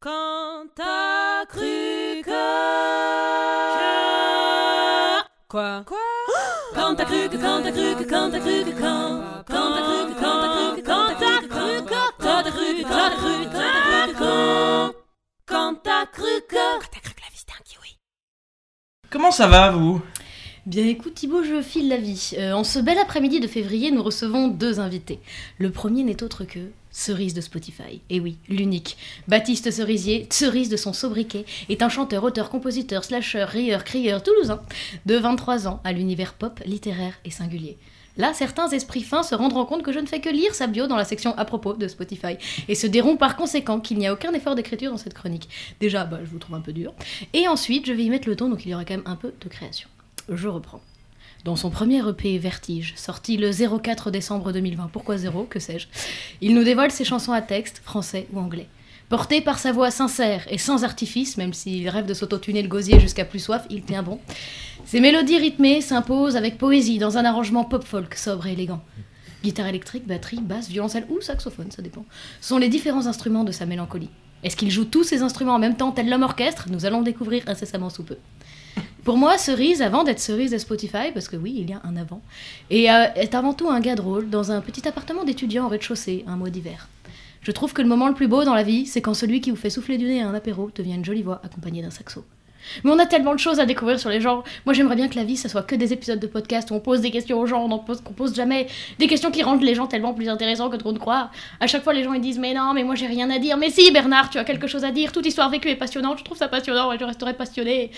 Quand t'as cru que... Quoi Quand t'as cru que, quand t'as cru que, quand t'as cru que, quand... Quand t'as cru que, quand t'as cru que, quand t'as cru que... Quand t'as cru que, quand t'as cru que, quand t'as cru que, quand... Quand t'as cru que... Quand t'as cru que la vie c'était un kiwi. Comment ça va, vous Bien écoute Thibaut, je file la vie. Euh, en ce bel après-midi de février, nous recevons deux invités. Le premier n'est autre que Cerise de Spotify. Et oui, l'unique. Baptiste Cerisier, Cerise de son sobriquet, est un chanteur, auteur, compositeur, slasher, rieur, crieur toulousain de 23 ans à l'univers pop, littéraire et singulier. Là, certains esprits fins se rendront compte que je ne fais que lire sa bio dans la section à propos de Spotify et se diront par conséquent qu'il n'y a aucun effort d'écriture dans cette chronique. Déjà, bah, je vous trouve un peu dur. Et ensuite, je vais y mettre le ton, donc il y aura quand même un peu de création. Je reprends. Dans son premier EP Vertige, sorti le 04 décembre 2020, pourquoi zéro, que sais-je, il nous dévoile ses chansons à texte, français ou anglais. Porté par sa voix sincère et sans artifice, même s'il rêve de s'autotuner le gosier jusqu'à plus soif, il tient bon. Ses mélodies rythmées s'imposent avec poésie dans un arrangement pop-folk sobre et élégant. Guitare électrique, batterie, basse, violoncelle ou saxophone, ça dépend, sont les différents instruments de sa mélancolie. Est-ce qu'il joue tous ces instruments en même temps, tel l'homme orchestre Nous allons le découvrir incessamment sous peu. Pour moi, Cerise, avant d'être Cerise de Spotify, parce que oui, il y a un avant, et euh, est avant tout un gars drôle dans un petit appartement d'étudiants au rez-de-chaussée, un mois d'hiver. Je trouve que le moment le plus beau dans la vie, c'est quand celui qui vous fait souffler du nez à un apéro devient une jolie voix accompagnée d'un saxo. Mais on a tellement de choses à découvrir sur les genres. Moi, j'aimerais bien que la vie, ça soit que des épisodes de podcast où on pose des questions aux gens, on en pose, qu'on pose jamais. Des questions qui rendent les gens tellement plus intéressants que trop de croire. À chaque fois, les gens ils disent Mais non, mais moi j'ai rien à dire. Mais si, Bernard, tu as quelque chose à dire. Toute histoire vécue est passionnante. Je trouve ça passionnant et je resterai passionné.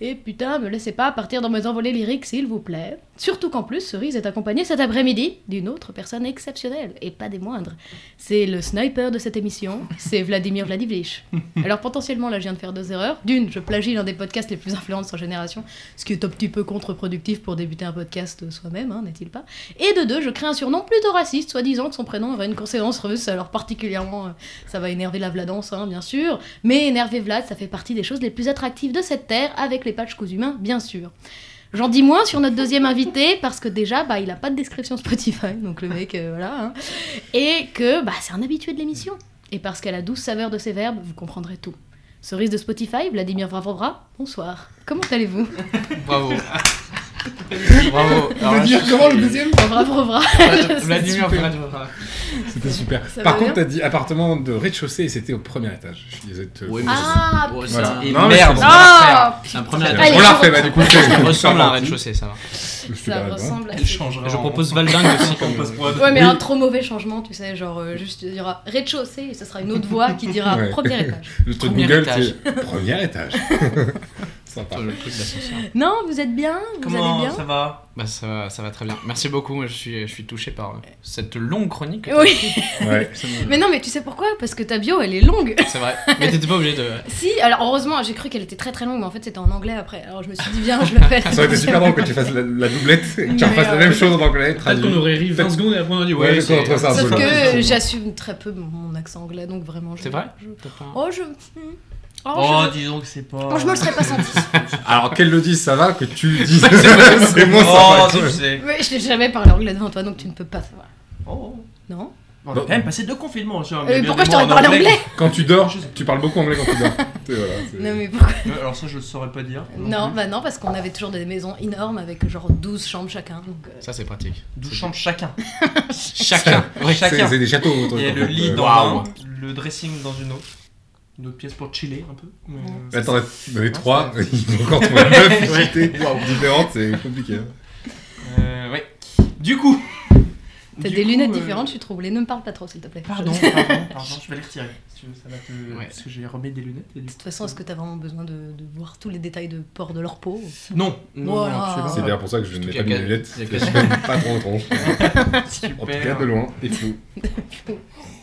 Et putain, me laissez pas partir dans mes envolées lyriques, s'il vous plaît. Surtout qu'en plus, Cerise est accompagnée cet après-midi d'une autre personne exceptionnelle, et pas des moindres. C'est le sniper de cette émission, c'est Vladimir Vladivlich. Alors potentiellement, là, je viens de faire deux erreurs. D'une, je plagie l'un des podcasts les plus influents de sa génération, ce qui est un petit peu contre-productif pour débuter un podcast soi-même, hein, n'est-il pas Et de deux, je crée un surnom plutôt raciste, soi-disant que son prénom aurait une consonance russe, alors particulièrement, euh, ça va énerver la Vladance, hein, bien sûr, mais énerver Vlad, ça fait partie des choses les plus attractives de cette terre, avec les patchs cousu humains, bien sûr. J'en dis moins sur notre deuxième invité parce que déjà, bah, il a pas de description Spotify, donc le mec, euh, voilà. hein. Et que bah, c'est un habitué de l'émission. Et parce qu'à la douce saveur de ses verbes, vous comprendrez tout. Cerise de Spotify, Vladimir Vravovra, bonsoir. Comment allez-vous Bravo. Bravo. Alors veux là, dire je suis- comment le deuxième Vravovra. Vladimir Vladimir. C'était super. Ça Par va contre, bien t'as dit appartement de rez-de-chaussée et c'était au premier étage. Je suis désolé de te. Ouais, mais ça- Ah Oh, ouais, Voilà. ça- Et Non, mais merde, c'est- on l'a Ah, fait. C'est un premier putain. étage. on Allez, l'a je refait, bah du coup. Ça ressemble à un rez-de-chaussée, ça va. Ça ressemble à. Elle Oh changera. Je en- propose Valdingue aussi comme euh, post-prod. Ouais, mais un trop mauvais changement, tu sais, genre euh, juste il y aura rez-de-chaussée et ce sera une autre voix qui dira Ouais. premier étage. Le truc Premier Google, étage. c'est premier étage. Sympa. le truc d'ascenseur. Non, vous êtes bien Vous Comment allez bien ça va Bah ça va, ça va très bien. Merci beaucoup, moi je suis, je suis touché par euh, cette longue chronique. Oui, Ouais. mais non, mais tu sais pourquoi Parce que ta bio, elle est longue. C'est vrai. Mais t'étais pas obligé de... euh, si, alors heureusement, j'ai cru qu'elle était très très longue, mais en fait c'était en anglais après. Alors je me suis dit, viens, je le fais. Ah, Ça aurait été super drôle que tu fasses la, la doublette et que Mais, tu refasses euh, la même chose en anglais. Peut-être traduit. qu'on aurait ri 20 Peut-être- secondes et après on a dit Ouais, ouais. je trouve ça Sauf drôle. que j'assume très peu mon- mon accent anglais, donc vraiment. je- C'est vrai je- T'as pas- Oh, je. Oh, Oh, je... disons que c'est pas. Oh, je me le serais pas senti. Alors qu'elle le dise, ça va, que tu le dises. c'est moi, Oh, ça tu va. sais. Mais je n'ai jamais parlé anglais devant toi, donc tu ne peux pas savoir. Oh. Non On a quand même passé deux confinements. hein, sur un Euh, bébé Pourquoi je allemand t'aurais parlé en anglais Quand tu dors, tu parles beaucoup anglais quand tu dors. Et voilà, c'est- Non, mais pourquoi Euh, Alors ça, je le saurais pas dire. Non, bah non, parce qu'on avait toujours des maisons énormes avec genre 12 chambres chacun. Donc, euh, Ça c'est pratique. Douze chambres chacun. Chacun. Ouais, c'est- chacun. C'est des châteaux. votre Il y a truc, le en fait. lit Euh, dans Waouh. un, le dressing dans une autre. Une autre pièce pour chiller un peu. mais, Ouais. euh, Attends, dans les Non, trois, c'est- il faut encore trouver neuf unités différentes, c'est compliqué. Euh, ouais. Du coup. T'as Du des coup, lunettes euh, différentes, je suis troublée. Ne me parle pas trop, s'il te plaît. Pardon, De pardon, pardon, je vais les retirer. Si tu veux, ça va te... Ouais. Parce que j'ai remis des lunettes. Et du toute façon, est-ce que t'as vraiment besoin de, de voir tous les détails de port de leur peau Non, non, Voilà. non, absolument Ah. C'est bien pour ça que je n'ai qu'il y pas a mis qu'à- de lunettes, il y a parce que je qu'à- suis même pas trop en tronche. En tout cas, Super. de loin, et flou.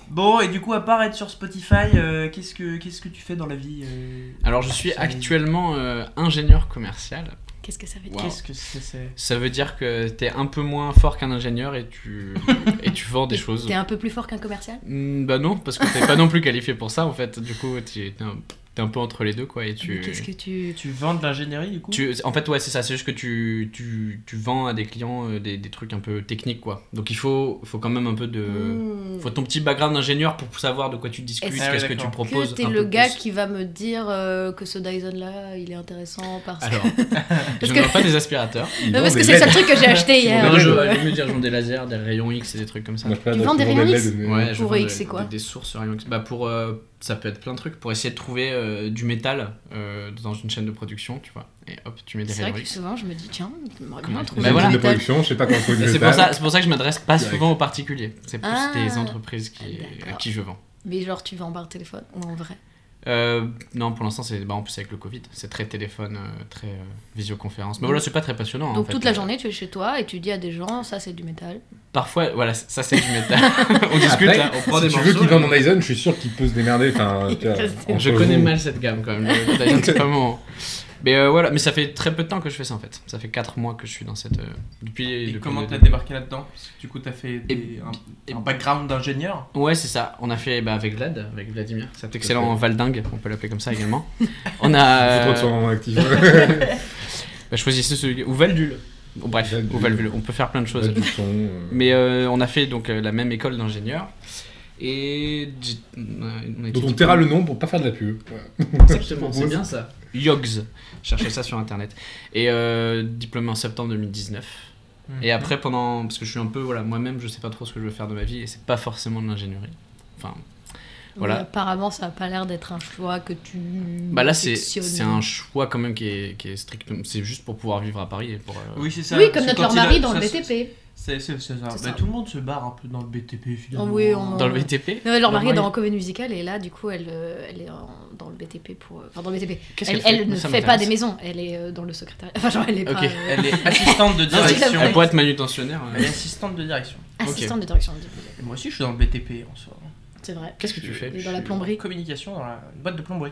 Bon, et du coup, à part être sur Spotify, euh, qu'est-ce que qu'est-ce que tu fais dans la vie euh, Alors je suis Ah, c'est- actuellement euh, ingénieur commercial. Qu'est-ce que ça veut dire Wow. Qu'est-ce que c'est c'est- Ça veut dire que t'es un peu moins fort qu'un ingénieur et tu, et tu vends des choses. T'es un peu plus fort qu'un commercial Mm, Hmm, bah non, parce que t'es pas non plus qualifié pour ça en fait. Du coup, t'es t'es un, t'es T'es un peu entre les deux, quoi. Et tu. Qu'est-ce que tu. Tu vends de l'ingénierie du coup Tu, en fait, ouais, c'est ça. C'est juste que tu, tu, tu vends à des clients euh, des, des trucs un peu techniques, quoi. Donc il faut, faut quand même un peu de. Hmm. Euh, Faut ton petit background d'ingénieur pour savoir de quoi tu discutes, Est-ce qu'est-ce que que tu t'es proposes. que t'es un le peu gars plus. qui va me dire euh, que ce Dyson là il est intéressant parce que. Alors, Parce je que- ne vends pas des aspirateurs. Ils Non, vendent parce que des c'est le seul LED. truc que j'ai acheté hier. Non, des je LED. vais mieux dire, je vends des lasers, des rayons X et des trucs comme ça. Moi, je parle Tu de- vends des je vends rayons LED, mais- Ouais, je Pour vends X, de- c'est quoi Des, des sources sur rayons X. Bah pour, euh, ça peut être plein de trucs. Pour essayer de trouver euh, du métal euh, dans une chaîne de production, tu vois. Et hop, tu mets des C'est vrai rayons que X. souvent je me dis tiens, j'aimerais Comment bien tu J'ai trouver Bah une du voilà. usine de métal. production, je sais pas comment trouver Et du C'est pour métal. ça, c'est pour ça que je m'adresse pas Direct. souvent aux particuliers. C'est plus Ah. des entreprises qui, à qui je vends. Mais genre tu vends par téléphone ou en vrai Euh, non, pour l'instant, c'est bah, en plus avec le Covid, c'est très téléphone, euh, très euh, visioconférence. Mais voilà, c'est pas très passionnant. en Donc fait. toute la Euh, journée tu es chez toi et tu dis à des gens ça c'est du métal. Parfois, voilà, c- ça c'est du métal. on discute, Après, hein, on prend des Si tu veux morceaux. qu'ils vendent et- en Dyson, je suis sûr qu'ils peut se démerder. Enfin, tu vois, Je entre Je connais vous. mal cette gamme quand même. le- le Dyson, c'est pas mon- Mais euh, voilà, mais ça fait très peu de temps que je fais ça en fait. Ça fait 4 mois que je suis dans cette. euh, Depuis. Et depuis comment le- t'as débarqué là-dedans Parce que du coup t'as fait des- Et- un, et- un background d'ingénieur. Ouais, c'est ça. On a fait bah, avec Vlad, avec Vladimir, cet excellent Tout Valdingue, on peut l'appeler comme ça également. on a. euh, C'est trop de soins actifs. bah, choisissez celui. Ou Valdul. Bon, bref, Valdul. ou Valdul. On peut faire plein de choses. Du son, euh, Mais euh, on a fait donc euh, la même école d'ingénieur. Et j'ai- on a- on a été Donc on diplômé- taira le nom pour pas faire de la pub. Voilà. Exactement, c'est propose. bien ça. Yogs, cherchez ça sur internet. Et euh, diplômé en septembre 2019. Hmm. Et après pendant parce que je suis un peu voilà moi-même je sais pas trop ce que je veux faire de ma vie et c'est pas forcément de l'ingénierie. Enfin Voilà. Mais apparemment ça a pas l'air d'être un choix que tu. bah là c'est affectionnes. c'est un choix quand même qui est, qui est strictement c'est juste pour pouvoir vivre à Paris et pour euh, Oui, c'est ça. Oui parce comme que notre quand leur il mari a- dans le ça, c'est- BTP. C'est c'est- c'est ça. C'est ça. Bah, tout le monde se barre un peu dans le BTP finalement. hein. Oh oui, on- dans le VTP. Non, leur mari est Leur dans mari. la comédie musicale et là du coup elle, euh, elle est en- dans le BTP pour. euh, Enfin dans le BTP. Qu'est-ce Elle, qu'elle elle Moi, ne ça fait pas des m'intéresse. maisons, elle est euh, dans le secrétariat. Enfin genre elle est pas Ok. euh, Elle est assistante de Non, c'est- direction. Ah, Elle pourrait être manutentionnaire. euh. Elle est assistante de direction. assistante de direction. Et moi aussi je suis dans le BTP en soi. C'est vrai. Qu'est-ce que tu fais Elle est Je dans la suis- plomberie. Communication dans la une boîte de plomberie.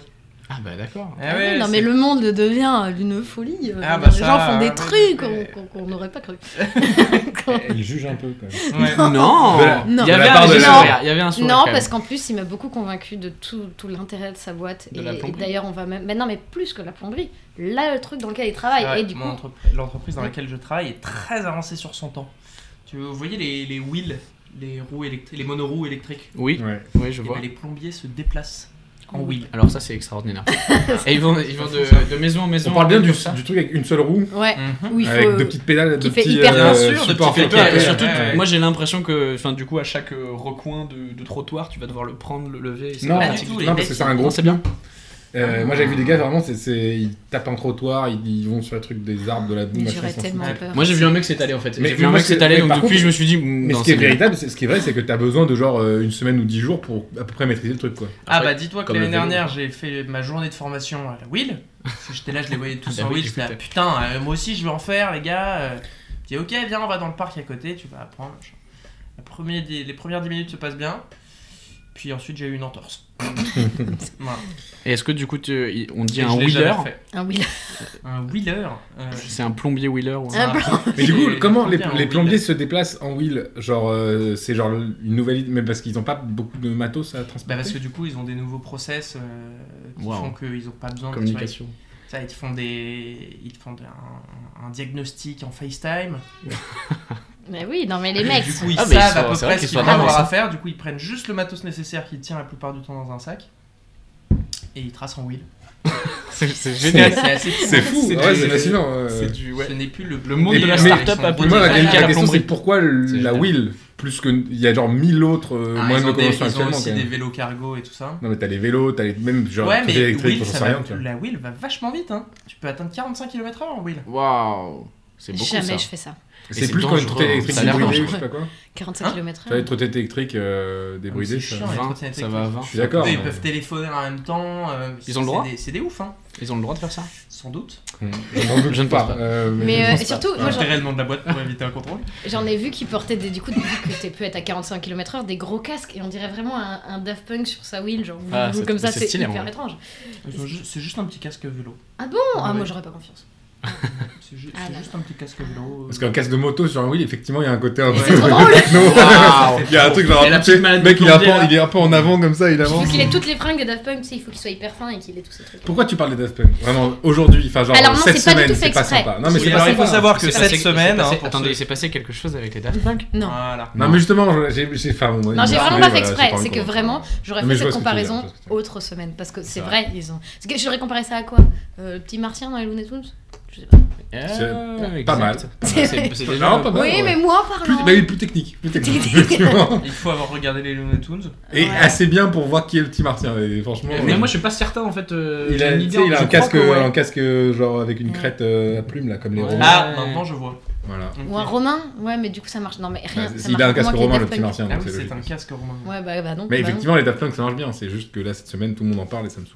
Ah bah d'accord. Eh Ah ouais, oui, non c'est- mais le monde devient d'une folie. Ah, Euh, bah, les ça, gens font euh, des ouais, trucs mais- qu'on- qu'on qu'on n'aurait pas cru. Elle juge un peu quand même. Ouais. Non, De la- il Euh, Non. y de avait la part un de la- sourire, il y avait un sourire. non, quand même. parce qu'en plus, il m'a beaucoup convaincu de tout, tout l'intérêt de sa boîte. De et la et plomberie. d'ailleurs, on va même. Mais non, mais plus que la plomberie. Là, le truc dans lequel il travaille. Ah Ouais, et du mon coup. entrepr- L'entreprise dans laquelle je travaille est très avancée sur son temps. Tu vous voyez les, les wheels, les roues électriques, les monoroues électriques Oui, Ouais. oui, je Eh vois. ben, Les plombiers se déplacent en Mmh. wheel. Alors ça c'est extraordinaire. Et ils vont, ils vont de, de maison en maison. On parle bien comme du, ça. du truc avec une seule roue, Ouais, Mmh. où il faut. avec deux petites pédales, qui deux fait petits hyper euh, Bien sûr, de supports à faire petits Et pédales, taper. puis, surtout, ouais. moi j'ai l'impression que, enfin, du coup, à chaque euh, recoin de, de trottoir, tu vas devoir le prendre, le lever. et c'est Non, pas Pas pratique. du non, tout, les parce que c'est un Non, gros. c'est bien. Euh, moi j'avais vu des gars vraiment, c'est, c'est- ils tapent un trottoir, ils, ils vont sur le truc des arbres, de la boue, Mais machin. j'aurais ça, tellement ça. peur. Moi j'ai vu un mec s'étaler en fait. Mais- mais J'ai vu un moi, mec c'est- s'étaler, mais donc par depuis contre- je me suis dit. mm, Mais ce qui est véritable, c'est, ce qui est vrai, c'est que t'as besoin de genre euh, une semaine ou dix jours pour à peu près maîtriser le truc quoi. Ah bah dis-toi que comme l'année le vélo. dernière j'ai fait ma journée de formation à la wheel. Parce que j'étais là, je les voyais tous Ah bah en oui, wheel. tu J'étais là, fais- putain, euh, moi aussi je vais en faire les gars. euh. Je dis ok, viens, on va dans le parc à côté, tu vas apprendre. machin. La première, des- les premières 10 minutes se passent bien. Puis ensuite j'ai eu une entorse. Voilà. Et est-ce que du coup, tu- il- on dit Et un je l'ai jamais wheeler fait. Un wheel. Un wheeler euh, C'est un plombier wheeler ou un- Ah, bon. Mais du coup, C'est- comment c'est les, bien, les en plombiers wheel. se déplacent en wheel Genre, euh, c'est genre une nouvelle idée, mais parce qu'ils n'ont pas beaucoup de matos à transporter. Bah parce que du coup ils ont des nouveaux process euh, qui Wow. font qu'ils n'ont pas besoin de communication Ça, ils te font des, ils te font des- un, un diagnostic en FaceTime. Mais oui, non, mais les mecs. Du sont- coup, ils Ah, mais ils savent sont- à peu c'est près vrai ce qu'ils qu'ils sont vont avoir avancés. à faire. Du coup, ils prennent juste le matos nécessaire qu'ils tient la plupart du temps dans un sac et ils tracent en wheel. C'est c'est C'est génial. assez fou. C'est fou, C'est ouais, du- c'est fascinant. euh. C'est du. ouais. Ce n'est plus le, Le monde de la mais- start-up ils sont à Pour moi, la, Ouais, la- la ouais, la question c'est plomberie. pourquoi C'est la génial. wheel Plus que. Il y a genre mille autres euh, Ah, moyens ils de ont, des- locomotion ils ont actuellement. aussi quand des même. vélos cargo et tout ça. Non, mais t'as les vélos, t'as les. Même genre. ouais, tout mais est électrique, wheel, on s'en ça sait va- rien. tu vois. la wheel va vachement vite. Hein. Tu peux atteindre 45 km/h en wheel. Waouh. C'est beaucoup Jamais ça. je fais ça. C'est c'est plus quand une dangereux, trottinette hein. électrique Ça a l'air débridée, je dangereux. sais pas quoi. 45 Hein km/h. Tu vois, les trottinettes électriques Ah, euh, débridées, c'est ça- chiant, les 20, trottinettes ça va à électriques. 20. Je suis d'accord. hein. Eux, ils mais- peuvent téléphoner en même temps. euh, Ils ont le c'est droit des- C'est des ouf, hein. Ils ont le droit de faire ça sans doute. Je n'en doute Je ne pense pas. pas. euh, Mais je euh, pense pas. surtout, moi, J'ai j'en- le nom de la boîte pour éviter un contrôle. j'en ai vu qui portaient des, du coup, vu que t'es peut être à 45 km/h, des gros casques et on dirait vraiment un, un Daft Punk sur sa wheel, genre Ah, vous- vous- c'est- hein. comme ça, c'est c'est stylé, hyper ouais. étrange. C'est juste un petit casque vélo. Ah bon Ah, moi j'aurais pas confiance. C'est ju- Ah c'est là juste un petit casque vélo. euh. Parce qu'un casque de moto sur un wheel, effectivement, il y a un côté un peu C'est trop drôle. techno. Waouh. Il y a un truc genre, Et la petite le maladie mec, il est, un peu, blondée, là. il est un peu en avant comme ça, il Il faut avance. qu'il ait toutes les fringues de Daft Punk, tu sais, il faut qu'il soit hyper fin et qu'il ait tous ces trucs. Pourquoi tu parles des Daft Punk Vraiment, aujourd'hui, enfin genre Alors non, cette c'est pas du semaine, tout fait c'est pas exprès. sympa. Non mais Oui, c'est pas alors, il sympa. faut savoir que Il s'est cette passé- semaine. il s'est passé- hein, pour attendez, ceux- il s'est passé quelque chose avec les Daft Punk Non. Ah, Voilà. Non mais justement, j'ai, j'ai, enfin, bon, Non, j'ai désolé, vraiment pas fait voilà, j'ai exprès. envie C'est de que commenter. vraiment, j'aurais Mais fait je vois cette ce que tu veux dire, comparaison je vois ce que tu veux autre semaine. Parce que C'est c'est vrai. vrai, ils ont. Parce que j'aurais comparé ça à quoi Euh, Le petit martien dans les Looney Tunes Je sais pas. Ah, C'est exact. pas mal. C'est- c'est- c'est déjà- Non, pas mal. oui, ouais. mais moi, Plus, parlant. bah oui, plus technique, plus technique. effectivement. Il faut avoir regardé les Looney Tunes. Et Ouais. assez bien pour voir qui est le petit Martien. Et franchement, Mais euh, moi, je suis pas certain en fait. euh, il j'ai a, une tu idée, sais, il je a un crois casque, que ouais. un casque euh, genre avec une Ouais. crête euh, à plume là, comme les Ouais. Romains. Ah, maintenant je vois. Voilà. Ok. Ou un Romain Ouais, mais du coup, ça marche. Non, mais rien. Bah, ça il marche a un pour casque moi qui ai romain, le Daft petit Punk. Martien. Ah donc oui, c'est logique. un casque romain. Ouais, bah, bah non. Mais bah non. effectivement, les Daft Punk ça marche bien. C'est juste que là, cette semaine, tout le monde en parle et ça me saoule.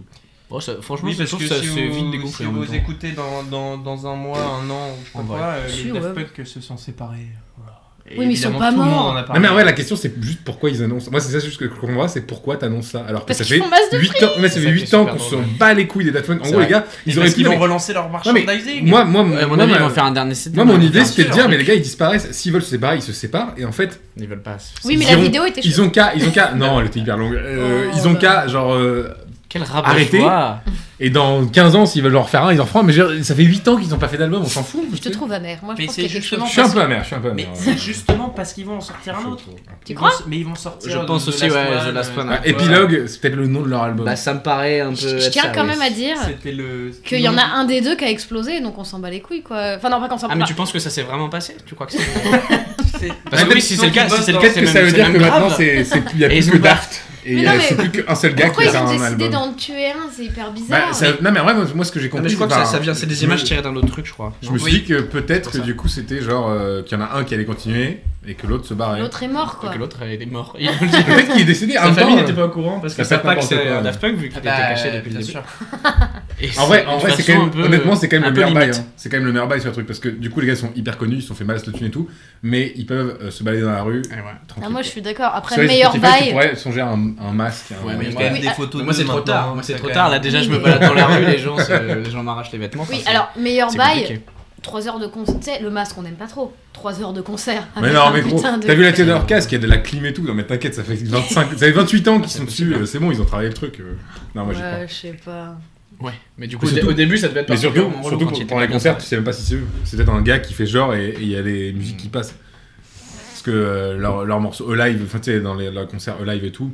Bon, Oh, ça- franchement, Oui, je parce trouve que ça si c'est vous, vite hein. déconstruit. si en vous même temps. écoutez dans, dans, dans un mois, un an, ou je sais pas En quoi, vrai. euh, Si, les Daft ouais. Punk se sont séparés. Voilà. Et Oui, mais ils sont évidemment, pas tout le monde morts. en a Non, Ah. parlé. mais en vrai, la question c'est juste pourquoi ils annoncent. Moi, c'est ça juste que je comprends pas, c'est pourquoi t'annonces ça alors que Parce ça qu'ils fait font masse de 8 ans, mais ça fait C'est ça qui est 8 ans super qu'on se drôle. bat les couilles des Daft Punk. En C'est gros, les vrai. gars, Ils ils auraient pu. qu'ils non, vont mais- relancer leur Non, mais merchandising. Moi, moi, Ouais, à mon moi, avis, ils ma- vont faire un dernier CD. moi, mon mais idée, hein. bien c'était de sûr. dire, mais les gars, ils disparaissent. S'ils veulent se séparer, ils se séparent. Et en fait, Ils veulent pas. c'est- Oui, mais Ils la ont- vidéo était ils ont qu'à, ils ont qu'à. Non, elle était hyper longue. Euh, Oh, ils ont bah. qu'à, genre. euh, Quel rap Arrêtez. joie. et dans 15 ans, s'ils veulent en refaire un, ils en feront. un, Mais je veux dire, ça fait 8 ans qu'ils n'ont pas fait d'album, on s'en fout. Je te trouve amer. Moi, je Mais pense c'est qu'il y a quelque chose. Je justement- suis un peu amer, je suis un peu Mais amer. c'est justement parce qu'ils vont en sortir un autre. Tu Ils crois vont- Mais ils vont sortir. Je de- pense de aussi, Last ouais, One, The Last euh, One. Ah, voilà. Épilogue, c'est peut-être le nom de leur album. Bah, ça me paraît un peu. Je je être tiens ça, quand oui. même à dire C'était le. qu'il y en a un des deux qui a explosé, donc on s'en bat les couilles, quoi. Enfin, non, pas qu'on s'en Ah, bat. mais tu penses que ça s'est vraiment passé Tu crois que c'est. C'est- Parce que oui, si c'est le cas, si c'est le cas, Qu'est-ce c'est que ça même- veut c'est dire que même grave. maintenant, c'est c'est- il y a Et ils plus ont que pas- Daft et il Mais y non, a- mais- c'est plus qu'un seul gars Pourquoi qui a ils un ont album. décidé d'en tuer un C'est hyper bizarre. Bah, ça- Non mais en vrai, moi, moi, ce que j'ai Non, compris, mais je crois que enfin, ça, ça vient, c'est je des me- images tirées d'un autre truc, je crois. Je non me suis Oui. dit que peut-être C'est que pour ça. du coup c'était genre euh, qu'il y en a un qui allait continuer et que l'autre se barrait. L'autre est mort, Parce quoi. que l'autre elle est mort. Il- Peut-être qu'il est décédé. en Sa même famille temps, n'était pas au courant parce ça qu'ils savent fait pas que n'importe c'est quoi, un ouais. Daft Punk vu qu'il était Bah, caché depuis le bien début. sûr. Et En vrai, en vrai, c'est quand même, honnêtement, c'est quand même un le peu meilleur bail. limite. hein. C'est quand même le meilleur bail sur le truc parce que du coup, les gars sont hyper connus, ils se sont fait mal à se tuer et tout, mais ils peuvent euh, se balader dans la rue tranquille. Ah, moi, je suis d'accord. Après, Sur le les meilleur Spotify, Tu bail. pourrais songer à un, un masque. un- Ouais, mais un- moi- Oui, ah, photos. Moi, c'est d'eux trop maintenant, tard. hein, Moi, c'est ça, trop quand tard. Là, même. déjà, je Oui, me mais- balade dans la rue, les gens, se- les gens m'arrachent les vêtements. Oui, Enfin, c'est- alors, meilleur c'est bail, compliqué. 3 heures de concert. Tu sais, le masque, on n'aime pas trop. 3 heures de concert. Mais avec non, un mais gros, Ah, putain de- t'as vu la télé d'orchestre qui a de la clim et tout. Non, mais t'inquiète, ça fait 25, ça fait 28 ans qu'ils sont dessus. euh, C'est bon, ils ont travaillé le truc. euh. Non, moi j'y crois. Ouais, je sais pas. Ouais, mais du coup, surtout- au début, ça devait être Mais surtout, particulièrement relou surtout quand il pour, était pour les bien concerts, sorti. tu sais même pas si c'est eux. C'est peut-être un gars qui fait genre et et il y a les musiques qui passent. Parce que euh, leur, leur morceau E-Live, enfin tu sais, dans les, leurs concerts E-Live et tout,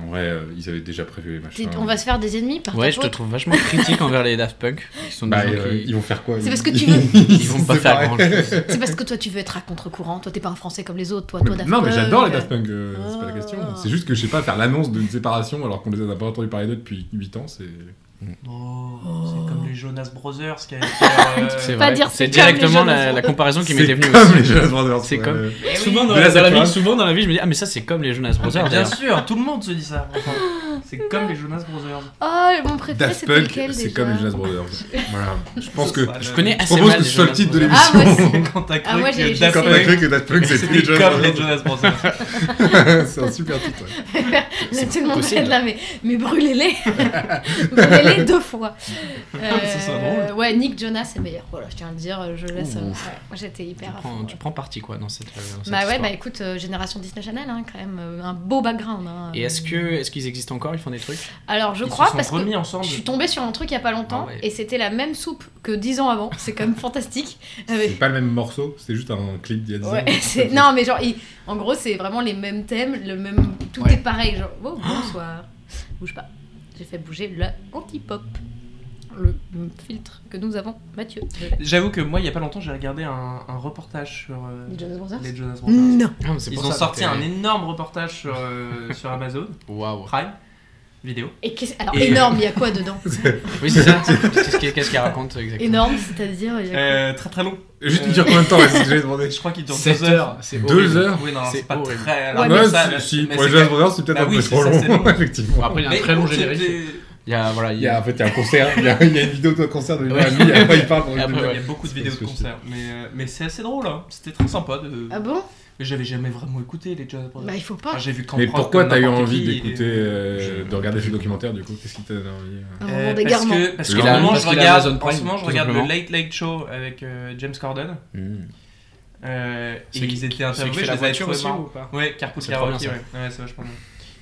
en vrai, euh, ils avaient déjà prévu les T'es- machins. On va se faire des ennemis par Ouais, ta je te faute. trouve vachement critique envers les Daft Punk. Ils sont des Bah, gens euh, qui. ils vont faire quoi C'est ils- parce que tu veux- Ils vont se pas faire séparer. grand chose. C'est parce que toi, tu veux être à contre-courant. Toi, t'es pas un français comme les autres. Toi, Mais- toi, Daft non, mais Punk, j'adore les euh, Daft Punk, euh, c'est pas la question. Ah. C'est juste que je sais pas faire l'annonce d'une séparation alors qu'on les a pas entendu parler d'eux depuis 8 ans. C'est Oh, C'est comme les Jonas Brothers qui avaient fait, euh, C'est pas vrai. dire C'est c'est comme les directement jeunes la, la enfants. comparaison C'est qui m'était venue comme aussi. les Jonas Brothers. C'est ouais. comme- Eh oui. Souvent Mais là, dans, la, dans la c'est pas vie, grave. souvent dans la vie, je me dis ah mais ça c'est comme les Jonas Ah, Brothers. mais Bien d'ailleurs. sûr, tout le monde se dit ça. enfin. C'est comme les Jonas Brothers. Oh, mon préféré, Daft c'était Punk, lequel c'est déjà comme les Jonas Brothers. voilà. Je pense que. Ça, Je Je le- connais assez propose Ah, mal. que les ce soit le Jonas titre de Brothers. Ah, l'émission. moi aussi. Quand t'as cru Ah, moi, j'ai- que j'ai- Daft Quand C'était- t'as Punk cru que Daft Punk c'était les c'était Jonas comme les Brothers. Jonas Brothers. C'est un super titre. ouais. Tout le monde possible. est là, mais, mais brûlez-les Brûlez-les deux fois Euh, Ça serait drôle. Ouais, Nick Jonas c'est meilleur. Voilà, je tiens à le dire, je laisse. euh, Ouh. ouais, moi j'étais Tu hyper. à fond, prends, ouais. tu prends parti quoi dans cette. euh, dans cette Bah ouais, histoire. bah écoute, euh, génération Disney Channel, hein, quand même, euh, un beau background. hein. Et est-ce que est-ce qu'ils existent encore Ils font des trucs Alors je Ils se crois sont parce que. remis ensemble. Je suis tombée sur un truc il y a pas longtemps Ah ouais. et c'était la même soupe que 10 ans avant. C'est quand même fantastique. Avec- C'est pas le même morceau, c'était juste un clip d'il y a 10 Ouais, ans. c'est- non mais genre, il- en gros c'est vraiment les mêmes thèmes, le même, tout Ouais. est pareil. Genre, oh, bonsoir, bouge pas. J'ai fait bouger le anti-pop, le le filtre que nous avons, Mathieu. J'avoue que moi, il y a pas longtemps, j'ai regardé un, un reportage sur euh, Les Jonas Brothers les Jonas Brothers. Non. Ah, mais c'est Ils pour ont ça, sorti euh, t'es- un énorme reportage sur, euh, sur Amazon Waouh. Prime vidéo. Et qu'est-ce- alors Et- énorme, il y a quoi dedans Oui c'est ça. Qu'est-ce qu'il- qu'est-ce qu'ils racontent exactement Énorme, c'est-à-dire. il y a quoi Euh, très très long. Juste me dire combien de temps, c'est ce que j'ai demandé. Je crois qu'il dure 7 deux heures. heures. C'est Deux horrible. heures Oui, non, C'est c'est pas horrible. très Ouais, long. mais Ouais, ça, si, mais- si, mais pour les c'est Jonas quand- Brothers, c'est peut-être Bah un oui, peu c'est trop ça, c'est long, long. effectivement. Bon, après il y a un Mais très long c'était- générique. Il y a voilà. il Il y y a, a- en fait, il y a un concert, il y a, il y a une vidéo de concert de Ouais. l'ami, après il parle pour Et une après, Il y demi-heure. a beaucoup de C'est vidéos ce de que je sais. concerts, mais, euh, mais c'est assez drôle. hein. C'était très sympa de. Ah bon Mais j'avais jamais vraiment écouté les Jonas Brothers. Bah, il faut Enfin, pas. j'ai vu Camp Mais Rock pourquoi comme t'as eu n'importe envie qui, et- d'écouter, euh, je- de regarder ce documentaire du coup Qu'est-ce qui t'a donné envie euh Un Euh, moment parce d'égarement. que, parce Parce que qu'il a- en ce moment, parce je qu'il a regarde, Amazon en Prime, ce moment, je tout regarde le simplement. Late Late Show avec euh, James Corden. Euh, et Celui ils qui- étaient celui qui interviewés, fait je la les avais voiture trouvés aussi marrants. ou pas Ouais, Carpool C'est trop bien, Karaoke, ça. ouais. Ouais, c'est vachement bien.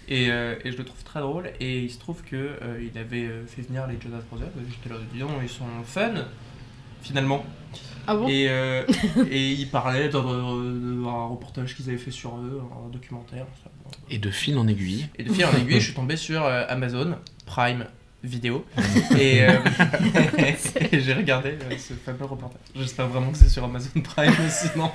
Et, euh, et je le trouve très drôle. Et il se trouve que euh, il avait euh, fait venir les Jonas Brothers. et J'étais là, dis donc, ils sont fun, finalement. Ah bon Et, euh, et il parlait d'un d'un reportage qu'ils avaient fait sur eux, un documentaire. ça, bon. Et de fil en aiguille. Et de fil en aiguille, je suis tombé sur euh, Amazon Prime Vidéo. et euh, et j'ai regardé euh, ce fameux reportage. J'espère vraiment que c'est sur Amazon Prime, sinon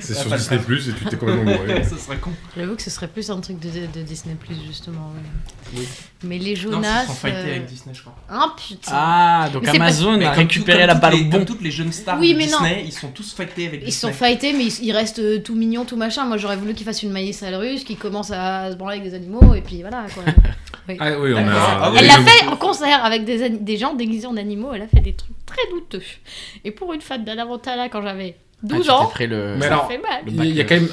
C'est Ah, sur pas le Disney Plus et tu t'es complètement bourré. ça serait con. J'avoue que ce serait plus un truc de, de Disney, justement. ouais. Oui. Mais les non, Jonas. ils sont fightés euh, avec Disney, je crois. Ah putain Ah, donc Mais c'est pas- Amazon Mais a comme tout- récupéré comme la toutes balle les- au bon. Comme toutes les jeunes stars Oui, de mais non. Disney, ils sont tous fightés avec Ils sont Disney. fightés, mais ils, ils restent euh, tout mignons, tout machin. Moi, j'aurais voulu qu'ils fassent une maillée sale russe, qu'ils commencent à se branler avec des animaux, et puis voilà. Quoi. Ah oui, on a. Ah oui, il elle y l'a a j'avoue. fait en concert avec des, ani- des gens déguisés en animaux. Elle a fait des trucs très douteux. Et pour une fan d'Anna Montana, quand j'avais Ah, Ah, 12 ans, Après le... Mais ça alors- fait mal. le Il y a bac, quand même.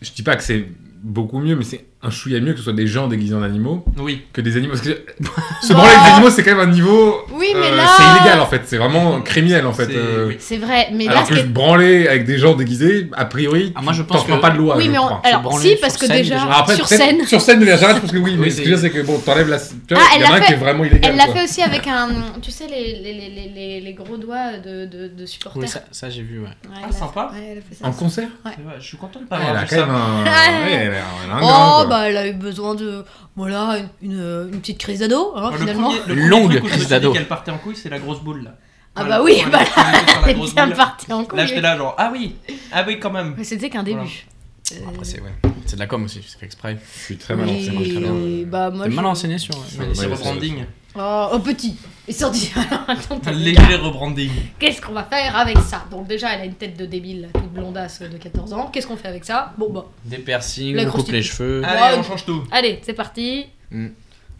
Je dis pas que c'est beaucoup mieux, mais c'est un chouïa mieux que ce soit des gens déguisés en animaux Oui. que des animaux. Parce que se branler avec des animaux, c'est quand même un niveau. Oui, mais euh, là- C'est illégal en fait, c'est vraiment criminel en fait. C'est- euh, oui. C'est vrai, mais là, Alors ce que qui se est- branler avec des gens déguisés, a priori, Ah, moi, je t'en pense prends que- pas de loi. Oui, je mais on- crois. alors, branler si, sur parce que scène, déjà, déjà. Alors après, sur peut-être- scène, Sur scène, déjà, je pense que oui, mais, Oui, ce que c'est- je veux dire, c'est que bon, t'enlèves la. Tu vois, Ah, il elle y en a l'a un fait- qui est vraiment illégal. elle l'a quoi. fait aussi avec un. Tu sais, les, les, les, les- les, les gros doigts de, de, de supporters. Oui, ça, ça, j'ai vu, ouais. Ouais, Ah, elle a- sympa. ouais, elle a fait ça. En concert C'est vrai, Je suis content de Ah, pas Elle avoir a vu quand même ça. un. Ah, Ouais. ouais, elle a- elle a un grand, quoi. Oh, bah elle a eu besoin de. Voilà, une, une, une petite crise d'ado, hein, Moi, Ah, Bah, le finalement. premier- le premier Longue truc où je me crise suis dit d'ado. qu'elle partait en couille, c'est la grosse boule là. Ah Voilà, bah oui, quand elle bah est tombée sur la elle grosse est bien boule. partie en couille. Là, j'étais là, genre, ah oui, ah oui, quand même. Mais c'était qu'un Voilà. début. Euh, Après, c'est ouais. c'est de la com aussi, c'est fait exprès. Je suis très mal mais- renseigné, très bien. Bah, moi, T'es je- mal renseigné sur... Je- Manu, ouais, c'est C'est vrai. rebranding. Oh, oh, petit Et sorti. Alors, attends, Un t'as- léger rebranding. Qu'est-ce qu'on va faire avec ça Donc, déjà, elle a une tête de débile, là, toute blondasse de 14 ans. Qu'est-ce qu'on fait avec ça Bon, bah, Des piercings, La on coupe constitu- les cheveux. Allez, on change tout. allez, c'est parti. Hmm. Mm.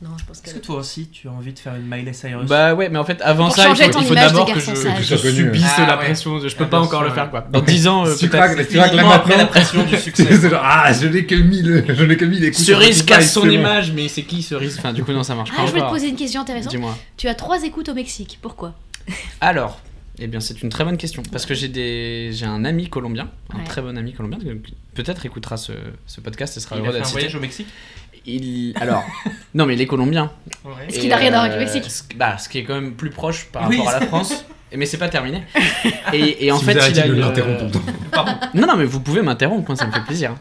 Non, je pense Est-ce qu'elle. que toi aussi, tu as envie de faire une Miley Cyrus Bah ouais, mais en fait, avant Pour ça, il changer faut, ton il faut image de d'abord que je, garçon que sage. je subisse Ah la ouais. pression. Je peux Ah, pas bien encore sûr, le ouais. faire, quoi. Dans 10 ans, euh, Si tu peut-être. craques, tu craques là Uniquement après la maintenant. pression du C'est succès. c'est genre, ah, je n'ai que 1000, je n'ai que 1000 écoutes. Cerise Spotify, casse son c'est bon. image, mais c'est qui Cerise Enfin, du coup, non, ça marche pas Ah, je voulais te encore. poser une question intéressante. Dis-moi. Tu as trois écoutes au Mexique, pourquoi Alors, eh bien, c'est une très bonne question. Parce que j'ai des... j'ai un ami colombien, un Ouais. très bon ami colombien, qui peut-être écoutera ce, ce podcast et sera Il heureux a fait un d'être cité. voyage au Mexique Il... Alors, non, mais il est colombien. Ouais. Ce Et, qui n'a rien à voir avec le euh, Mexique. Ce... Bah, ce qui est quand même plus proche par Oui. rapport à la France. Mais c'est pas terminé. Et, et en Si vous fait, il arrêtez a euh, de une- l'interrompre tout le temps. Pardon. Non, non, mais vous pouvez m'interrompre, moi, ça me fait plaisir.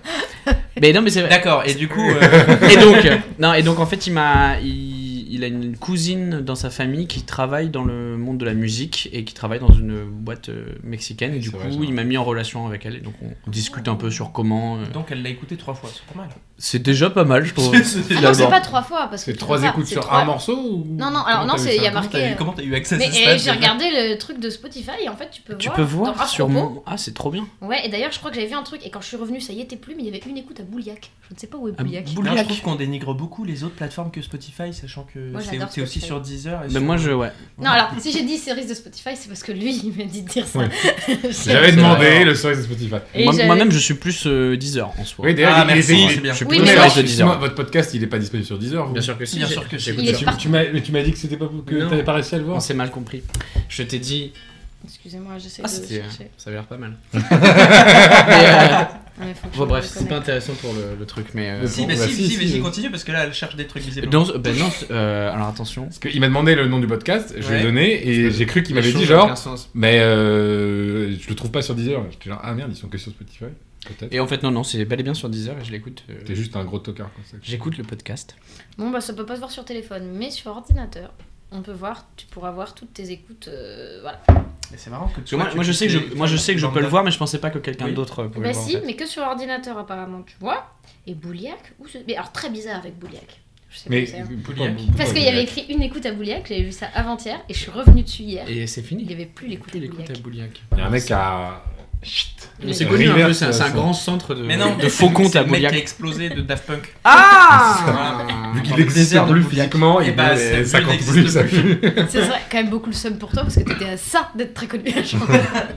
mais non, mais c'est vrai. D'accord, et du coup, euh, Et donc, euh, non, et donc en fait, il m'a, il, il a une cousine dans sa famille qui travaille dans le monde de la musique et qui travaille dans une boîte euh, mexicaine. Et du C'est coup, vrai, ça. il m'a mis en relation avec elle. Et donc, Ah. on discute un peu sur comment. euh, donc elle l'a écouté trois fois, c'est pas mal. C'est déjà pas mal, je trouve. Ah non, c'est D'abord. pas trois fois parce que. C'est tu trois peux pas, écoutes c'est sur trois- un morceau ou... Non, non, alors Comment non, t'as c'est- vu ça il y a Comment t'as marqué. eu- euh, Comment t'as eu accès à Mais ce eh, stade j'ai déjà regardé le truc de Spotify et en fait tu peux Tu voir. peux dans voir À sur propos. mon. Ah, c'est trop bien. Ouais, et d'ailleurs, je crois que j'avais vu un truc, et quand je suis revenue, ça y était plus, mais il y avait une écoute à Bouliac. Je ne sais pas où est Ah, Bouliac. Non, je Bouliac. trouve qu'on dénigre beaucoup les autres plateformes que Spotify, sachant que Moi, c'est j'adore t'es aussi Spotify. sur Deezer. Et Ben, sur- moi, je. Ouais. Non, alors si j'ai dit cerise de Spotify, c'est parce que lui il m'a dit de dire ça. Ouais. J'ai- J'avais demandé vrai. le cerise de Spotify. Et Moi- j'avais- Moi-même, je suis plus euh, Deezer en soi. Oui, Ah, d'ailleurs, il- il merci, est- c'est bien. Je suis Oui, plus mais Cerise alors- de Excuse-moi, Deezer. votre podcast, il est pas disponible sur Deezer. vous Bien sûr que si. Bien j'ai- sûr que si. j'écoute Il est ça. Tu, parti. tu m'as, mais tu m'as dit que c'était pas vous, que Non. t'avais pas réussi à le On voir. s'est mal compris. Je t'ai dit. Ah, Excusez-moi, j'essaie Ah, de c'était. chercher. Ça avait l'air pas mal. Mais, euh, Ouais, faut que Bon je bref, me c'est pas reconnecte. intéressant pour le, le truc, mais... euh, Le Si, Bon, mais bah, si, si, si, si, mais si, euh. continue parce que là elle cherche des trucs visiblement. dans ce- ben non, ce- euh, alors attention. Parce qu'il m'a demandé le nom du podcast, je lui Ouais. ai donné et j'ai cru qu'il m'avait dit genre, hein. mais euh, je le trouve pas sur Deezer. J'étais genre, ah merde, ils sont que sur Spotify, peut-être. Et en fait non, non, c'est bel et bien sur Deezer et je l'écoute. euh, T'es juste un gros tocard comme ça. J'écoute le podcast. Bon, bah, ça peut pas se voir sur téléphone, mais sur ordinateur, on peut voir, tu pourras voir toutes tes écoutes. euh, voilà. Mais c'est marrant que Parce tu que moi, vois, moi, tu je sais que je, fais- moi je sais que je peux le voir, mais je pensais pas que Oui. quelqu'un d'autre euh, pouvait Bah, le voir. en si, fait. mais que sur ordinateur, apparemment, tu vois. Et Bouliac, où ce. Mais alors, très bizarre avec Bouliac. Je sais Mais pas où c'est, hein. pourquoi- Bouliac. pourquoi Parce qu'il y Bouliac avait écrit une écoute à Bouliac, j'avais vu ça avant-hier, et je suis revenue dessus hier. Et c'est Il n'y fini. avait plus l'écoute à L'écoute à Bouliac. Bouliac. Il y a un mec qui a. Je On s'est connu un River, peu, c'est un, c'est un ça. grand centre de, Mais non, de faux comptes c'est à le mec qui a Mouillac. explosé de Daft Punk. Ah Vu Dans qu'il le existe désert de plus Bouddhique. Oh, physiquement, Eh il bah, est ça 50 existe plus. ça plus. pue. C'est vrai, quand même beaucoup le seum pour toi parce que t'étais à ça d'être très connu.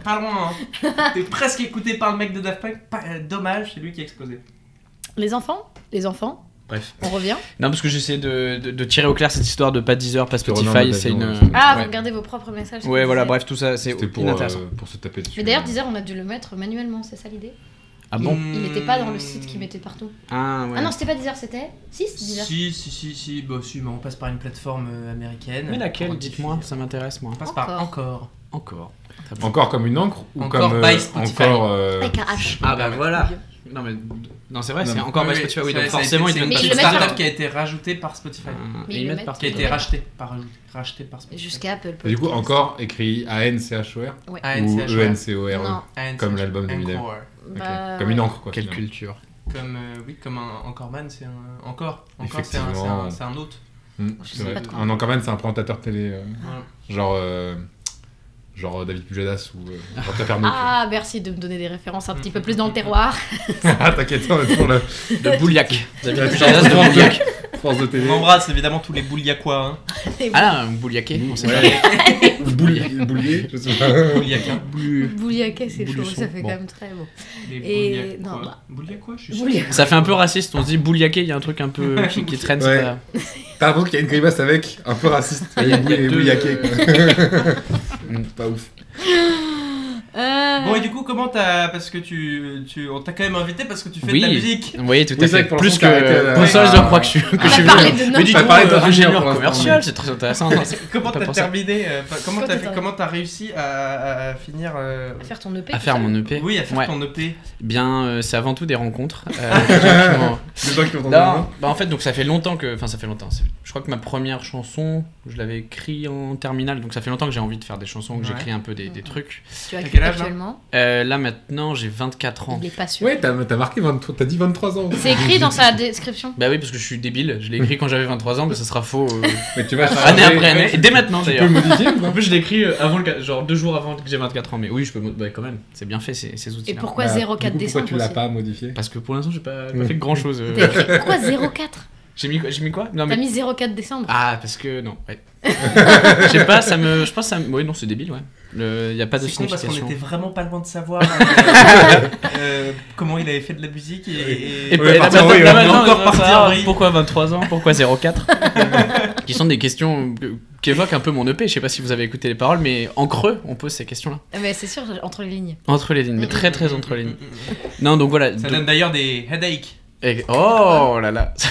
Pas loin, hein. T'es presque écouté par le mec de Daft Punk. Pas- euh, dommage, c'est lui qui a explosé. les enfants Les enfants Bref. On revient Non, parce que j'essaie de, de- de tirer au clair cette histoire de pas Deezer, pas C'était Ronan Spotify, Bataillon, c'est une. ouais, c'était- Ah, ouais. vous regardez vos propres messages. Ouais, que voilà, vous bref, tout ça, c'est C'était pour, inintéressant. euh, pour se taper dessus. Mais d'ailleurs, Deezer, on a dû le mettre manuellement, c'est ça l'idée Ah bon Hmm. Il n'était pas dans le site qui mettait partout. Ah, ouais. Ah non, c'était pas Deezer, c'était Si, c'est Deezer. Si, si, si, si, bah si, mais on passe par une plateforme euh, américaine. Mais laquelle Pour Dites-moi, diffuser. ça m'intéresse, moi. On passe par encore. Encore. Très bien. Encore comme une encre ou Encore comme by euh, Spotify. encore euh, Avec un H. Ah, bah voilà. Non, mais. Non, c'est vrai, Non, c'est mais- encore Oui, pas oui, Spotify, oui, c'est donc vrai, ça a forcément, été- ils deviennent Mais C'est ils le pas une mettent Spotify. startup qui a été rajoutée par Spotify. Euh, Mais et ils ils le mettent mettent partout. Qui a été Ouais. rachetée par, rachetée par Spotify. Jusqu'à Apple. Podcast. Et du coup, encore écrit A-N-C-H-O-R ou E E ANCHR. E-N-C-O-R-E. Non, ANCHR. Comme l'album de Eminem. Encore. bah, Comme une encre, quoi. Quelle finalement. culture. Comme, euh, oui, comme un Encoreman, c'est un. Encore. Encore, c'est un, c'est Effectivement. un, c'est un autre. Mm, Je c'est sais vrai. pas de quoi. Un encrement, c'est un présentateur télé. euh, Voilà. Genre. euh, Genre euh, David Pujadas ou euh, genre Taperno, tu vois. Ah, merci de me donner des références un petit peu plus dans le terroir. Ah, t'inquiète, on est toujours là. De Bouliac. David Pujadas de Bouliac. Force de On télé. embrasse évidemment tous les bouliacois. Hein. Ah, un Bouliaquais, on sait pas. Ou Boulier, Boulier, je sais pas. Bouliaquins. Bouliaquet, c'est chaud, Boulisson, ça fait bon. quand même très bon. Les Et- bouliacois. non, bah- Bouliacois, je suis sûr. Bouliac. Ça fait un peu raciste, on se dit Bouliaquais, il y a un truc un peu qui, qui traîne. c'est Ouais. pas- T'as l'impression qu'il y a une grimace avec, un peu raciste. Il y a- Et Boulier, il y a deux- euh, Bouliaquet, quoi. Mm, Pas ouf. Euh, Bon, et du coup, comment t'as. Parce que tu. tu... On t'a quand même invité parce que tu fais Oui. de la musique. Oui, tout Oui, c'est vrai à fait. que pour Plus l'instant, t'as arrêté euh, à que la- Bonsol, Ouais. je crois que je suis. que on je suis a venu. parlé de Ah, Mais du Nantes. coup, T'as parlé euh, d'ingénieur ingénieur hein, pour l'instant, commercial, mais- c'est très intéressant. non, c'est- Comment pas t'as pour ça. terminé euh, pas- Comment Comment t'as t'as fait- terminé comment t'as réussi à, à- à finir. euh, À faire ton E EP. À faire mon E EP. Oui, à faire Ouais. ton E EP. Bien, euh, c'est avant tout des rencontres. euh, des gens qui m'ont- Les gens qui m'entendent Non, bien. bah en fait, donc ça fait longtemps que. Enfin, ça fait longtemps. c'est- Je crois que ma première chanson, je l'avais écrite en terminale, donc ça fait longtemps que j'ai envie de faire des chansons, que Ouais. j'écris un peu des, des trucs. Tu as T'as quel quel âge, là actuellement Euh, là maintenant, j'ai 24 ans. Il est pas sûr. Ouais, t'as t'as marqué 23, t'as dit 23 ans. C'est écrit dans sa description. Bah oui, parce que je suis débile, je l'ai écrit quand j'avais 23 ans, mais ça sera faux euh, Mais tu vas année après année, et dès maintenant Ah, Tu d'ailleurs. peux le modifier ou En pas plus, je l'écris euh, avant le quat- genre deux jours avant que j'ai 24 ans. Mais oui, je peux. mo- Bah, quand même, c'est bien fait ces, ces outils. Et pourquoi Bah, 04 du coup, décembre Pourquoi tu l'as aussi pas modifié Parce que pour l'instant, j'ai pas, pas fait grand chose. T'as écrit Pourquoi 04 J'ai mis quoi J'ai mis quoi Non mais. T'as mis 04 décembre. Ah, parce que non. Ouais. Je sais pas, ça me. Je pense que ça. me- Ouais, non, c'est débile, ouais. Il y a pas de C'est con parce qu'on signification. était vraiment pas loin de savoir euh, euh, comment il avait fait de la musique et. Et Ouais, là, parti maintenant- en vrille, on là, est maintenant, encore ça parti en va, vrille. Pourquoi 23 ans Pourquoi 04 Qui sont des questions que- qui évoquent un peu mon EP. Je sais pas si vous avez écouté les paroles, mais en creux, on pose ces questions-là. Ah, Mais c'est sûr, entre les lignes. Entre les lignes, mais très très entre les lignes. Non, donc voilà. Ça donc- donne d'ailleurs des headaches. et- Oh là là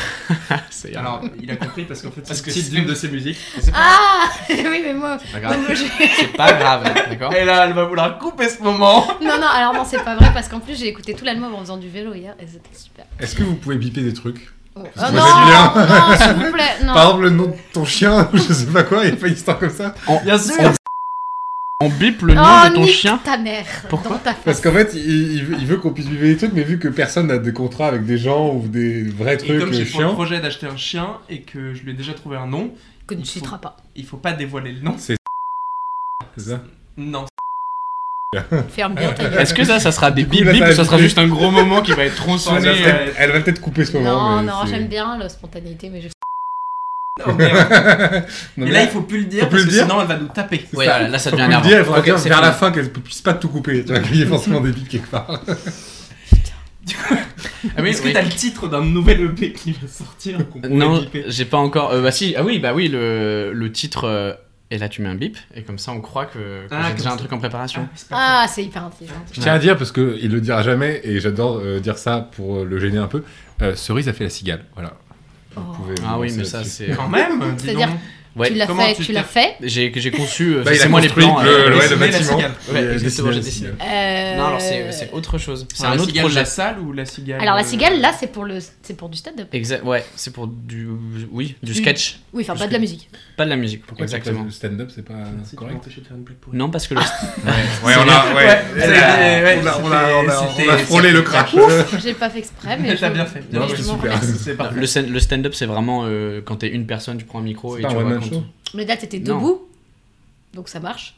C'est Alors, il a compris parce qu'en fait, Parce c'est que le titre c'est- d'une de ses musiques. Ah Oui, mais moi. C'est pas grave. C'est pas grave, d'accord Et là, elle va vouloir couper ce moment. Non, non, alors non, c'est pas vrai parce qu'en plus j'ai écouté tout l'album en faisant du vélo hier et c'était super. Est-ce que vous pouvez biper des trucs Oh, Parce que non, moi, non, s'il vous plaît, non. Par exemple, le nom de ton chien, je sais pas quoi, il n'y a pas une histoire comme ça. Bien sûr. On bip le nom oh, de ton nique chien ta mère. Pourquoi dans ta face. Parce qu'en fait, il, il veut- il veut qu'on puisse biper des trucs, mais vu que personne n'a de contrat avec des gens ou des vrais Et trucs comme euh, j'ai pour le chiants, projet d'acheter un chien et que je lui ai déjà trouvé un nom, Que tu ne il faut- citeras pas. il faut pas dévoiler le nom. c'est ça Non. Ferme bien ta gueule. Est-ce que ça, ça sera des Du coup, bip là, bip ça ou va ça être sera des- juste un gros moment qui va être Elle va tronçonné euh, peut-être- elle va peut-être couper ce moment. Non, mais non, c'est- j'aime bien la spontanéité, mais je. Oh, merde. Non, Et mais là, là, il faut plus le dire Faut plus parce le que dire. sinon elle va nous taper. Ouais, ça. là, ça faut devient le dire, il énervant. faudra Ok, dire c'est vers la fini. fin qu'elle puisse pas tout couper. Tu vois, qu'il y ait forcément des bips quelque part. Ah oui, Est-ce que oui. t'as le titre d'un nouvel EP qui va sortir qu'on pourrait Non, biper j'ai pas encore. euh, bah si, ah oui, bah oui, le, le titre. euh, et là, tu mets un bip, et comme ça, on croit que, que Ah, j'ai comme déjà ça. un truc en préparation. Ah, c'est pas Ah, c'est hyper intelligent. Je tiens à dire, parce qu'il le dira jamais, et j'adore euh, dire ça pour euh, le gêner un peu, euh, Cerise a fait la cigale. Voilà. Vous Oh. pouvez vous Ah oui, lancer mais ça, là-dessus. c'est. euh, Quand même, dis C'est-à-dire- donc. Ouais. Tu l'as Comment fait, tu tu t'es- l'as fait. J'ai j'ai conçu. euh, Bah, il c'est a moi les construit plans. le, euh, ouais, les- le dessiné la bâtiment. Ah, cigale. Il Ouais, a exactement, dessiné la j'ai cigale. Euh, Non, alors c'est c'est autre chose. C'est la un autre cigale, projet. La salle ou la cigale Alors la euh, cigale, là, c'est pour le, c'est pour du stand-up. Exact. Ouais, c'est pour du, oui, du sketch, Oui, enfin Parce pas de la musique. pas de la musique. Pourquoi tu fais Exactement. le stand-up, c'est pas Merci, tu m'as correct empêché de faire une blague pourrie. Non, parce que le Ouais, on a, Ouais, ouais, c'est- ouais, on a, on c'était- a, on a- on a c'était- frôlé le crash. J'ai pas fait exprès, mais. Mais t'as je- bien fait. Non, mais Bien c'était je joué. m'en super. remercie. C'est Le, Ah. parfait. scène- le stand-up, c'est vraiment euh, quand t'es une personne, tu prends un micro C'est et pas tu un one-man racontes. show Mais là, t'étais Non. debout, donc ça marche.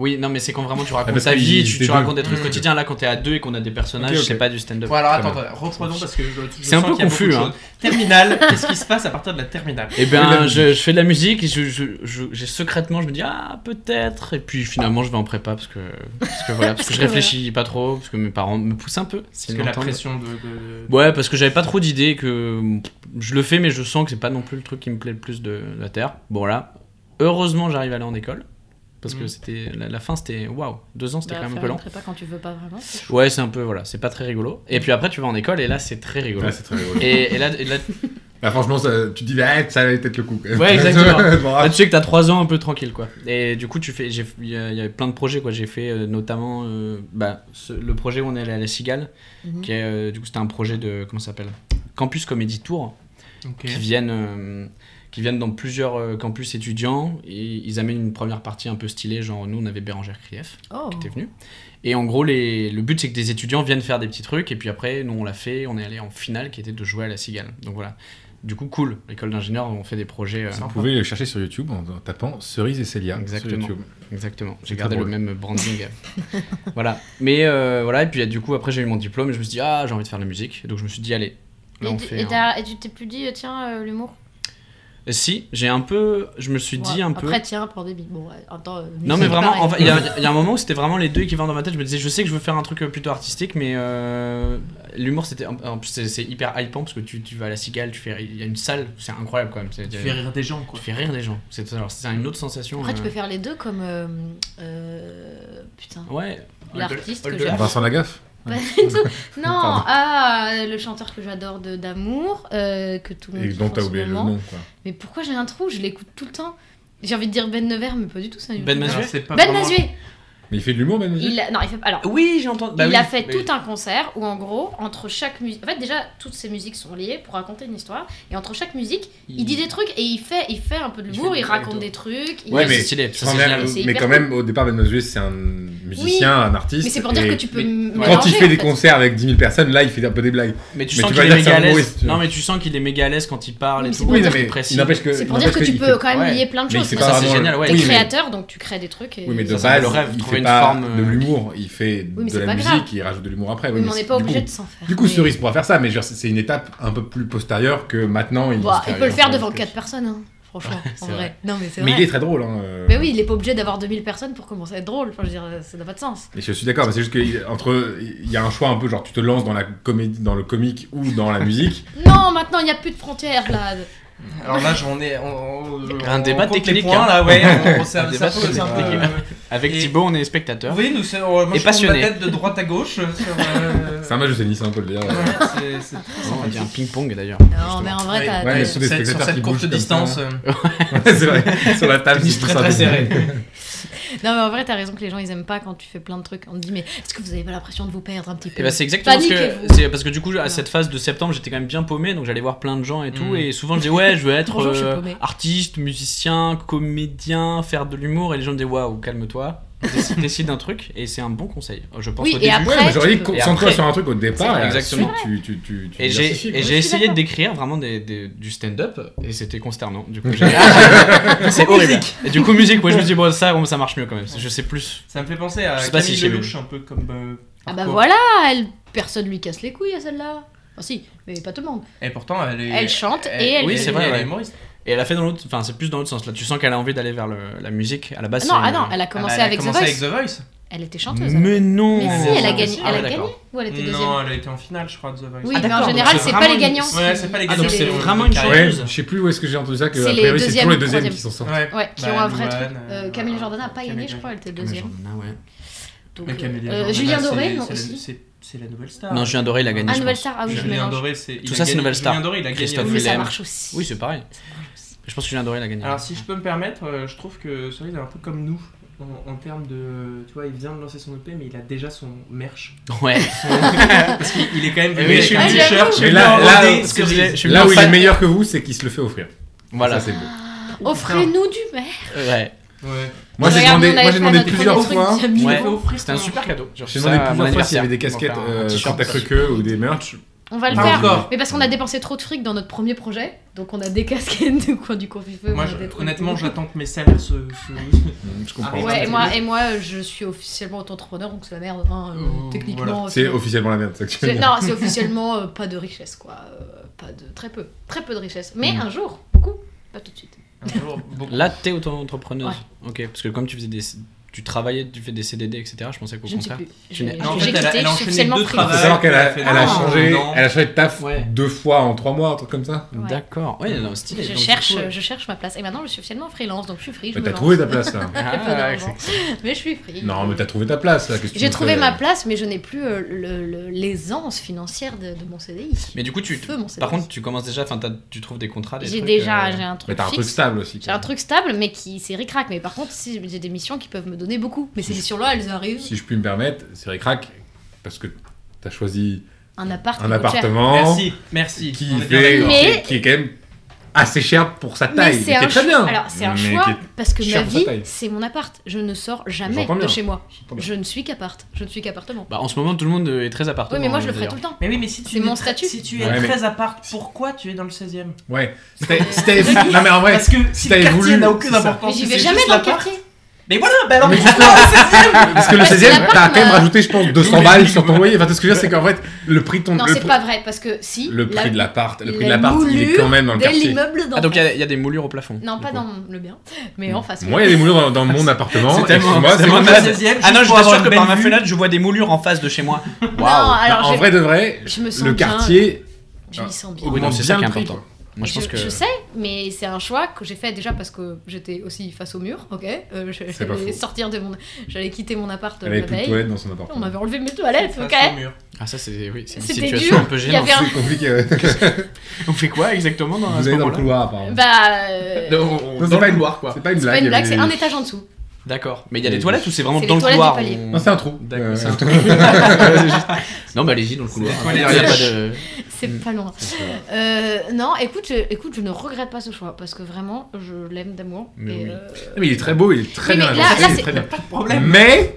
Oui, non, mais c'est quand vraiment tu racontes Ah, parce ta qu'ils- vie, ils tu, étaient tu racontes des deux. trucs Mmh. quotidiens. Là, quand t'es à deux et qu'on a des personnages, Ok, ok. c'est pas du stand-up. Voilà, attends, Très attends, reprenons parce que je, je C'est un sens peu qu'il y a beaucoup de confus, hein. choses. Terminale, qu'est-ce qui se passe à partir de la terminale fais Et de la ben, musique. je, je fais de la musique, et je, je, je- j'ai secrètement, je me dis, ah, peut-être. Et puis finalement, je vais en prépa parce que, parce que, voilà, parce que je réfléchis pas trop, parce que mes parents me poussent un peu. Parce que la pression de. de- Ouais, parce que j'avais pas trop d'idées que je le fais, mais je sens que c'est pas non plus le truc qui me plaît le plus de la terre. Bon là, heureusement j'arrive à aller en école parce que Mm. c'était la, la fin, c'était waouh, deux ans c'était quand même un peu lent. pas quand tu veux pas vraiment. c'est- Ouais, c'est un peu voilà, c'est pas très rigolo. Et puis après tu vas en école et là c'est très rigolo. Ouais, c'est très drôle. Et, et là, et là- Bah, franchement, ça- tu te dis, ah, ça allait peut-être le coup. Ouais, exactement. Bon, là, ah, tu sais que t'as trois ans un peu tranquille quoi. Et du coup tu fais, j'ai- il y, a- il y avait plein de projets quoi. J'ai fait euh, notamment euh, bah, ce- le projet où on est allé à la Cigale, Mhm. qui est euh, du coup c'était un projet de comment ça s'appelle Campus Comedy Tour. Ok. qui viennent euh, qui viennent dans plusieurs euh, campus étudiants et ils amènent une première partie un peu stylée genre nous on avait Bérangère Krief Oh. qui était venue et en gros les, le but c'est que des étudiants viennent faire des petits trucs et puis après nous on l'a fait on est allé en finale qui était de jouer à la cigale donc voilà du coup cool l'école d'ingénieurs on fait des projets euh, Vous pouvez le chercher sur YouTube en en tapant Cerise et Célia. Sur Exactement. YouTube. Exactement, j'ai C'est gardé très le drôle. même branding. voilà. Mais euh, voilà, et puis du coup, après j'ai eu mon diplôme et je me suis dit, ah, j'ai envie de faire de la musique. Donc je me suis dit, allez. Là, Et, on tu- fait et un- t'as- et tu t'es plus dit, euh, tiens, euh, l'humour Euh, Si, j'ai un peu. Je me suis dit Ouais, un peu. Après, tiens, pour débile. Bon, ouais, en temps, euh, Non musique, mais vraiment, pareil. en fait, il y, a- il y a un moment où c'était vraiment les deux qui vont dans ma tête. Je me disais, je sais que je veux faire un truc euh, plutôt artistique, mais euh, l'humour c'était en en plus c'est c'est hyper hypant parce que tu, tu vas à la cigale, tu fais, il y a une salle, c'est incroyable quand même. C'est- Tu fais rire des gens, quoi. tu fais rire des gens. C'est alors c'est une autre sensation. Après, tu euh, peux faire les deux comme. euh, euh, putain. Ouais. L'artiste Hold que the- j'aime. Vincent Lagaffe. Pas du tout. Non, Pardon. ah, le chanteur que j'adore de- d'amour, euh, que tout le monde Et kiffe dont en t'as ce oublié le moment. nom, quoi. Mais pourquoi j'ai un trou Je l'écoute tout le temps. J'ai envie de dire Ben Nevers, mais pas du tout. Ça Ben Alors, Mazuet c'est pas Ben vraiment- Mazuet Mais il fait de l'humour, Ben Mazuet il a... Non, il fait... Alors, Oui, j'ai entendu. bah il oui, a fait mais- tout un concert où, en gros, entre chaque musique... En fait, déjà, toutes ces musiques sont liées pour raconter une histoire. Et entre chaque musique, il, dit des trucs et il fait, il fait un peu de Il l'humour, fait il, des raconte blagues, des trucs. il- Ouais, mais mais c'est stylé. ça, Enfin, c'est mais- génial. c'est mais hyper quand même, au départ, Ben Mazuet, c'est un musicien, un artiste. Mais c'est pour dire et que tu peux... mais- mélanger, Quand il fait en des fait. concerts avec 10 000 personnes, là, il fait un peu des blagues. Mais tu Mais sens tu qu'il vas est dire que c'est un méga à humoriste, l'aise. tu vois. Non mais tu sens qu'il est méga à l'aise quand il parle Oui, et mais tout. c'est pour il Oui, dire est mais précis. il n'empêche que. C'est pour il dire n'empêche que tu il peux fait- quand même Ouais. lier plein de Mais choses. c'est quoi. pas Ça, Ça, c'est vraiment- génial, ouais. T'es Oui, mais- créateur, donc tu crées des trucs. et- Oui, mais de Ça, c'est base, le rêve, il trouver fait une pas forme, de euh, l'humour, il fait Oui, mais de c'est la pas musique, grave. il rajoute de l'humour après. Oui, mais on c'est- n'est pas du obligé coup- de s'en faire. Du coup, Mais- Cerise pourra faire ça, mais je veux dire, c'est c'est une étape un peu plus postérieure que maintenant. Il, Bah, se il fait peut le faire un devant sketch. 4 personnes, hein, franchement, en c'est vrai. vrai. Non, mais c'est Mais vrai. il est très drôle. Hein, euh. Mais oui, il est pas obligé d'avoir 2000 personnes pour commencer à être drôle. Enfin, je veux dire, ça n'a pas de sens. Mais je suis d'accord, mais c'est juste que entre il y a un choix un peu genre tu te lances dans la comédie, dans le comique ou dans la musique. Non, maintenant, il n'y a plus de frontières, là. Alors là, j'en ai. on- on- Un on débat compte les technique, points, hein. là, ouais. on- on- c'est Un un- c'est débat un peu- c'est un technique. peu- Avec Et- Thibaut, on est spectateur. Oui, nous, c'est- on- moi, Et je tourne passionné. ma tête de droite à gauche. sur, euh, C'est un match de tennis, hein, on peut le dire. ouais, c'est- c'est très Oh, sympa. Il y a un ping-pong d'ailleurs. Non, justement. mais en vrai, Ouais. t'as. Ouais, t'as- mais sur des Cette- sur spectateurs qui cette bougent courte comme ça. distance. euh, Ouais, c'est vrai. Sur la table, Tennis c'est très, tout très ça. serré. Non, mais en vrai, t'as raison que les gens, ils aiment pas quand tu fais plein de trucs. On te dit, mais est-ce que vous avez pas l'impression de vous perdre un petit peu Et bah c'est exactement ce que Paniquez-vous. c'est parce que du coup à Voilà. cette phase de septembre j'étais quand même bien paumé donc j'allais voir plein de gens et tout Mm. et souvent je dis ouais je veux être Bonjour, je suis euh, paumé. artiste musicien comédien faire de l'humour et les gens me disent waouh calme-toi Décide- décide d'un truc et c'est un bon conseil je pense Oui, au et début après, Ouais, mais j'aurais tu dit peux- concentre-toi après- sur un truc au départ. C'est et exactement. ensuite, Tu, tu, tu, tu Et diversifies, j'ai quoi. et je j'ai suis essayé d'accord. de décrire vraiment des, des- du stand-up et c'était consternant. Du coup, j'ai- ah, c'est horrible. Et du coup, musique, ouais, je me dis bon ça, bon, ça marche mieux quand même. Je sais plus. Ça me fait penser à Je sais pas Camille si j'ai Lelouch, un peu comme. euh, Ah bah parcours. voilà, elle... personne lui casse les couilles à celle-là. Ah si, mais pas tout le monde. Et pourtant, elle est. Elle chante et elle- Oui, c'est vrai, Elle ouais. est humoriste. Et elle a fait dans l'autre, enfin c'est plus dans l'autre sens. Là, tu sens qu'elle a envie d'aller vers le- la musique à la base. Ah non, c'est- ah non, elle a Ah bah, commencé elle a avec The commencé Voice. avec The Voice. Elle était chanteuse. elle. Mais non. Mais si, elle a gagné. Ah Elle ouais, a gagné d'accord. ou elle était deuxième Non, elle a été en finale, je crois, de The Voice. Oui, Ah, mais en d'accord, général, donc c'est c'est pas les vraiment une- gagnants. Ouais, c'est pas les Ah, gagnants. donc C'est c'est les- vraiment une carrière. Ouais, chanteuse. je sais plus où est-ce que j'ai entendu ça que C'est a les priori, c'est toujours les deuxièmes, deuxièmes qui s'en troisièmes. sortent. Ouais. Ouais, qui Bah, ont un vrai Louane, truc. euh, Euh, Camille Jordan n'a pas Camille gagné, je Jordan. crois, elle était Mais deuxième. j'en ai un, Ah ouais. Donc, Mais Camille euh, Jordan, là, Julien c'est- Doré, c'est non la- aussi. c'est- C'est la nouvelle star. Non, Julien Doré, il a gagné. Ah, je Nouvelle pense. Star, ah oui, je Julien mélange. Doré, c'est. il Tout a ça, c'est gagné- Nouvelle Star. Julien Doré, il a Christophe Mais gagné. ça Willem. marche aussi. Oui, c'est pareil. Je pense que Julien Doré, il a gagné. Alors, si je peux me permettre, euh, je trouve que Soleil est un peu comme nous. En, en termes de. Tu vois, il vient de lancer son EP, mais il a déjà son merch. Ouais. Parce qu'il il est quand même Eh venu oui, je avec suis un le t-shirt. Mais là, là, bordé, ce que je cerise. disais, je suis Là où il bien est fan. meilleur que vous, c'est qu'il se le fait offrir. Voilà. Ça, c'est beau. Offrez-nous du mer. Ouais. Ouais. Moi, j'ai Regarde, demandé, on avait moi, j'ai fait demandé notre plusieurs premier fois. truc d'Amino. Ouais. offrir C'était un super cadeau. J'ai J'ai reçu demandé ça à mon plusieurs fois s'il y anniversaire. avait des Ils m'ont fait casquettes un euh, t-shirt, Contact ça, Recrueux ou des merch. On va le Pas faire. encore. Mais parce qu'on a dépensé trop de fric dans notre premier projet, donc on a des casquettes du coin du couvre-feu. Moi, on a je- des trucs. honnêtement, j'attends que mes salaires se. se- Je comprends. Ah, Ouais, et moi, et moi, euh, je suis officiellement auto-entrepreneur, donc c'est la merde. hein, euh, Euh, techniquement. C'est euh, officiellement la merde, c'est c'est- actuellement. Non, c'est officiellement euh, pas de richesse, quoi. Euh, pas de... Très peu. Très peu de richesse. Mais Mm. un jour, beaucoup. Pas tout de suite. Un jour, beaucoup. Là, t'es auto-entrepreneuse. Ok, parce que comme tu faisais des. Tu travaillais, tu fais des CDD, etc. Je pensais qu'au Je ne sais contraire. plus. Tu Je- n'es- J'ai Non, en fait, j'ai elle a- quitté, elle a je enchaîné suis officiellement deux Faut freelance. travaux. savoir qu'elle a, elle a Ah. changé, Non. elle a changé de taf Ouais. deux fois en trois mois, un truc comme ça. Ouais. D'accord. Ouais, non, stylé. Je Donc, du cherche, coup, euh, je cherche ma place. Et maintenant, je suis officiellement freelance, donc je suis free. Je Bah, me t'as lance. trouvé ta place là. Ah, J'ai peu ouais, d'argent. Mais je suis free. Non, mais t'as trouvé ta place là. qu'est-ce que tu J'ai me trouvé fais ma place, mais je n'ai plus euh, le- le- l'aisance financière de, de mon CDI. Mais du coup, tu. Feu, mon CDI. Par contre, tu commences déjà, enfin, t'as- tu trouves des contrats, des j'ai trucs, déjà euh, j'ai un Mais truc t'as un truc fixe. stable aussi. J'ai un truc stable, mais qui c'est ricrac. Mais par contre, si, j'ai des missions qui peuvent me donner beaucoup. Mais ces missions-là, elles arrivent. Si je puis me permettre, c'est Ricrac, parce que t'as choisi Un appart. un qui coûte cher. appartement Merci, merci. qui, On est bien fait, d'accord. Mais- qui, qui est quand même assez cher pour sa Mais taille, mais, c'est qui un est très choix. bien. Alors c'est un Mais choix qui est- parce que ma cher pour sa vie, taille. c'est mon appart. Je ne sors jamais J'entends de bien. chez moi. J'entends bien. Je ne suis qu'appart. Je ne suis qu'appartement. Bah, en ce moment, tout le monde euh, est très appartement. Oui, mais moi je le euh, ferai tout le temps. Mais oui, mais si tu C'est es mon très- statut. Si tu es Ouais, mais- très à part, pourquoi tu es dans le 16ème Ouais. C'était- c'était- non mais en vrai, Parce que si t'avais le quartier voulu, n'a aucune c'est ça. importance. Mais j'y c'est vais juste jamais dans le l'appart. quartier. Mais voilà, bah alors Mais mais justement, parce que le Parce que 16ème, l'appart, t'as quand même euh, rajouté, je pense, 200 mais- balles sur ton loyer. Enfin, tout ce que je veux dire, c'est qu'en fait, le prix de ton. Non, le c'est prix- pas vrai parce que si. Le prix la- de l'appart, le prix de la l'appart, il est moulure quand même dans le Dès quartier. l'immeuble Ah, donc il y d'enfance. a- il y, a des moulures au plafond. Non, du pas coup. dans le bien, mais en face. Moi, il y a des moulures dans, dans mon appartement. C'est tellement- excuse-moi, c'est c'est tellement mon- malade. 16ème. Ah non, je t'assure que par ma fenêtre, je vois des moulures en face de chez moi. Non, alors en j'ai- vrai de vrai, je me sens le bien, quartier euh, je m'y sens bien. Oui, non, augmente c'est ça bien qui est le prix. important. Moi, je je, pense que. je sais, mais c'est un choix que j'ai fait déjà parce que j'étais aussi face au mur, ok Euh, je- C'est pas J'allais faux. sortir de mon. J'allais quitter mon appart euh, Elle la avait plus de veille. toilettes dans son On appartement. m'avait enlevé mes toilettes, ok Ah, ça, c'est oui, c'est une C'était situation un dur. peu Il y gênante. avait un. C'est compliqué. ouais. On fait quoi exactement dans à Vous ce allez dans le moment-là couloir, apparemment. Bah. euh, Non, c'est pas Dans le une- couloir, quoi. C'est pas une C'est blague. euh, pas une blague, mais- c'est un étage en dessous. D'accord. Mais il y Oui, a des oui. toilettes ou c'est vraiment C'est dans les le toilettes couloir du palier. on- Non, c'est un trou. D'accord, Euh, c'est un trou. Ouais, c'est juste- Non, bah allez-y dans le couloir. C'est Il quoi y les a pas de. C'est Mm. pas loin. Euh, non, écoute, je, écoute, je ne regrette pas ce choix parce que vraiment, je l'aime d'amour. Mais et, oui. euh, Mais il est très beau, il est très Oui, mais bien là- agencé, là, il est c'est- très bien. Pas de problème. Mais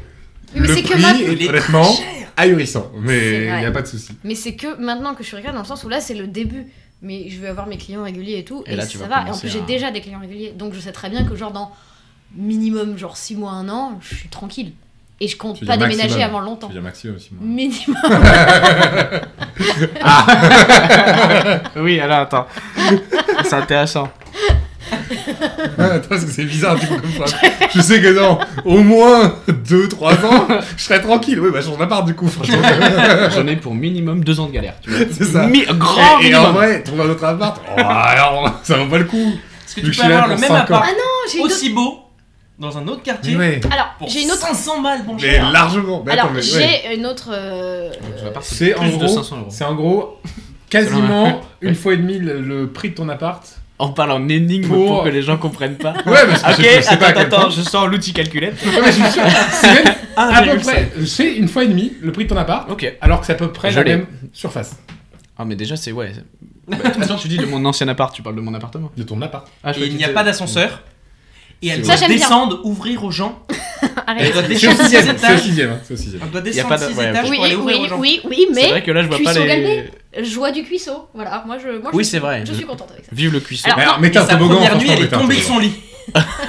Mais le c'est que maintenant- prix Il est est complètement ahurissant. C'est Mais il vrai. n'y a pas de souci. Mais c'est que maintenant que je suis régulière, dans le sens où là, c'est le début. Mais je vais avoir mes clients réguliers et tout. Et Et, là, tu ça vas va. Et en commencer plus, j'ai à- déjà des clients réguliers. Donc, je sais très bien que, genre, dans minimum, genre 6 mois, 1 an, je suis tranquille. Et je compte Tu veux pas dire déménager maximum. avant Je longtemps. veux dire maximum aussi, moi. Minimum. Oui, alors attends. C'est intéressant. Ah, attends, parce que c'est bizarre du coup comme phrase. Je sais que dans au moins 2-3 ans, je serai tranquille. Oui, bah j'en appart du coup, franchement. J'en ai pour minimum deux ans de galère. Tu vois. C'est ça. Mi- grand et, et en minimum. vrai, trouver un autre appart, oh, alors, ça vaut pas le coup. Parce que Vu que tu je peux suis là avoir pour le même cinq ans. appart Non, Ah, j'ai une autre. aussi beau dans un autre quartier Ouais. Alors, pour j'ai une autre. 500 balles, bon Mais cher. largement. Mais attends, Alors, mais- j'ai ouais. une autre. euh, Donc, tu vas partir C'est en plus de gros, 500 euros. c'est en gros quasiment Ouais. une fois et demie le, le prix de ton appart. On parle en énigme Pour- pour, que les gens comprennent pas. Ouais, parce que Ah. Ok, je, je sais attends, pas à quel attends, Ah, point. je sors l'outil calculette. Ouais, mais je suis sûr, c'est même à peu 1,5. près, c'est une fois et demie le prix de ton appart, Ok. alors que c'est à peu près Je la l'ai. même surface Ah, mais déjà, c'est ouais. Bah, De toute façon, tu dis de mon ancien appart, tu parles de mon appartement. de ton appart. Ah, Et il n'y a pas d'ascenseur. Et elle Ça, doit j'aime bien. descendre, ouvrir aux gens. Elle Arrête. doit C'est au descendre 6 sixième, c'est au étages. sixième, hein, c'est au sixième. Elle doit Y a pas descendre de- 6 ouais, étages Oui, pour aller oui, ouvrir aux gens. oui, oui, C'est mais vrai que là, je vois pas Cuisson les. galbée. joie du cuisseau. Voilà, moi je. Moi, Oui, je, c'est vrai. je suis contente avec ça. Vive le cuisson. Alors, Mais non, alors, mettez un Sa toboggan, première nuit, franchement, elle est mettez un tombée de toboggan. son lit.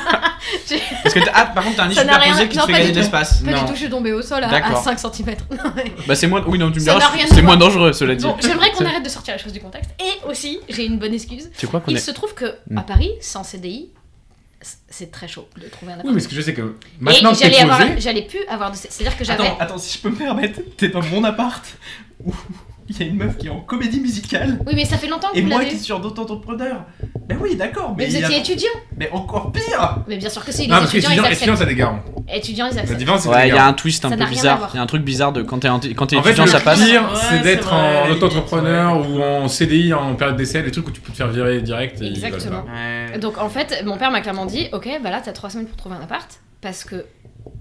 Parce que t'as- ah, par contre, t'as un lit Ça n'a rien- superposé qui non, te fait pas gagner du de tout. l'espace. Pas du Non. tout, je suis tombée au sol à, à D'accord. 5 cm. Non, mais- Bah, c'est moins. Oui, non, tu me Ça diras, n'a rien à c'est voir. moins dangereux, cela dit. Bon, j'aimerais qu'on arrête de sortir les choses du contexte. Et aussi, j'ai une bonne excuse. Tu crois qu'on Il est. se trouve que Mm. à Paris, sans CDI, c- c'est très chaud de trouver un Oui, appart. mais ce que je sais que maintenant Et que t'es j'allais posé, avoir, j'allais plus avoir de. C'est-à-dire que j'avais. Attends, attends, si je peux me permettre, t'es dans mon appart où il y a une meuf qui est en comédie musicale Oui, mais ça fait longtemps que et Ah, vous moi l'avez. qui suis en d'auto-entrepreneur. Ben oui, d'accord, mais, Mais vous il y a- étiez étudiant. mais encore pire Mais bien sûr que si. Non, Les Ah, parce que étudiants, ils étudiant, étudiant, acceptent. t'as des garants. Étudiants, ils La acceptent. différence, c'est que Ouais, t'as il des y a garants. un twist un Ça peu n'a rien à bizarre. voir. Il y a un truc bizarre de quand t'es en- quand t'es En fait, étudiant, le ça passe. pire, Ouais, c'est c'est d'être vrai, à la en limite, auto-entrepreneur ou en CDI en période d'essai, des trucs où tu peux te faire virer direct. et ils veulent Exactement. pas. Donc en fait, mon père m'a clairement dit, ok, bah là, t'as trois semaines pour trouver un appart, parce que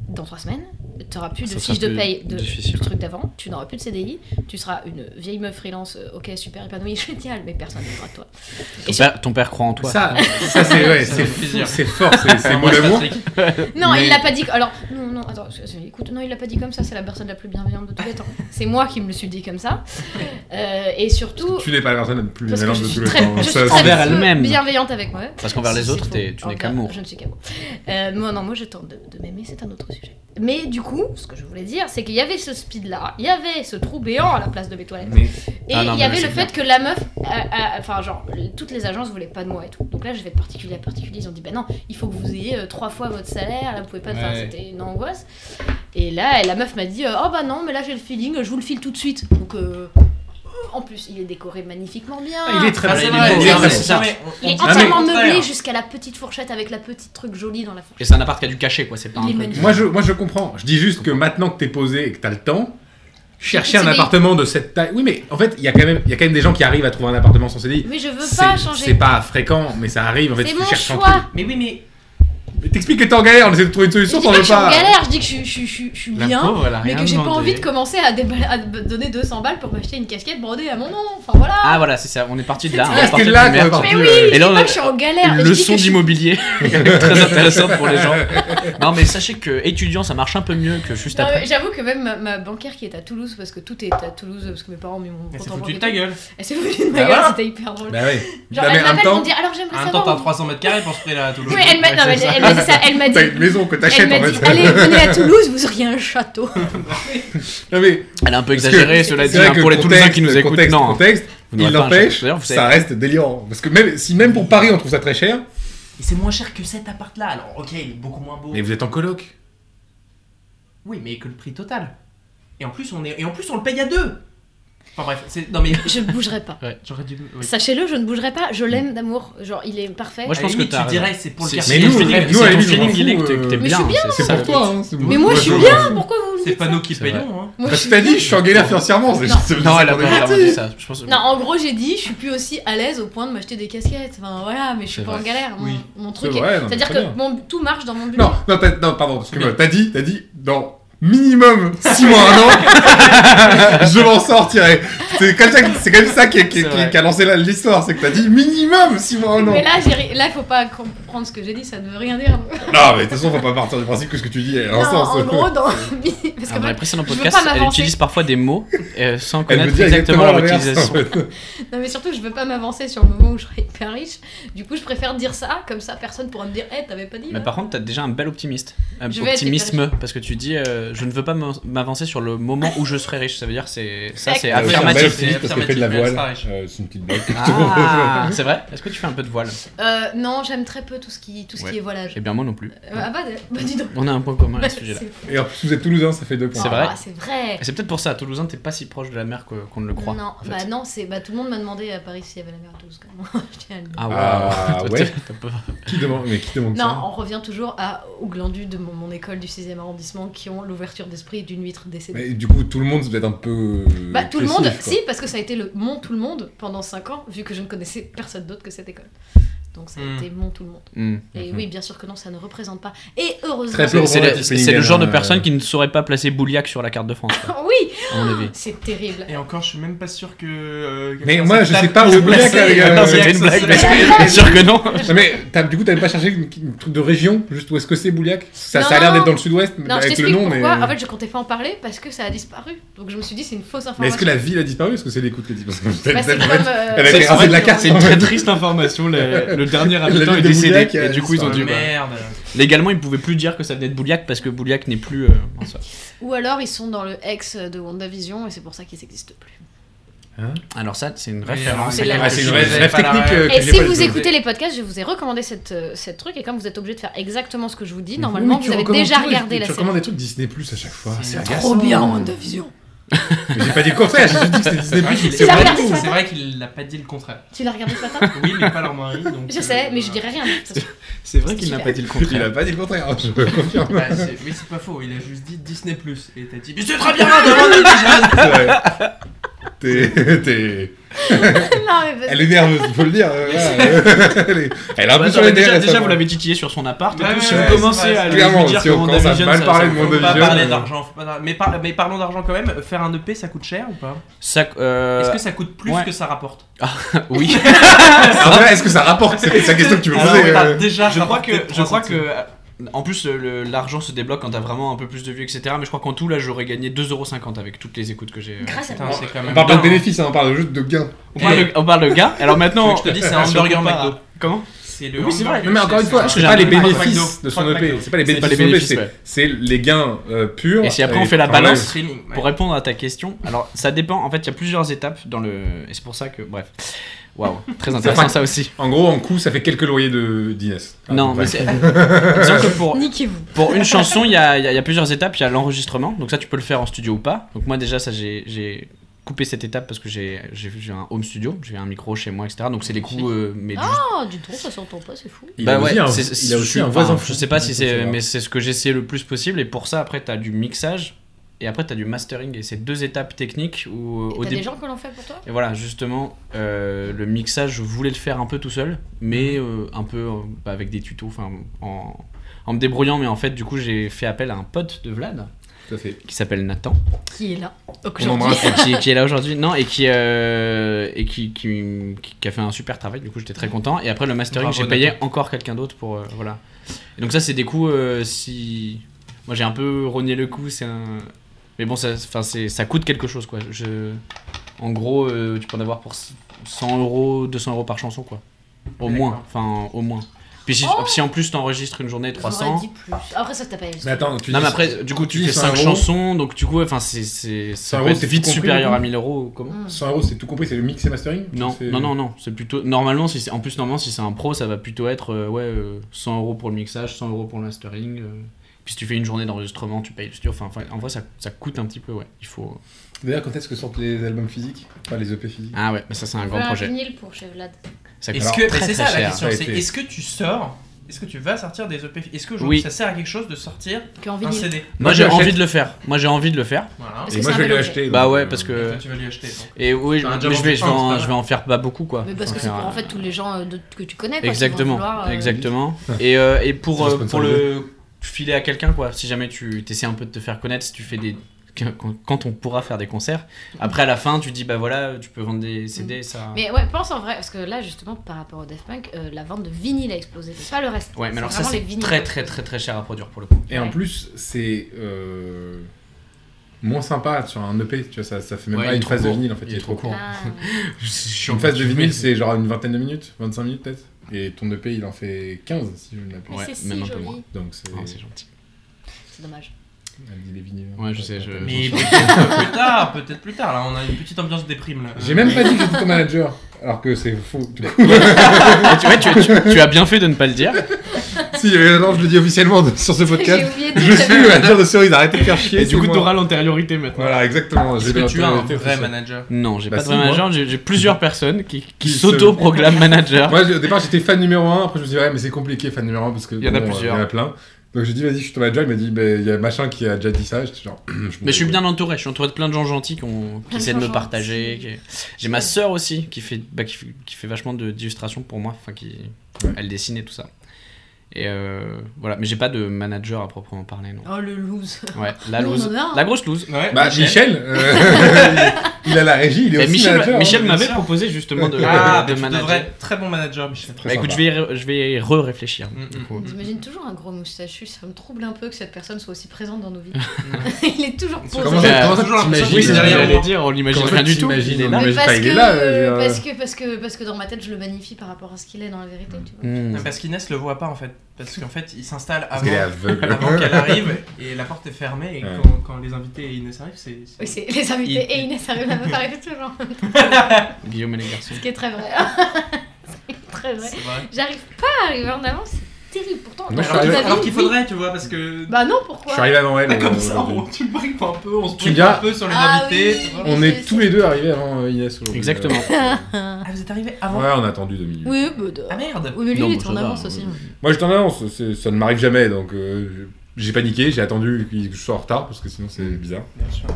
dans trois semaines, tu n'auras plus de Ça sera fiche de plus paye de, difficile, du ouais. truc d'avant, tu n'auras plus de CDI, tu seras une vieille meuf freelance, euh, ok, super épanouie, génial, mais personne ne voudra de toi. Ton sur- père, ton père croit en toi. Ça, ça c'est ouais, Ça c'est fait plaisir. c'est fort, c'est- Ah, c'est mot d'amour. Patrick. Non, Mais- il l'a pas dit. Alors, non, non, attends, c'est- c'est- écoute, non, il l'a pas dit comme ça, c'est la personne la plus bienveillante de tous les temps. C'est moi qui me le suis dit comme ça. Euh, et surtout. Tu n'es pas la personne la plus Parce que mélange je de suis tous les très, temps. je Ça, suis c'est- très Envers peu elle-même. bienveillante avec moi. Parce qu'envers les C'est- autres, c'est t'es- faux. tu n'es Envers- qu'amour. Je ne suis qu'amour. Euh, moi, non, moi, je tente de, de m'aimer, c'est un autre sujet. Mais du coup, ce que je voulais dire, c'est qu'il y avait ce speed là, il y avait ce trou béant à la place de mes toilettes. Mais- Et Ah non, il y mais avait là, le c'est fait que la meuf, a- a- enfin genre, l- toutes les agences voulaient pas de moi et tout. Donc là, je vais de particulier à particulier. Ils ont dit, bah non, il faut que vous ayez euh, trois fois votre salaire. Là, vous pouvez pas. Enfin, Ouais. c'était une angoisse. Et là, et la meuf m'a dit, euh, oh bah non, mais là j'ai le feeling, je vous le file tout de suite. Donc euh, en plus, il est décoré magnifiquement bien. Ah, Il est très Ah, bien, c'est il vrai, est il beau, est il est vrai, très- c'est ça, mais on- Il est on- entièrement on- on- meublé jusqu'à la petite fourchette avec la petite truc jolie dans la Et fourchette. c'est un appart qui a du cachet, quoi. C'est pas un Il est truc- magnifique. Moi je, moi je comprends. Je dis juste que maintenant que t'es posé et que t'as le temps, chercher un CDI. appartement de cette taille. Oui, mais en fait, il y a quand même, il y a quand même des gens qui arrivent à trouver un appartement sans CDI. Mais je veux C'est pas c'est changer. pas fréquent, mais ça arrive. En fait, C'est tu mon cherches un choix. truc. Mais oui, mais Mais T'expliques que t'es en galère, on essaie de trouver une Je solution, dis t'en pas que veux je suis en pas. galère, je dis que je, je- je- je suis La bien. pauvre, elle a mais rien que j'ai pas demandé. envie de commencer à, déballa- à b- donner 200 balles pour m'acheter une casquette brodée à mon nom. Enfin voilà. Ah voilà, c'est ça. On est parti de là. on est Ah, parti c'est de là la qu'on est merde. parti. Mais oui, euh, Et là, je on dis pas a que je suis en galère. une je leçon dis que je suis- d'immobilier très intéressante pour les gens. Non, mais sachez que étudiant, ça marche un peu mieux que juste Non, après. mais J'avoue que même ma, ma bancaire qui est à Toulouse, parce que tout est à Toulouse, parce que mes parents m'ont mon mais compte c'est en foutu banque de ta et tout. gueule. Elle s'est foutue de ma Bah gueule, voilà. c'était hyper drôle. Bah ouais. Non, Genre, mais elle en même m'appelle, temps, elle me dit alors j'aimerais En même temps, t'as savoir. où- 300 mètres carrés pour se prêter à Toulouse. Oui, elle m'a non, mais elle m'a dit ça, elle m'a dit. T'as une maison que Elle t'achètes m'a en dit, fait. allez, venez à Toulouse, vous auriez un château. Non, mais Elle a un peu Parce que- exagéré, cela dit, c'est vrai hein, que pour les Toulousains contexte, qui nous écoutent. contexte, non, contexte, Vous il n'aurez pas un chèque. l'empêche, D'ailleurs, vous ça savez- reste délirant. Parce que même si même pour Paris on trouve ça très cher, Et c'est moins cher que cet appart là. Alors, ok, il est beaucoup moins beau. mais vous êtes en coloc. Oui, mais que le prix total. Et en plus, on est et en plus on le paye à deux. Enfin bref, c'est non mais Je ne bougerai pas. j'aurais dû oui. Sachez-le, je ne bougerai pas. Je l'aime d'amour. Genre, il est parfait. Moi, je À la pense que limite, t'as tu raison. dirais c'est pour le C'est- quartier. Mais c'est nous, ton feeling, nous, c'est à la ton limite, on feeling, s'en il est que fout, t'es- que t'es euh, bien. Mais je suis bien, c'est C'est ça. pour toi. hein, c'est- Mais moi, je suis je- bien. Pourquoi vous me C'est dites pas ça nous qui C'est payons hein. Moi, Bah, je c'est suis pas bien. dit, je suis en galère financièrement. c'est- Non. c'est- Non, elle a c'est- pas clairement dit ça. Je pense. Non, en gros, j'ai dit, je suis plus aussi à l'aise au point de m'acheter des casquettes. Enfin, voilà, mais je suis C'est pas en vrai. galère. Mon, Oui. mon truc C'est est- vrai, non, mais C'est-à-dire très que bien. mon- tout marche dans mon budget. Non, non, t'as- non, pardon, excuse-moi. T'as dit, t'as dit, dans minimum 6 mois, 1 an, je m'en sortirai. C'est comme ça, que- c'est comme ça qui, qui- C'est qui- vrai. qui a lancé la- l'histoire, c'est que t'as dit minimum 6 mois, 1 an. Mais là, j'ai ri- là, faut pas comprendre ce que j'ai dit, ça ne veut rien dire. Non, mais de toute façon, faut pas partir du principe que ce que tu dis est un Non, sens. en gros, dans. Parce Ah, que Dans les précédents je veux podcasts, pas elle m'avancer. utilise parfois des mots euh, sans Elle veut connaître dire exactement leur l'inverse, utilisation. en fait. Non mais surtout je veux pas m'avancer sur le moment où je serai hyper riche. Du coup je préfère dire ça, comme ça personne pourra me dire Eh t'avais pas dit Mais là. par contre, t'as déjà un bel optimiste. Un Je vais être optimisme, parce que tu dis euh, je ne veux pas m'en- m'avancer sur le moment où je serai riche. Ça veut dire c'est ça, c'est Ah Ah oui, oui, c'est un bel affirmatif. c'est optimiste parce qu'elle fait de la affirmatif, mais voile. elle sera Euh, C'est une petite blague. Ah, c'est vrai Est-ce que tu fais un peu de voile Euh, non j'aime très peu tout ce qui, tout ce Ouais. qui est voilage. Eh bien, moi non plus. Euh, ah bah, bah, dis donc. On a un point commun à Bah, ce sujet-là. c'est- Et en plus, vous êtes toulousain, ça fait 2 points. C'est vrai. Ah, C'est vrai. Et C'est peut-être pour ça, à Toulousain, t'es pas si proche de la mer que- qu'on ne le croit. non, en fait. bah non, c'est bah tout le monde m'a demandé à Paris s'il y avait la mer à Toulouse quand même. Je tiens à le dire. Ah, Ah, ouais. ouais. T'as pas- Qui demande, mais qui demande Non, ça on revient toujours à, aux glandus de mon, mon école du 6e arrondissement qui ont l'ouverture d'esprit d'une huître décédée. Mais du coup, tout le monde, c'est peut-être un peu. euh, Bah tout le monde, excessif, quoi. si, parce que ça a été le mon tout le monde pendant 5 ans, vu que je ne connaissais personne d'autre que cette école. Donc ça a Hmm. été mon tout le monde. Hmm. Et Mhm. oui, bien sûr que non, ça ne représente pas. Et heureusement. Très peu C'est- C'est Ouais, le- tu c'est- peux c'est le y genre de gagner, personne euh, qui ne saurait pas placer Bouliac sur la carte de France, quoi, Oui, à mon avis. c'est terrible. Et encore, je suis même pas sûr que. euh, Mais quelqu'un moi, je s'étale sais pas où pour est Bouliac, placer, là, les gars. euh, non, c'était Bouliac, une ça, blague, c'est- mais je suis sûr que non. Non, mais t'as- du coup, t'avais pas cherché une, une truc de région, juste où est-ce que c'est Bouliac ça, Non, ça a l'air non. d'être dans le sud-ouest, Non, je avec le t'explique nom, pourquoi. mais. euh, En fait, je comptais pas en parler parce que ça a disparu. Donc je me suis dit, c'est une fausse mais information. est-ce que la ville a disparu Est-ce que c'est l'écoute qui a disparu Bah, c'est Peut-être- comme, peut-être- euh, Elle a été rasée de la carte, C'est une très même. triste information. Le, le dernier habitant ville est de décédé. Bouliac, Et elle du coup, ils ont disparaît. dû. bah, Merde. Légalement, ils pouvaient plus dire que ça venait de Bouliac parce que Bouliac n'est plus. euh, en soi. Ou alors ils sont dans le ex de WandaVision et c'est pour ça qu'ils n'existent plus. Alors, ça, c'est une Oui, référence. c'est la- Ah, c'est une vraie J'avais vraie pas la technique. euh, que Et j'ai si pas vous du tout. écoutez les podcasts, je vous ai recommandé cette, euh, cette truc et comme vous êtes obligé de faire exactement ce que je vous dis, Mais normalement oui, tu vous avez recommandes déjà tout, regardé tu- la Tu série. recommandes des trucs Disney Plus à chaque fois. C'est C'est Trop bien WandaVision. Mais J'ai pas dit le contraire, j'ai juste dit que c'était Disney Plus. C'est Il a vrai regardé qu'il- ce c'est matin. vrai qu'il n'a pas dit le contraire. Tu l'as regardé ce matin Oui, mais pas leur mari. donc, Je euh, sais, mais je voilà. dirais rien. de toute façon. C'est vrai qu'il n'a super. pas dit le Il a contraire. pas dit le contraire, je confirme. Bah, c'est- oui, Ah, c'est pas faux. Il a juste dit Disney Plus. Et t'as dit, mais c'est très bien, demande C'est vrai. T'es- t'es- Non, mais parce- Elle est nerveuse, il faut le dire. euh, voilà. elle, est... elle a un Bah, peu attends, sur les mais déjà, nerfs. déjà, ça, vous moi. l'avez titillé sur son appart. et Ouais, tout, ouais, si ouais, vous commencez c'est à vrai, lui c'est vrai. Clairement, dire si on comment commence à Division, mal ça- parler ça- de On Mon peut pas Dieu, parler euh, d'argent, faut pas dar- mais, par- mais parlons d'argent quand même. Faire un EP, ça coûte cher ou pas Ça, euh, Est-ce que ça coûte plus ouais. que ça rapporte oui. Alors voilà, Ah, Est-ce que ça rapporte C'est c'est la question que tu me Alors, posais. t'as euh. déjà je crois rapporté que, je crois 300. que, euh, en plus, euh, le- l'argent se débloque quand t'as vraiment un peu plus de vues, etc. Mais je crois qu'en tout, là, j'aurais gagné 2,50€ avec toutes les écoutes que j'ai. euh. Grâce à Putain, toi. c'est quand On même. parle pas de bénéfices, hein, on parle juste de gains. On, parle de, on parle de gars. Alors maintenant, Je te dis, c'est un hamburger McDo. Comment C'est le. Oui, c'est vrai. hamburger, Non, mais encore une c'est- fois, c'est c'est pas un les peu McDo. bénéfices de son E Franck EP. McDo. C'est pas les C'est pas bénéfices de les son EP, bénéfices, c'est- c'est ouais. les gains euh, purs. Et si après on fait la par le- balance, Streaming. ouais. Pour répondre à ta question, alors ça dépend. En fait, il y a plusieurs étapes dans le. Et c'est pour ça que. Bref. Waouh, très intéressant ça aussi. En gros, en coût, ça fait quelques loyers de d'Inès. Ah, non, ouais. mais c'est. Disons que pour, Niquez-vous. pour une chanson, il y a, il y a- il y a plusieurs étapes. Il y a l'enregistrement, donc ça, tu peux le faire en studio ou pas. Donc moi, déjà, ça, j'ai- j'ai coupé cette étape parce que j'ai j'ai- j'ai un home studio, j'ai un micro chez moi, etc. Donc c'est des coûts. euh, mais du- Ah, du tout, ça s'entend pas, c'est fou. Il Bah a aussi ouais, un- c'est- il a je aussi suis- un voisin. enfin, Je sais pas si c'est, mais mais c'est ce que j'essaie le plus possible. Et pour ça, après, t'as du mixage et après, t'as du mastering. Et c'est deux étapes techniques où euh, Et au T'as début. des gens qui l'ont fait pour toi Et voilà, justement, euh, le mixage, je voulais le faire un peu tout seul, mais euh, un peu euh, bah, avec des tutos, enfin, en, en me débrouillant. Mais en fait, du coup, j'ai fait appel à un pote de Vlad Tout à fait. qui s'appelle Nathan, Qui est là On Aujourd'hui. embrasse. qui, qui est là aujourd'hui, non, et qui euh, et qui, qui, qui- qui a fait un super travail. Du coup, j'étais très content. Et après le mastering, Bravo, j'ai payé encore quelqu'un d'autre pour euh, voilà. Et donc ça, c'est des coups. euh, si moi, j'ai un peu rogné le coup, c'est un. Mais bon, ça, enfin, c'est, ça coûte quelque chose, quoi. Je... En gros, euh, tu peux en avoir pour 100 euros, 200 euros par chanson, quoi. Au D'accord. moins, enfin, au moins. Puis si, si en plus t'enregistres une journée 300. J'aurais dit plus. Après, ça, t'as pas Mais attends, tu Non, dis- mais après, du coup, tu dis fais 100 5 euros. chansons, donc du coup, enfin, c'est, c'est, 100 ça peut euros, être c'est tout vite compris, supérieur du à coup 1000 euros, ou comment Mmh. 100 euros, c'est tout compris, c'est le mix et mastering non, C'est- non, non, non, c'est plutôt. Normalement, si c'est, en plus, normalement, si c'est un pro, ça va plutôt être euh, ouais, euh, 100 euros pour le mixage, 100 euros pour le mastering. euh, Puis si tu fais une journée d'enregistrement, tu payes le studio. Enfin, enfin, en vrai, ça, ça coûte un petit peu, ouais. Il faut. D'ailleurs, quand est-ce que sortent les albums physiques Pas les EP physiques. Ah ouais, mais ça, c'est un grand Voilà, un projet. vinyle pour chez Vlad. Ça coûte Est-ce que très, mais très c'est ça la cher. question Ça a C'est été- est-ce que tu sors Est-ce que tu vas sortir des E EP Est-ce qu'aujourd'hui Oui. ça sert à quelque chose de sortir Qui en un vinyle. CD Moi, je j'ai l'achète. envie de le faire. Moi, j'ai envie de le faire. Voilà. Est-ce Et que moi, je vais c'est un les album acheter. Bah donc, ouais, euh, parce Et que. toi, tu vas lui acheter. donc. Et oui, je, T'en as déjà mais je vais, vendu je, vais un, c'est en, pas je vais en faire pas beaucoup, quoi. Mais parce que Enfin, c'est pour faire, en fait tous les gens euh, de- que tu connais. quoi, qui vont Exactement, vouloir, euh, exactement. Ah Et, euh, et pour, Faut euh, se pour le filer à quelqu'un, quoi, si jamais tu essaies un peu de te faire connaître, si tu fais des. Quand, quand on pourra faire des concerts, après à la fin, tu dis bah voilà, tu peux vendre des CD, ça. Mm. Mais ouais, pense en vrai, parce que là, justement, par rapport au Daft Punk, euh, la vente de vinyle a explosé. C'est pas le reste. Ouais, mais alors ça, vraiment c'est les vinyles. très très très très cher à produire pour le coup. Et en Ouais. plus, c'est euh, moins sympa sur un EP, tu vois, ça, ça fait même Ouais, il pas est une trop phase de court. vinyle en fait, Il est trop court. Ah, Une phase de vinyle, c'est genre une vingtaine de minutes, 25 minutes peut-être, et ton EP il en fait 15 si je ne l'appelle. mais Ouais, c'est si même un peu joli. moins. Donc c'est. Oh, c'est gentil. C'est dommage. Elle dit les vinyles. Ouais, je sais, je- Mais peut-être plus tard, peut-être plus tard. Là, on a une petite ambiance déprime. Là. Euh, J'ai même pas dit que j'étais ton manager, alors que c'est faux. du coup. Ouais, tu, ouais, tu- tu- tu as bien fait de ne pas le dire. si, euh, non, je le dis officiellement de- sur ce J'ai podcast. oublié de Je dire suis que- le manager de Cerise, arrêtez de faire chier. Et du c'est coup, moi. t'auras l'antériorité maintenant. Voilà, exactement. Est-ce j'ai que tu as un l'autorité vrai officielle. manager Non, j'ai Bah pas de si, vrai moi. manager, j'ai j'ai plusieurs personnes qui, qui Qui se- s'auto-proclament manager. Moi, j'ai- au départ, j'étais fan numéro 1. Après, je me suis dit, ouais, mais c'est compliqué, fan numéro 1, parce que. Il y en a euh, plusieurs. Il y en a plein. Donc, j'ai dit, vas-y, je suis ton manager. Il m'a dit, bah, il y a machin qui a déjà dit ça. J'étais genre. Mais je suis bien entouré, je suis entouré de plein de gens gentils qui, ont- qui Plein de essaient de gens me partager. gentils. qui- J'ai ma sœur aussi qui fait, bah, qui, fait- qui fait vachement de- d'illustrations pour moi, enfin qui Ouais. elle dessine et tout ça. Et euh, voilà, mais j'ai pas de manager à proprement parler non. Oh, le loose. Ouais, la Nous, on loose, en a un. la grosse loose. Ouais, Bah, Michel. Michel, euh, il a la régie, il est Et aussi Michel, manager. Michel hein. m'avait sûr. proposé justement de, Ah, de mais tu manager. devrais. Très bon manager, Michel. Très Bah, écoute, je sympa. vais, y re- je vais y re-réfléchir. Mm, du mm. coup. J'imagine toujours un gros moustachu, ça me trouble un peu que cette personne soit aussi présente dans nos vies. Il est toujours posé. Comment Bah, ça, comment ça toujours l'impression t'imagines, Oui, c'est ce que derrière euh, j'allais moi. dire, on l'imagine Comment ça, rien du tu tout. imagines, il est on là. imagine- mais Mais parce, pas, il que, est là, je- parce que parce que parce que dans ma tête je le magnifie par rapport à ce qu'il est dans la vérité tu vois. Mm. Non, parce qu'Inès le voit pas en fait. Parce qu'en fait, il s'installe Parce qu'elle est avant, Ah, aveugle. avant qu'elle arrive et la porte est fermée. Et Ouais. quand, quand les invités et Inès arrivent, c'est. Oui, c'est les invités Il- et Inès arrivent à me parler toujours, Guillaume et les garçons. ce qui est très vrai. c'est très vrai. c'est vrai. J'arrive pas à arriver en avance, c'est terrible pourtant. Moi, je dans Alors, suis arrivé- toute ma vie, alors qu'il oui. faudrait, tu vois, parce que. Bah non, Je pourquoi suis arrivé avant elle. Ah, comme euh, ça, on, tu le briques un peu, on se Tu brique viens- un peu sur les Ah invités. oui. tu vois. On est tous les deux arrivés avant euh, Inès aujourd'hui. Exactement. Ah, vous êtes arrivés Euh, avant Ouais, on a attendu deux minutes. Oui, bah, de- Ah merde oui, mais lui Non, il bah, est ça en va, avance euh, aussi. Moi, je t'en avance, c'est- ça ne m'arrive jamais, donc Mm. euh, j'ai paniqué, j'ai attendu que je sois en retard, parce que sinon c'est bizarre. Bien sûr.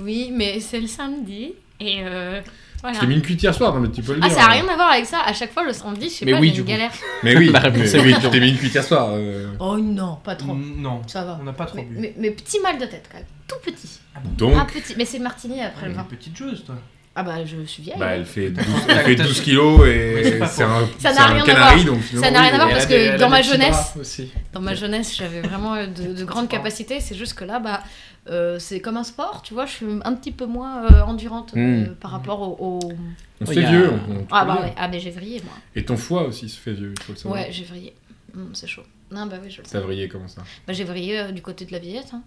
Oui, mais c'est le samedi. Et euh, voilà. Je t'ai mis une cuite hier soir, non mais tu peux le Ah, dire. ça a rien à voir avec ça. À chaque fois, le samedi, je sais Mais pas, oui, j'ai du une coup. galère. Mais oui, La réponse mais est oui, oui. tu t'es mis une cuite hier soir. euh. Oh non, pas trop. Non, Ça va. on n'a pas Mm. trop Mais, bu. mais- mais petit mal de tête, quand même. Tout petit. Donc, Un petit. Mais c'est le martini après le Une vin. petite chose, toi. Ah bah, je suis vieille. bah, elle fait 12, T'as- elle fait t'as- 12 kilos Mais c'est et pas c'est faux. un, Ça c'est n'a un rien à canari, voir. donc Ça finalement, n'a oui, rien à voir elle parce a que des- dans ma elle a des petits jeunesse, bras aussi. dans ma jeunesse, j'avais vraiment euh, de, de grandes capacités. C'est juste que là, bah, euh, c'est comme un sport, tu vois. Je suis un petit peu moins euh, endurante euh, Mm. par rapport au. au- On se Il fait y a- vieux. on- on- Ah bah ouais. Ah mais j'ai vrillé moi. Et ton foie aussi se fait vieux, il faut le savoir. Ouais, j'ai vrillé. Mm, c'est chaud. Non bah oui, je le sais. Ça vrillait comment ça Oh, Bah, j'ai vrillé euh, du côté de la vieillette. hein.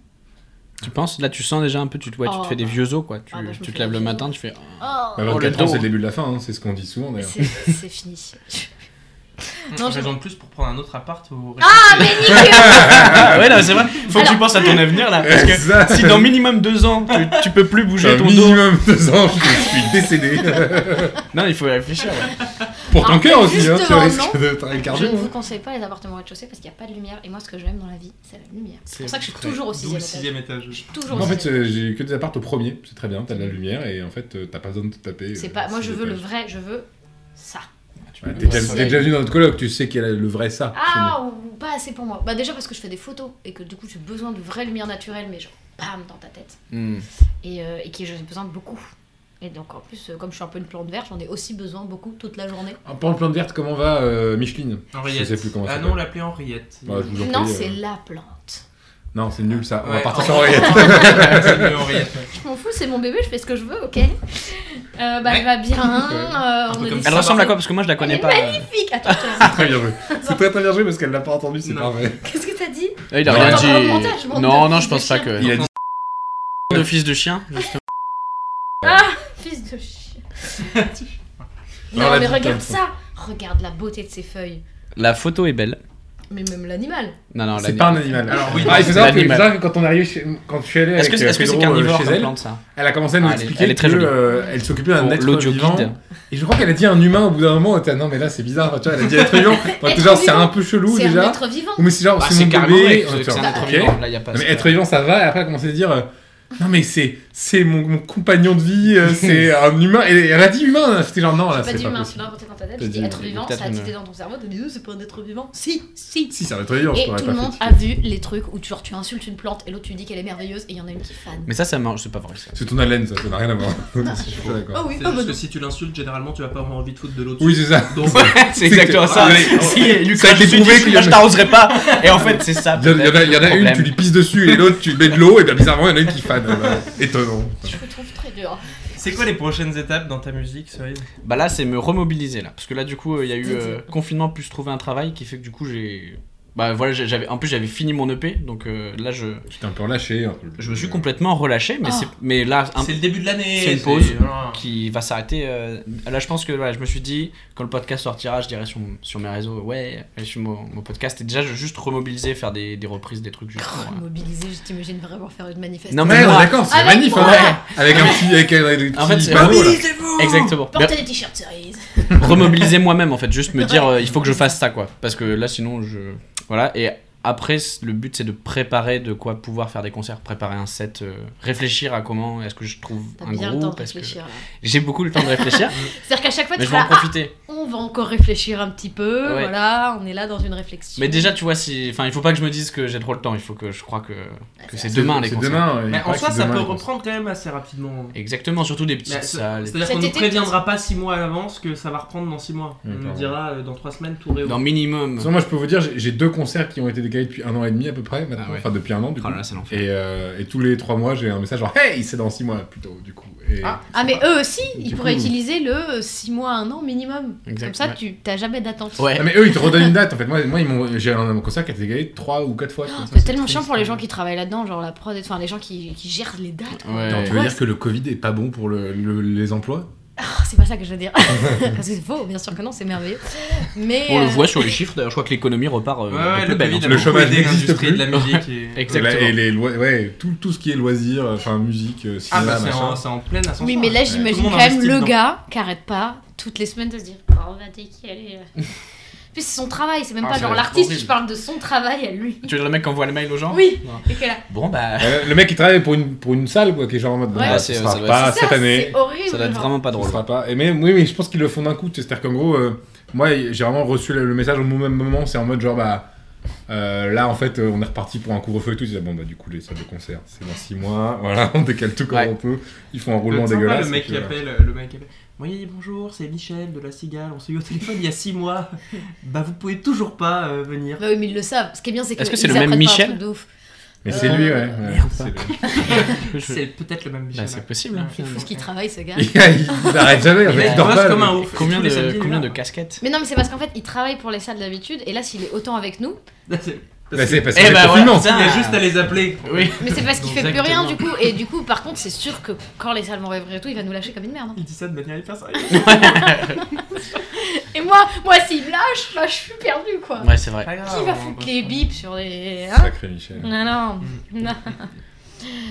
Tu penses Là, tu sens déjà un peu, tu te, ouais, tu Oh, te fais des bah. vieux os, quoi. Tu, Ah, bah, je me tu fais te lèves des le vieux os. matin, tu fais. Oh. Bah, Oh, le 24 ans, dos. c'est le début de la fin, hein, c'est ce qu'on dit souvent d'ailleurs. C'est c'est fini. Non, Une je- raison de plus pour prendre un autre appart au ah mais nickel Ah, ouais, non, c'est vrai. Faut que Alors- tu penses à ton avenir, là. Parce que Ça, si dans minimum deux ans, tu, tu peux plus bouger un ton dos. minimum deux ans, je suis décédé. Non, il faut y réfléchir. ouais. Pour ton Alors, cœur aussi, hein, tu Ah, justement, risques de hein. t'arrêter Je cardio. ne vous conseille pas les appartements au rez-de-chaussée parce qu'il n'y a pas de lumière. Et moi, ce que j'aime dans la vie, c'est la lumière. C'est pour ça que je suis toujours au D'où sixième le étage. sixième étage. Toujours Moi, au en fait, sixième. euh, j'ai que des appartes au premier, c'est très bien, t'as de la lumière et en fait, euh, t'as pas besoin de te taper. C'est euh, pas. Moi, six je veux le étages. vrai. Je veux ça. Ouais, T'es déjà, Mmh. soleil. t'es déjà venu dans notre colloque, tu sais qu'il y a le vrai ça. Ah ou pas assez pour moi. Bah déjà parce que je fais des photos et que du coup j'ai besoin de vraie lumière naturelle, mais genre bam dans ta tête. Hmm. Et, euh, et que j'ai besoin de beaucoup. Et donc en plus, euh, comme je suis un peu une plante verte, j'en ai aussi besoin beaucoup toute la journée. En parlant de plante verte, comment va euh, Micheline Henriette. Je sais plus comment ça Ah non, on l'appelait Henriette. Bah, je vous en Non, prie, euh, c'est la plante. Non, c'est nul ça, on va Ouais, partir sur oh. Henriette. C'est mieux, Henriette. Je m'en fous, c'est mon bébé, je fais ce que je veux, ok Euh, Bah elle va bien. euh, Un peu on a comme des- ça. Elle ressemble à quoi Parce que moi, je la connais Elle est pas. Magnifique Attends, attends, très bien joué. C'est très très bien joué parce qu'elle l'a pas entendu, c'est Non. parfait. qu'est-ce que t'as dit Ah, il a Non, rien attends, dit. au montage, montage, Non, non, fils je de pense pas chien. que. Il a dit De fils de chien. Fils de chien. Non, non la mais petite regarde plante. ça Regarde la beauté de ses feuilles. La photo est belle. Mais même l'animal. Non, non, C'est la- pas un animal. Alors, oui, ah, il faut savoir que, il faut l'animal. savoir que quand on est arrivé chez- quand je suis allé Est-ce avec que c'est euh, est-ce que c'est Pedro, euh, carnivore chez comme elle, plante ça elle a commencé à nous Ah, elle est- expliquer elle est très que, jolie. euh, elle s'occupait d'un Pour être l'audio vivant. guide. Ah, Et je crois qu'elle a dit un humain au bout d'un moment, on était non mais là c'est bizarre, tu vois, elle a dit être vivant. On était Être genre c'est vivant. un peu chelou C'est un déjà. être vivant. Ou mais Ah, c'est genre Bah, c'est mon carrément bébé. vrai, On était c'est c'est genre, un être ok. vivant. Là, y a pas. Non, mais c'est être pas- vivant ça va et après elle commençait à dire euh, non mais c'est c'est mon, mon compagnon de vie, euh, c'est un humain et elle a dit humain, c'était genre non là Pas Ah, c'est d'humain, pas tu l'as possible. inventé dans ta tête, Pas tu dis d'humain, être mais vivant, peut-être ça a une- tilté dans ton cerveau, t'as dit Euh, c'est pas un être vivant. Si, si. Si c'est un être vivant, je Et t'aurais tout pas le fait monde kiffer. a vu les trucs où tu, genre, tu insultes une plante et l'autre tu dis qu'elle est merveilleuse et il y en a une qui fan. Mais ça, ça marche. C'est pas vrai. ça. C'est ton haleine ça, ça n'a rien à voir. Je suis pas d'accord. Ah oui, C'est ah juste bah que non. si tu l'insultes, généralement, tu vas pas avoir envie de foutre de l'autre. Oui c'est ça. Donc, C'est exactement ça. Ah, Si Lucas, Ça a été je te prouvé dis, qu'il y là, en a- je t'arroserai pas. Et en fait, c'est ça. Il y, en- il y en a, il y en a peut-être, le une, tu lui pisses dessus, et l'autre, tu lui mets de l'eau, et bien bizarrement, il y en a une qui fane. Voilà. Étonnant. Je vous trouve très dur. c'est quoi les prochaines étapes dans ta musique, Cerise Bah là, c'est me remobiliser là, parce que là, du coup, euh, il y a eu C'est-à-dire euh, confinement plus trouver un travail qui fait que du coup, j'ai. Bah voilà, j'ai- j'avais en plus j'avais fini mon EP, donc euh, là je Tu t'es un peu relâché. un peu. je me suis complètement relâché, mais Ah. c'est mais là un- C'est le début de l'année. c'est une pause. voilà. qui va s'arrêter. euh, Là, je pense que voilà, je me suis dit quand le podcast sortira, je dirai sur, sur mes réseaux, ouais, je suis mon, mon podcast et déjà je vais juste remobiliser, faire des, des reprises, des trucs juste. pour, euh, Mobiliser, je t'imagine vraiment faire une manifestation. Non Ouais, mais on est moi, Ah, d'accord, c'est Avec magnifique. moi. ouais. Avec un petit. Avec, un- avec des En fait, petits c'est- barreaux, là. exactement. Mais Portez des t-shirts cerises. remobiliser moi-même en fait, juste me dire euh, il faut que je fasse ça quoi, parce que là sinon je voilà et après c- le but c'est de préparer de quoi pouvoir faire des concerts, préparer un set, euh, réfléchir à comment est-ce que je trouve T'as un bien groupe, le temps de parce que réfléchir. là. j'ai beaucoup le temps de réfléchir, C'est-à-dire qu'à chaque fois, mais tu je vais en vas, ah, profiter. on va encore réfléchir un petit peu. Ouais. Voilà, on est là dans une réflexion. Mais déjà tu vois si, enfin il faut pas que je me dise que j'ai trop le temps, il faut que je crois que, que c'est demain les C'est concerts. demain. ouais, il Mais en paraît soi, que c'est ça demain, peut les concerts. reprendre quand même assez rapidement. Exactement, surtout des petites Mais ce- salles. C'est-à-dire Cet qu'on ne été, préviendra pas 6 mois à l'avance que ça va reprendre dans 6 mois. Ouais, On nous pardon. dira euh, dans 3 semaines tout Dans réouvre. minimum. Sinon, moi, je peux vous dire, j'ai j'ai deux concerts qui ont été décalés depuis un an et demi à peu près, maintenant. Ah ouais. Enfin, depuis un an, du coup. Oh là là, c'est l'enfer. et, euh, et tous les trois mois, j'ai un message genre Hey, c'est dans six mois plutôt, du coup. Et Ah. Ah, mais eux aussi, Du ils coup, pourraient oui. utiliser le 6 mois, 1 an minimum. Comme ça, Exactement. tu t'as jamais d'attente. Ouais. Ah, mais eux, ils te redonnent une date en fait. Moi, moi ils m'ont- j'ai un, un concert qui a été décalé trois ou quatre fois. comme ça, C'est c'est tellement triste. chiant hein. pour les gens qui travaillent là-dedans, genre la prod, et- enfin les gens qui, qui gèrent les dates. quoi. Ouais. Attends, tu veux Ouais, dire que le Covid est pas bon pour le- le- les emplois Oh, c'est pas ça que je veux dire. Parce que c'est faux, bien sûr que non, c'est merveilleux. Mais On le euh, voit sur les chiffres. D'ailleurs, je crois que l'économie repart euh, Ouais, un ouais, peu le belle. hein. Covid a Le beaucoup chômage aidé n'existe l'industrie plus. de la musique. et- Exactement. Et les lois- ouais, tout, tout ce qui est loisirs, enfin musique, euh, Ah cinéma, bah c'est en, machin. c'est en pleine ascension. Oui, mais là Tout le j'imagine monde quand même investit le dedans. gars qui arrête pas toutes les semaines de se dire Oh, on va décaler. En plus, c'est son travail, c'est même Ah, pas ça genre doit être l'artiste, horrible. je parle de son travail à lui. Tu veux dire le mec qui envoie le mail aux gens Oui, Non. et qu'elle a- Bon bah. Euh, le mec il travaille pour une, pour une salle quoi, qui est genre en mode. bon, Ouais. bah, C'est- ce ça sera doit pas c'est cette ça, année. C'est horrible. Ça doit être genre. vraiment pas Ce drôle. sera pas. Et mais, oui, mais je pense qu'ils le font d'un coup. tu sais, C'est-à-dire qu'en gros, euh, moi j'ai vraiment reçu le, le message au même moment. C'est en mode genre bah. euh, là en fait euh, on est reparti pour un couvre-feu et tout. Ils disent, bon bah du coup les salles de concert c'est dans 6 mois. Voilà, on décale tout comme Ouais. on peut. Ils font un Sympa, roulement dégueulasse. Le et mec puis, qui voilà. appelle, le mec qui appelle. Oui, bonjour, c'est Michel de la Cigale. On s'est eu au téléphone il y a 6 mois. Bah, vous pouvez toujours pas euh, venir. Bah oui, mais ils le savent. Ce qui est bien, c'est que. Est-ce que c'est le ils même apprennent pas un Michel truc de ouf. Mais c'est lui ouais. ouais, merde. c'est le- C'est peut-être le même Michel. Bah, c'est possible. Ouais. Hein, C'est fou ce qu'il travaille, ce gars. il arrête jamais. en Il fait, bosse il dort pas, comme le un mec. ouf. Combien tous les samedis, de il combien est de là. casquettes Mais non, mais c'est parce qu'en fait, il travaille pour les salles d'habitude, et là, s'il est autant avec nous, Bah, c'est- Bah, c'est parce Eh qu'il est bah, voilà. confinement. Il a juste à les appeler. Oui. mais c'est parce qu'il fait plus rien Exactement. du coup. Et du coup, par contre, c'est sûr que quand les salles vont réouvrir et tout, il va nous lâcher comme une merde. hein. Il dit ça de manière hyper sérieuse. Et moi, moi, s'il me lâche, bah, je suis perdue quoi. Ouais, c'est vrai. Qui va foutre les bips sur les. Hein Sacré Michel. non, non, non.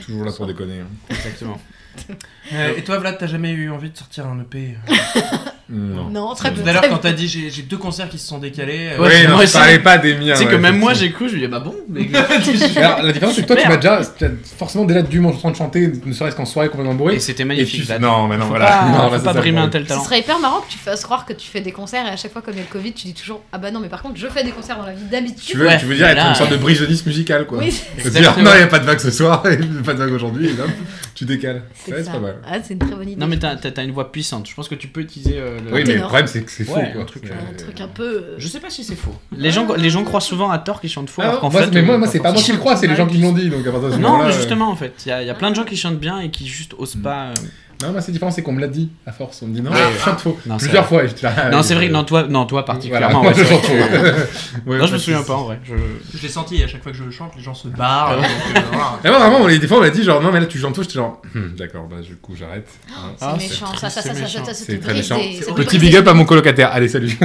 Toujours là pour déconner. hein. Exactement. Euh, et toi, Vlad, t'as jamais eu envie de sortir un EP Non. Non, très Tout peu. Tout à l'heure, très quand peu. t'as dit j'ai j'ai deux concerts qui se sont décalés. euh, Ouais, oui, non, moi je aussi. parlais pas des miens. Tu sais que ouais, même moi effectivement. Ah. j'écoute, je lui dis bah bon, mais Alors, la différence, c'est que toi, tu m'as déjà t'as forcément déjà dû m'entendre en train de chanter, ne serait-ce qu'en soirée complètement bourré. Et c'était Et magnifique. tu- Vlad. Non, mais non, Faut voilà. pas- Non, là, faut c'est pas ça, brimer bon. un tel Ce talent. serait hyper marrant que tu fasses croire que tu fais des concerts et à chaque fois, comme il y a le Covid, tu dis toujours Ah bah non, mais par contre, je fais des concerts dans la vie Tu d'habitude. veux, Ouais, tu veux dire mais être là, une sorte de brise de 10 musicale, quoi. Oui, De dire, Exactement. non, il n'y a pas de vague ce soir, et pas de vague aujourd'hui, et hop, tu décales. c'est Ouais, ça. pas mal. Ah, c'est une très bonne idée. Non mais t'as, t'as- t'as une voix puissante. Je pense que tu peux utiliser euh, le. Oui, mais le ténor. problème, c'est que c'est faux, Ouais, quoi. un truc, C'est- un truc un peu. euh, Je sais pas si c'est faux. Les gens, les gens croient souvent à tort qu'ils chantent faux. Ah, alors qu'en moi, fait, mais euh, moi, moi, c'est quand pas on moi chante- qui le crois, c'est les gens qui l'ont dit, donc à partir de ce Non, moment-là. mais euh, Mm. justement en fait, il y, a- il y a plein de gens qui chantent bien et qui juste osent pas. euh, Non, moi, c'est différent, c'est qu'on me l'a dit, à force. On me dit, non, Ouais. je chante faux. Non, c'est Plusieurs fois, et j'étais là, ah, Non, oui, c'est vrai. que- euh, Non toi, non toi particulièrement. voilà, moi, ouais, je c'est vrai chante que- faux. Ouais, Non, je bah, me souviens c'est- pas en vrai. Je- Je l'ai senti, à chaque fois que je chante, les gens se barrent. donc, euh, voilà. Ah ouais, vraiment, on, les- des fois on m'a dit genre non mais là tu chantes faux, j'étais genre Hum, d'accord, bah du coup j'arrête. Hein. C'est Ah, c'est méchant, ça, ça, triste, ça, c'est ça, ça, méchant. ça, ça te C'est très brise méchant. des- ça te Petit brise big des- up à mon colocataire, allez salut.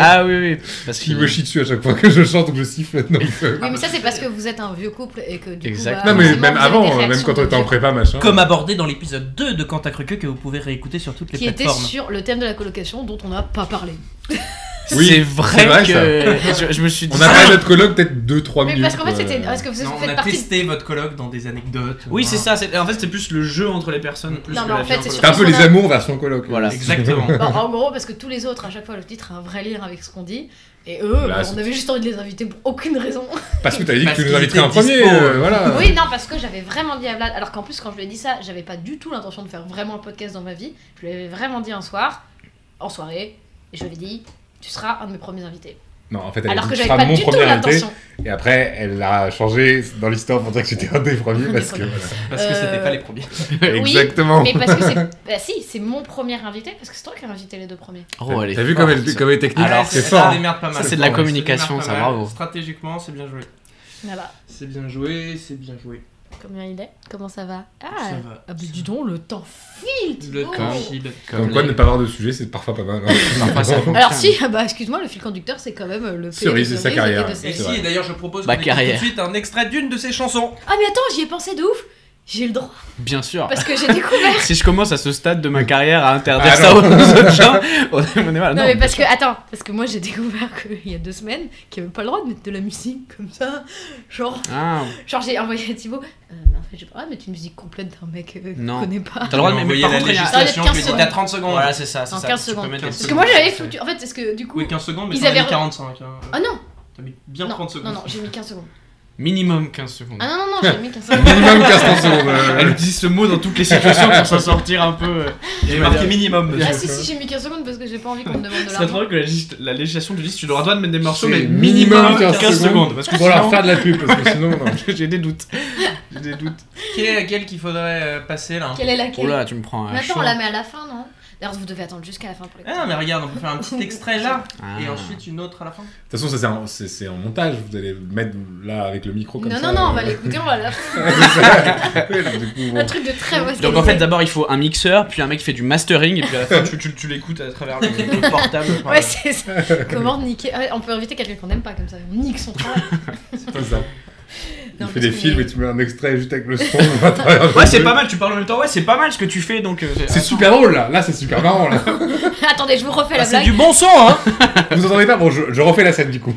Ah oui oui. Parce Qui qu'il me chie dessus à chaque fois que je chante ou que je siffle. donc, euh, Oui, mais ça, c'est parce que vous êtes un vieux couple et que du Exact. coup. bah, Non mais forcément, même vous avez des avant, euh, même réactions quand de on était en vieux prépa machin. Comme abordé dans l'épisode 2 de Cantacruqueux que vous pouvez réécouter sur toutes les qui était plateformes. sur le thème de la colocation dont on n'a pas parlé. Oui, c'est c'est vrai, vrai, que je, je me suis dit. On a parlé de notre colloque peut-être 2-3 Mais minutes. parce qu'en fait, quoi. c'était. Parce que vous Non, on a faites partie. testé votre colloque dans des anecdotes. Oui, voilà. c'est ça. c'est- En fait, c'est plus le jeu entre les personnes. Plus Non, que mais la en vie fait, entre c'est les- C'est un peu Parce les qu'on a- amours version colloque. Voilà. Exactement. Bon, Bah, en gros, parce que tous les autres, à chaque fois, le titre a un vrai lien avec ce qu'on dit. Et eux, Là, bah, on c'est- avait juste envie de les inviter pour aucune raison. Parce que t'as dit que Parce tu nous qu'ils inviterais en étaient premier, dispo. euh, voilà. Oui, non, parce que j'avais vraiment dit à Vlad. Alors qu'en plus, quand je lui ai dit ça, j'avais pas du tout l'intention de faire vraiment un podcast dans ma vie. Je lui avais vraiment dit un soir, en soirée, et je lui avais dit Tu seras un de mes premiers invités. Non, en fait, elle a Alors dit que tu j'avais seras pas mon du tout premier invité. l'intention. Et après, elle l'a changé dans l'histoire pour dire que j'étais un des premiers des parce que. Parce que Euh, c'était pas les premiers. voilà. Oui, Exactement. Mais parce que c'est. Bah si, c'est mon premier invité, parce que c'est toi qui as invité les deux premiers. Oh, elle est T'as vu comme forte. elle comme elle est technique Alors, c'est c'est fort. Ça démerde pas mal. Ça, c'est de la Ouais, se communication, démerde ça, pas mal. bravo. Stratégiquement, c'est bien joué. Voilà. C'est bien joué, c'est bien joué. Combien il est Comment ça va Ah, Ça va. ah bah, dis donc, le temps file dis Le donc. temps file. Comme quoi, ne pas avoir de sujet, c'est parfois pas mal. hein. Parfois, ça fonctionne. Alors si, ah bah excuse-moi, le fil conducteur c'est quand même euh, le pays de Cerise et sa et carrière. de Et Et Cerise. C'est vrai. si, et d'ailleurs, je propose Ma qu'on écoute tout de carrière. suite un extrait d'une de ses chansons. Ah mais attends, j'y ai pensé de ouf J'ai le droit, Bien sûr. parce que j'ai découvert Si je commence à ce stade de ma carrière à interdire Ah, ça non. aux autres gens, on est on est mal. Ah Non mais parce que, attends, parce que moi j'ai découvert qu'il y a deux semaines qu'il n'y avait pas le droit de mettre de la musique comme ça, genre, Ah, genre j'ai envoyé à Thibaut, euh, mais en fait j'ai pas le droit de mettre une musique complète d'un mec euh, Non. qu'on connaît pas. t'as le droit de Mais mais envoyez par la contre, il y a- légende. Ça législation, va être mais 15 t'as 30 secondes. Voilà, c'est ça, c'est En ça. 15 tu peux secondes. mettre Parce Parce des- que moi j'avais c'est- foutu, en fait parce que du coup... Oui, 15 secondes, mais Ils t'en as avaient mis re- 45. hein. Ah non, T'as mis bien non, 30 non, secondes. non, j'ai mis 15 secondes. Minimum 15 secondes. Ah non, non, non, j'ai mis 15 secondes. Minimum 15 secondes. Elle euh, utilise ce mot dans toutes les situations pour s'en sortir un peu. Il y avait marqué minimum. Ah si, si, j'ai mis 15 secondes parce que j'ai pas envie qu'on me demande de Ça serait l'argent. drôle que la, légis- la législation te dise tu auras le droit de mettre des morceaux, C'est mais minimum minimum 15, secondes. Parce que Pour leur sinon, faire de la pub, parce que sinon. non. j'ai des doutes. J'ai des doutes. Quelle est laquelle qu'il faudrait euh, passer Hein. là Quelle est laquelle Oh là, tu me prends un Mais attends, chaud. on la met à la fin, non D'ailleurs, vous devez attendre jusqu'à la fin pour les Ah non, mais regarde, on peut faire un petit extrait là, Ah. et ensuite une autre à la fin. De toute façon, ça, c'est en- c'est c'est en montage. Vous allez mettre là avec le micro comme Non, ça. non, non, on euh, va l'écouter, on va la ouais, donc, du coup, bon. Un truc de très voici. Donc en fait, d'abord il faut un mixeur, puis un mec qui fait du mastering, et puis à la fin Ah, tu, tu- tu l'écoutes à travers le, le portable. Ouais, c'est ça. Comment niquer Ouais, On peut inviter quelqu'un qu'on n'aime pas comme ça. On nique son travail. C'est pas ça. Non, Il fais des films et tu mets un extrait juste avec le son. on va travailler un Ouais, peu. c'est pas mal, tu parles en même temps. Ouais, c'est pas mal ce que tu fais donc. euh, C'est super drôle là, là c'est super marrant là. Attendez, je vous refais Ah, la c'est blague. du bon son, hein Vous entendez pas Bon, je, je refais la scène du coup.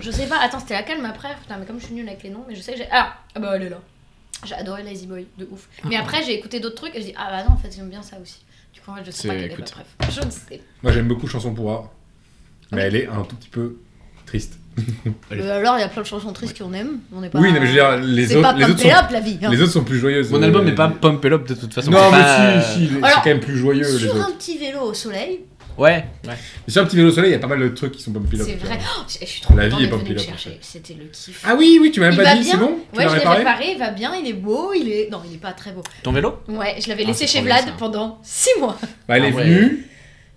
Je sais pas, attends, c'était la calme après. Putain, mais comme je suis nulle avec les noms, mais je sais que j'ai. Ah, ah bah elle est là. J'ai adoré Lazy Boy, de ouf. Ah. Mais après, j'ai écouté d'autres trucs et j'ai dit, ah bah non, en fait, j'aime bien ça aussi. Du coup, en fait, je sais C'est- pas quelle est écoute. bah, bref. Je ne sais Moi j'aime beaucoup Chanson pour A, mais elle est un tout petit peu triste. Allez. Euh, alors, il y a plein de chansons tristes qu'on aime. On est pas... Oui, non, mais je veux dire, les Bah, C'est pas autres, les, comme autres sont, Pélope, la vie. hein. les autres sont plus joyeuses. Mon euh, album n'est pas Pump It Up de toute façon. Non, c'est mais pas, si, si, il est- c'est Alors, quand même plus joyeux les Sur autres. un petit vélo au soleil, euh, Ouais. Mais Sur un petit vélo au soleil, il y a pas mal de trucs qui sont pas pilotes. c'est tu vrai. vois. Oh, je je suis trop La vie contente est d'être pas venue me pilote, en chercher. C'était le kiff. Ah oui, oui, tu m'as même Il pas va dit, bien c'est bon Tu Ouais, l'as je l'ai réparé réparé, il va bien, il est beau, il est. Non, il est pas très beau. Ton vélo Ouais, je l'avais Ah, laissé c'est chez trop bien, Vlad ça. pendant 6 mois. Bah, elle Ah est ouais. venue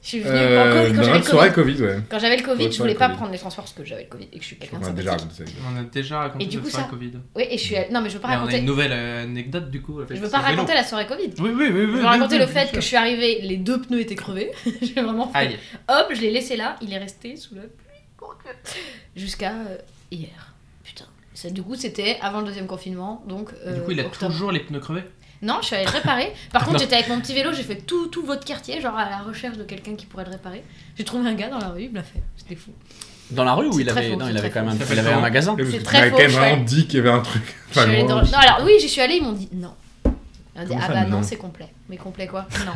Je suis venue en euh, Covid quand dans j'avais le notre Covid. soirée Covid, ouais. Quand j'avais le Covid, Votre je soirée voulais pas Covid. prendre les transports parce que j'avais le Covid et que je suis quelqu'un On de a déjà sympathique. raconté ça. On a déjà raconté Et du cette coup, soirée ça- Covid. Oui, et je suis. Non, mais je veux pas Mais on a raconter. une nouvelle euh, anecdote du coup. avec Je veux ce pas vélo. raconter la soirée Covid. Oui, oui, oui. Je oui, veux raconter oui, le oui, fait bien que je sûr. suis arrivée, les deux pneus étaient crevés. J'ai vraiment fait. Aïe. Hop, je l'ai laissé là, il est resté sous la pluie. mon Dieu. Jusqu'à euh, hier. Putain. Ça, du coup, c'était avant le deuxième confinement, donc. euh, Du coup, il a octobre. toujours les pneus crevés. Non, je suis allée le réparer. Par contre, j'étais avec mon petit vélo, j'ai fait tout, tout votre quartier, genre à la recherche de quelqu'un qui pourrait le réparer. J'ai trouvé un gars dans la rue, il me l'a fait. C'était fou. Dans la rue où C'est il très avait, faux, non, c'est il avait très quand même faux. un, il avait un magasin. Parce que tu très m'avais faux, quand même je vraiment dit qu'il y avait un truc. Je Enfin, suis allée loin. dans- Non, alors oui, j'y suis allée, ils m'ont dit non. Ils m'ont dit, Comment ah ça, bah non, non c'est complet. Mais complet quoi Non.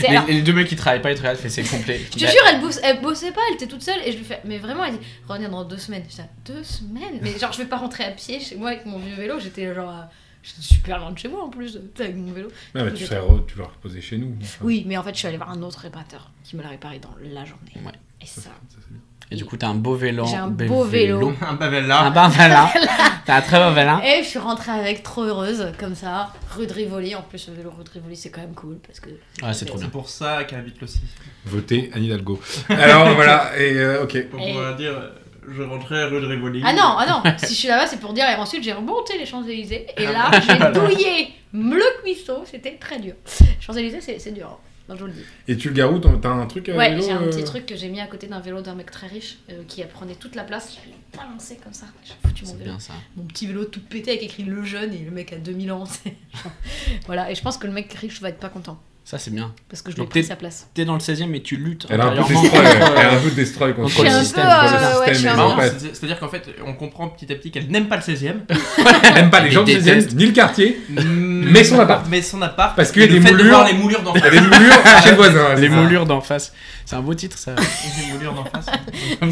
C'est Les, alors. les deux mecs qui travaillent pas, ils travaillent, fait c'est complet. Je te jure, elle, bosse, elle bossait pas, elle était toute seule et je lui fais. Mais vraiment, elle dit reviens dans deux semaines. J'étais là, deux semaines Mais genre, je vais pas rentrer à pied chez moi avec mon vieux vélo, j'étais genre. à- J'étais super loin de chez moi en plus, tu sais, avec mon vélo. Non, mais tu serais re- tu l'as reposé chez nous. enfin. Oui, mais en fait, je suis allée voir un autre réparateur qui me l'a réparé dans la journée. Ouais. Et ça. Ça, c'est bien. Et du coup, t'as un beau vélo. J'ai un bel beau vélo. Un Un Ah. bavella. bel vélo. T'as un très beau vélo. Et je suis rentrée avec trop heureuse, comme ça, rue de Rivoli. En plus, le vélo rue de Rivoli, c'est quand même cool parce que. Ouais, c'est trop bien. C'est pour ça qu'elle habite le site. Votez Anne Hidalgo. Alors voilà, et euh, ok. Pour Et- pouvoir dire, euh, je rentrais à rue de Rivoli. Ah non, ah non, si je suis là-bas, c'est pour dire. Et ensuite, j'ai remonté les Champs-Élysées et là, j'ai douillé le cuisson, c'était très dur. Champs-Élysées, c'est c'est dur, hein. Non, je vous le dis. Et tu le garou, t'en- t'as un truc à Ouais, vélo, j'ai un euh, petit truc que j'ai mis à côté d'un vélo d'un mec très riche euh, qui prenait toute la place. Je l'ai balancé comme ça. J'ai foutu mon C'est vélo. bien ça. Mon petit vélo tout pété avec écrit le jeune et le mec a 2000 ans. c'est- voilà, et je pense que le mec riche va être pas content Ça, c'est bien. parce que je lui ai Donc pris t'es- sa place. T'es dans le 16 e et tu luttes. Elle a un peu intérieurement destroy, contre, elle a euh, un peu destroy contre contre le le système, contre le euh, système, ouais, je suis mais elle un peu- aime Marrant, pas- c'est- c'est-à-dire qu'en fait, on comprend petit à petit qu'elle n'aime pas le 16 e elle aime pas les Elle gens de déteste. 16e, ni le quartier. mais son appart. Mais son appart. Parce qu'il y Et a le des fait moulures. de voir les moulures d'en Il y face. a des moulures chez le voisin. Les c'est ça. moulures d'en face. C'est un beau titre, ça. les moulures d'en face.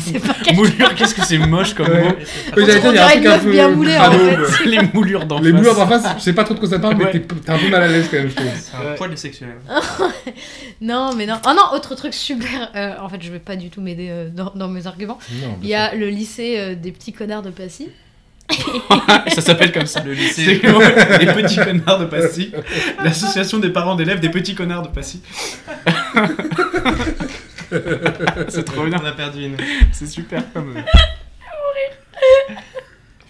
C'est pas quelque Moulures, qu'est-ce que c'est moche comme Ouais. mot. Et c'est pas- Oui, j'allais dire, il y a un On dirait truc une un meuf bien peu moulée, crado, en fait. quoi. Les moulures d'en face. Les moulures d'en face, je sais pas trop de quoi ça parle, mais Ouais. t'es t'es un peu mal à l'aise quand même, je trouve. C'est un poil sexuel. Non, mais non. Ah non, autre truc super. euh, en fait, je vais pas du tout m'aider euh, dans, dans mes arguments. Non, Il y a le lycée euh, des petits connards de Passy. Ah, ça s'appelle comme ça. Le C'est lycée. comment les petits connards de Passy. L'association des parents d'élèves des petits connards de Passy. c'est trop bien. On a perdu une. C'est Ah, super comme.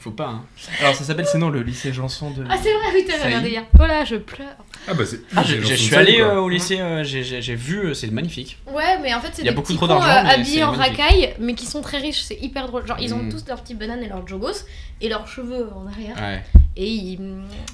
Faut pas, hein. Alors ça s'appelle sinon le lycée Janson de. Ah, c'est vrai, oui, t'as Ça y est. regardé hier. Voilà, je pleure. Ah bah c'est. Ah, je, c'est je genre suis son allé seul, quoi. euh, au lycée, euh, j'ai- j'ai j'ai vu, euh, c'est magnifique. Ouais, mais en fait, c'est Y a des beaucoup petits trop cons d'argent, euh, mais c'est habillés en magnifique. racaille, mais qui sont très riches. C'est hyper drôle. Genre, ils ont Mm. tous leurs petites bananes et leurs jogos et leurs cheveux en arrière. Ouais. Et ils.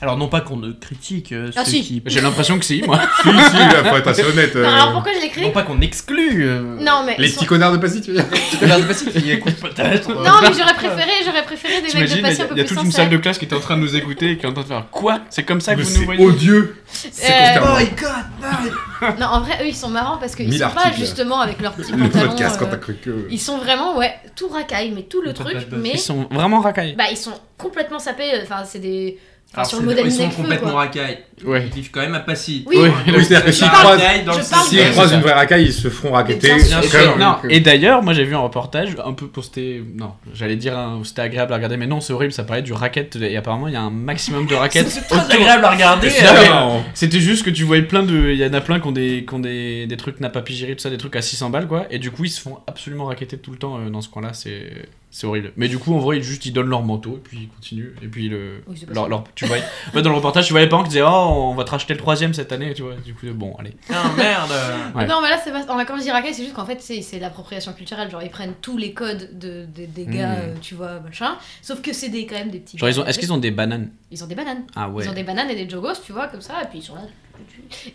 Alors non pas qu'on ne critique euh, Ah, ceux si. qui. J'ai l'impression que si, moi. Si, si, là, faut être assez honnête. euh, Non, alors pourquoi je l'ai créé Non pas qu'on exclut. euh, Non, mais. Les ils sont- petits connards de Passy, tu veux dire les connards de Passy qui écoutent peut-être. euh, Non, mais j'aurais préféré, j'aurais préféré des mecs de T'imagines, il Passy y un a, peu il y a plus toute une salle sincères. de classe qui est en train de nous écouter et qui est en train de faire quoi C'est comme ça que Mais vous nous C'est voyez odieux. C'est Euh, Oh consternant. Non, en vrai, eux, ils sont marrants parce qu'ils Mille sont pas articles. justement avec leurs petits Le pantalons. podcast quand euh, t'as cru que. Ils sont vraiment, ouais, tout racaille, mais tout le Ils sont pas truc, de base. mais Ils sont vraiment racailles. bah ils sont complètement sapés. euh, Enfin, c'est des, enfin alors, sur le c'est- modèle Ils sont Nekfeu, complètement quoi. racailles. Ouais. Ils vivent quand même à Passy. Oui, Oui. Oui, c'est-à-dire que La s'ils croisent, racaille dans le Je parle s'ils bien. croisent une vraie racaille, ils se feront racketter. bien c'est sûr. quand même- euh. Non, et d'ailleurs, moi j'ai vu un reportage un peu posté. Non, j'allais dire un- c'était agréable à regarder, mais non, c'est horrible. Ça parlait du racket et apparemment il y a un maximum de rackets. C'est très agréable à regarder. C'est euh, vrai. Non. C'était juste que tu voyais plein de. Il y en a plein qui ont des, qui ont des, des trucs n'a pas pigéré, tout ça, des trucs à 600 balles quoi. Et du coup, ils se font absolument racketter tout le temps euh, dans ce coin-là. C'est C'est horrible. Mais du coup, en vrai, ils juste ils donnent leur manteau et puis ils continuent. Et puis le, Oui, c'est pas leur, leur- tu vois, en fait, dans le reportage, tu vois les parents qui disaient Oh, on va te racheter le troisième cette année. Tu vois, du coup, bon, allez. Ah merde Ouais. Non, mais là, c'est pas... en vacances d'Irakais, c'est juste qu'en fait, c'est c'est l'appropriation culturelle. Genre, ils prennent tous les codes de, des- des gars, Mm. euh, tu vois, machin. Sauf que c'est des, quand même des petits. Genre, ils ont, est-ce qu'ils ont des bananes Ils ont des bananes. Ah ouais. Ils ont des bananes et des jogos, tu vois, comme ça, et puis ils sont là.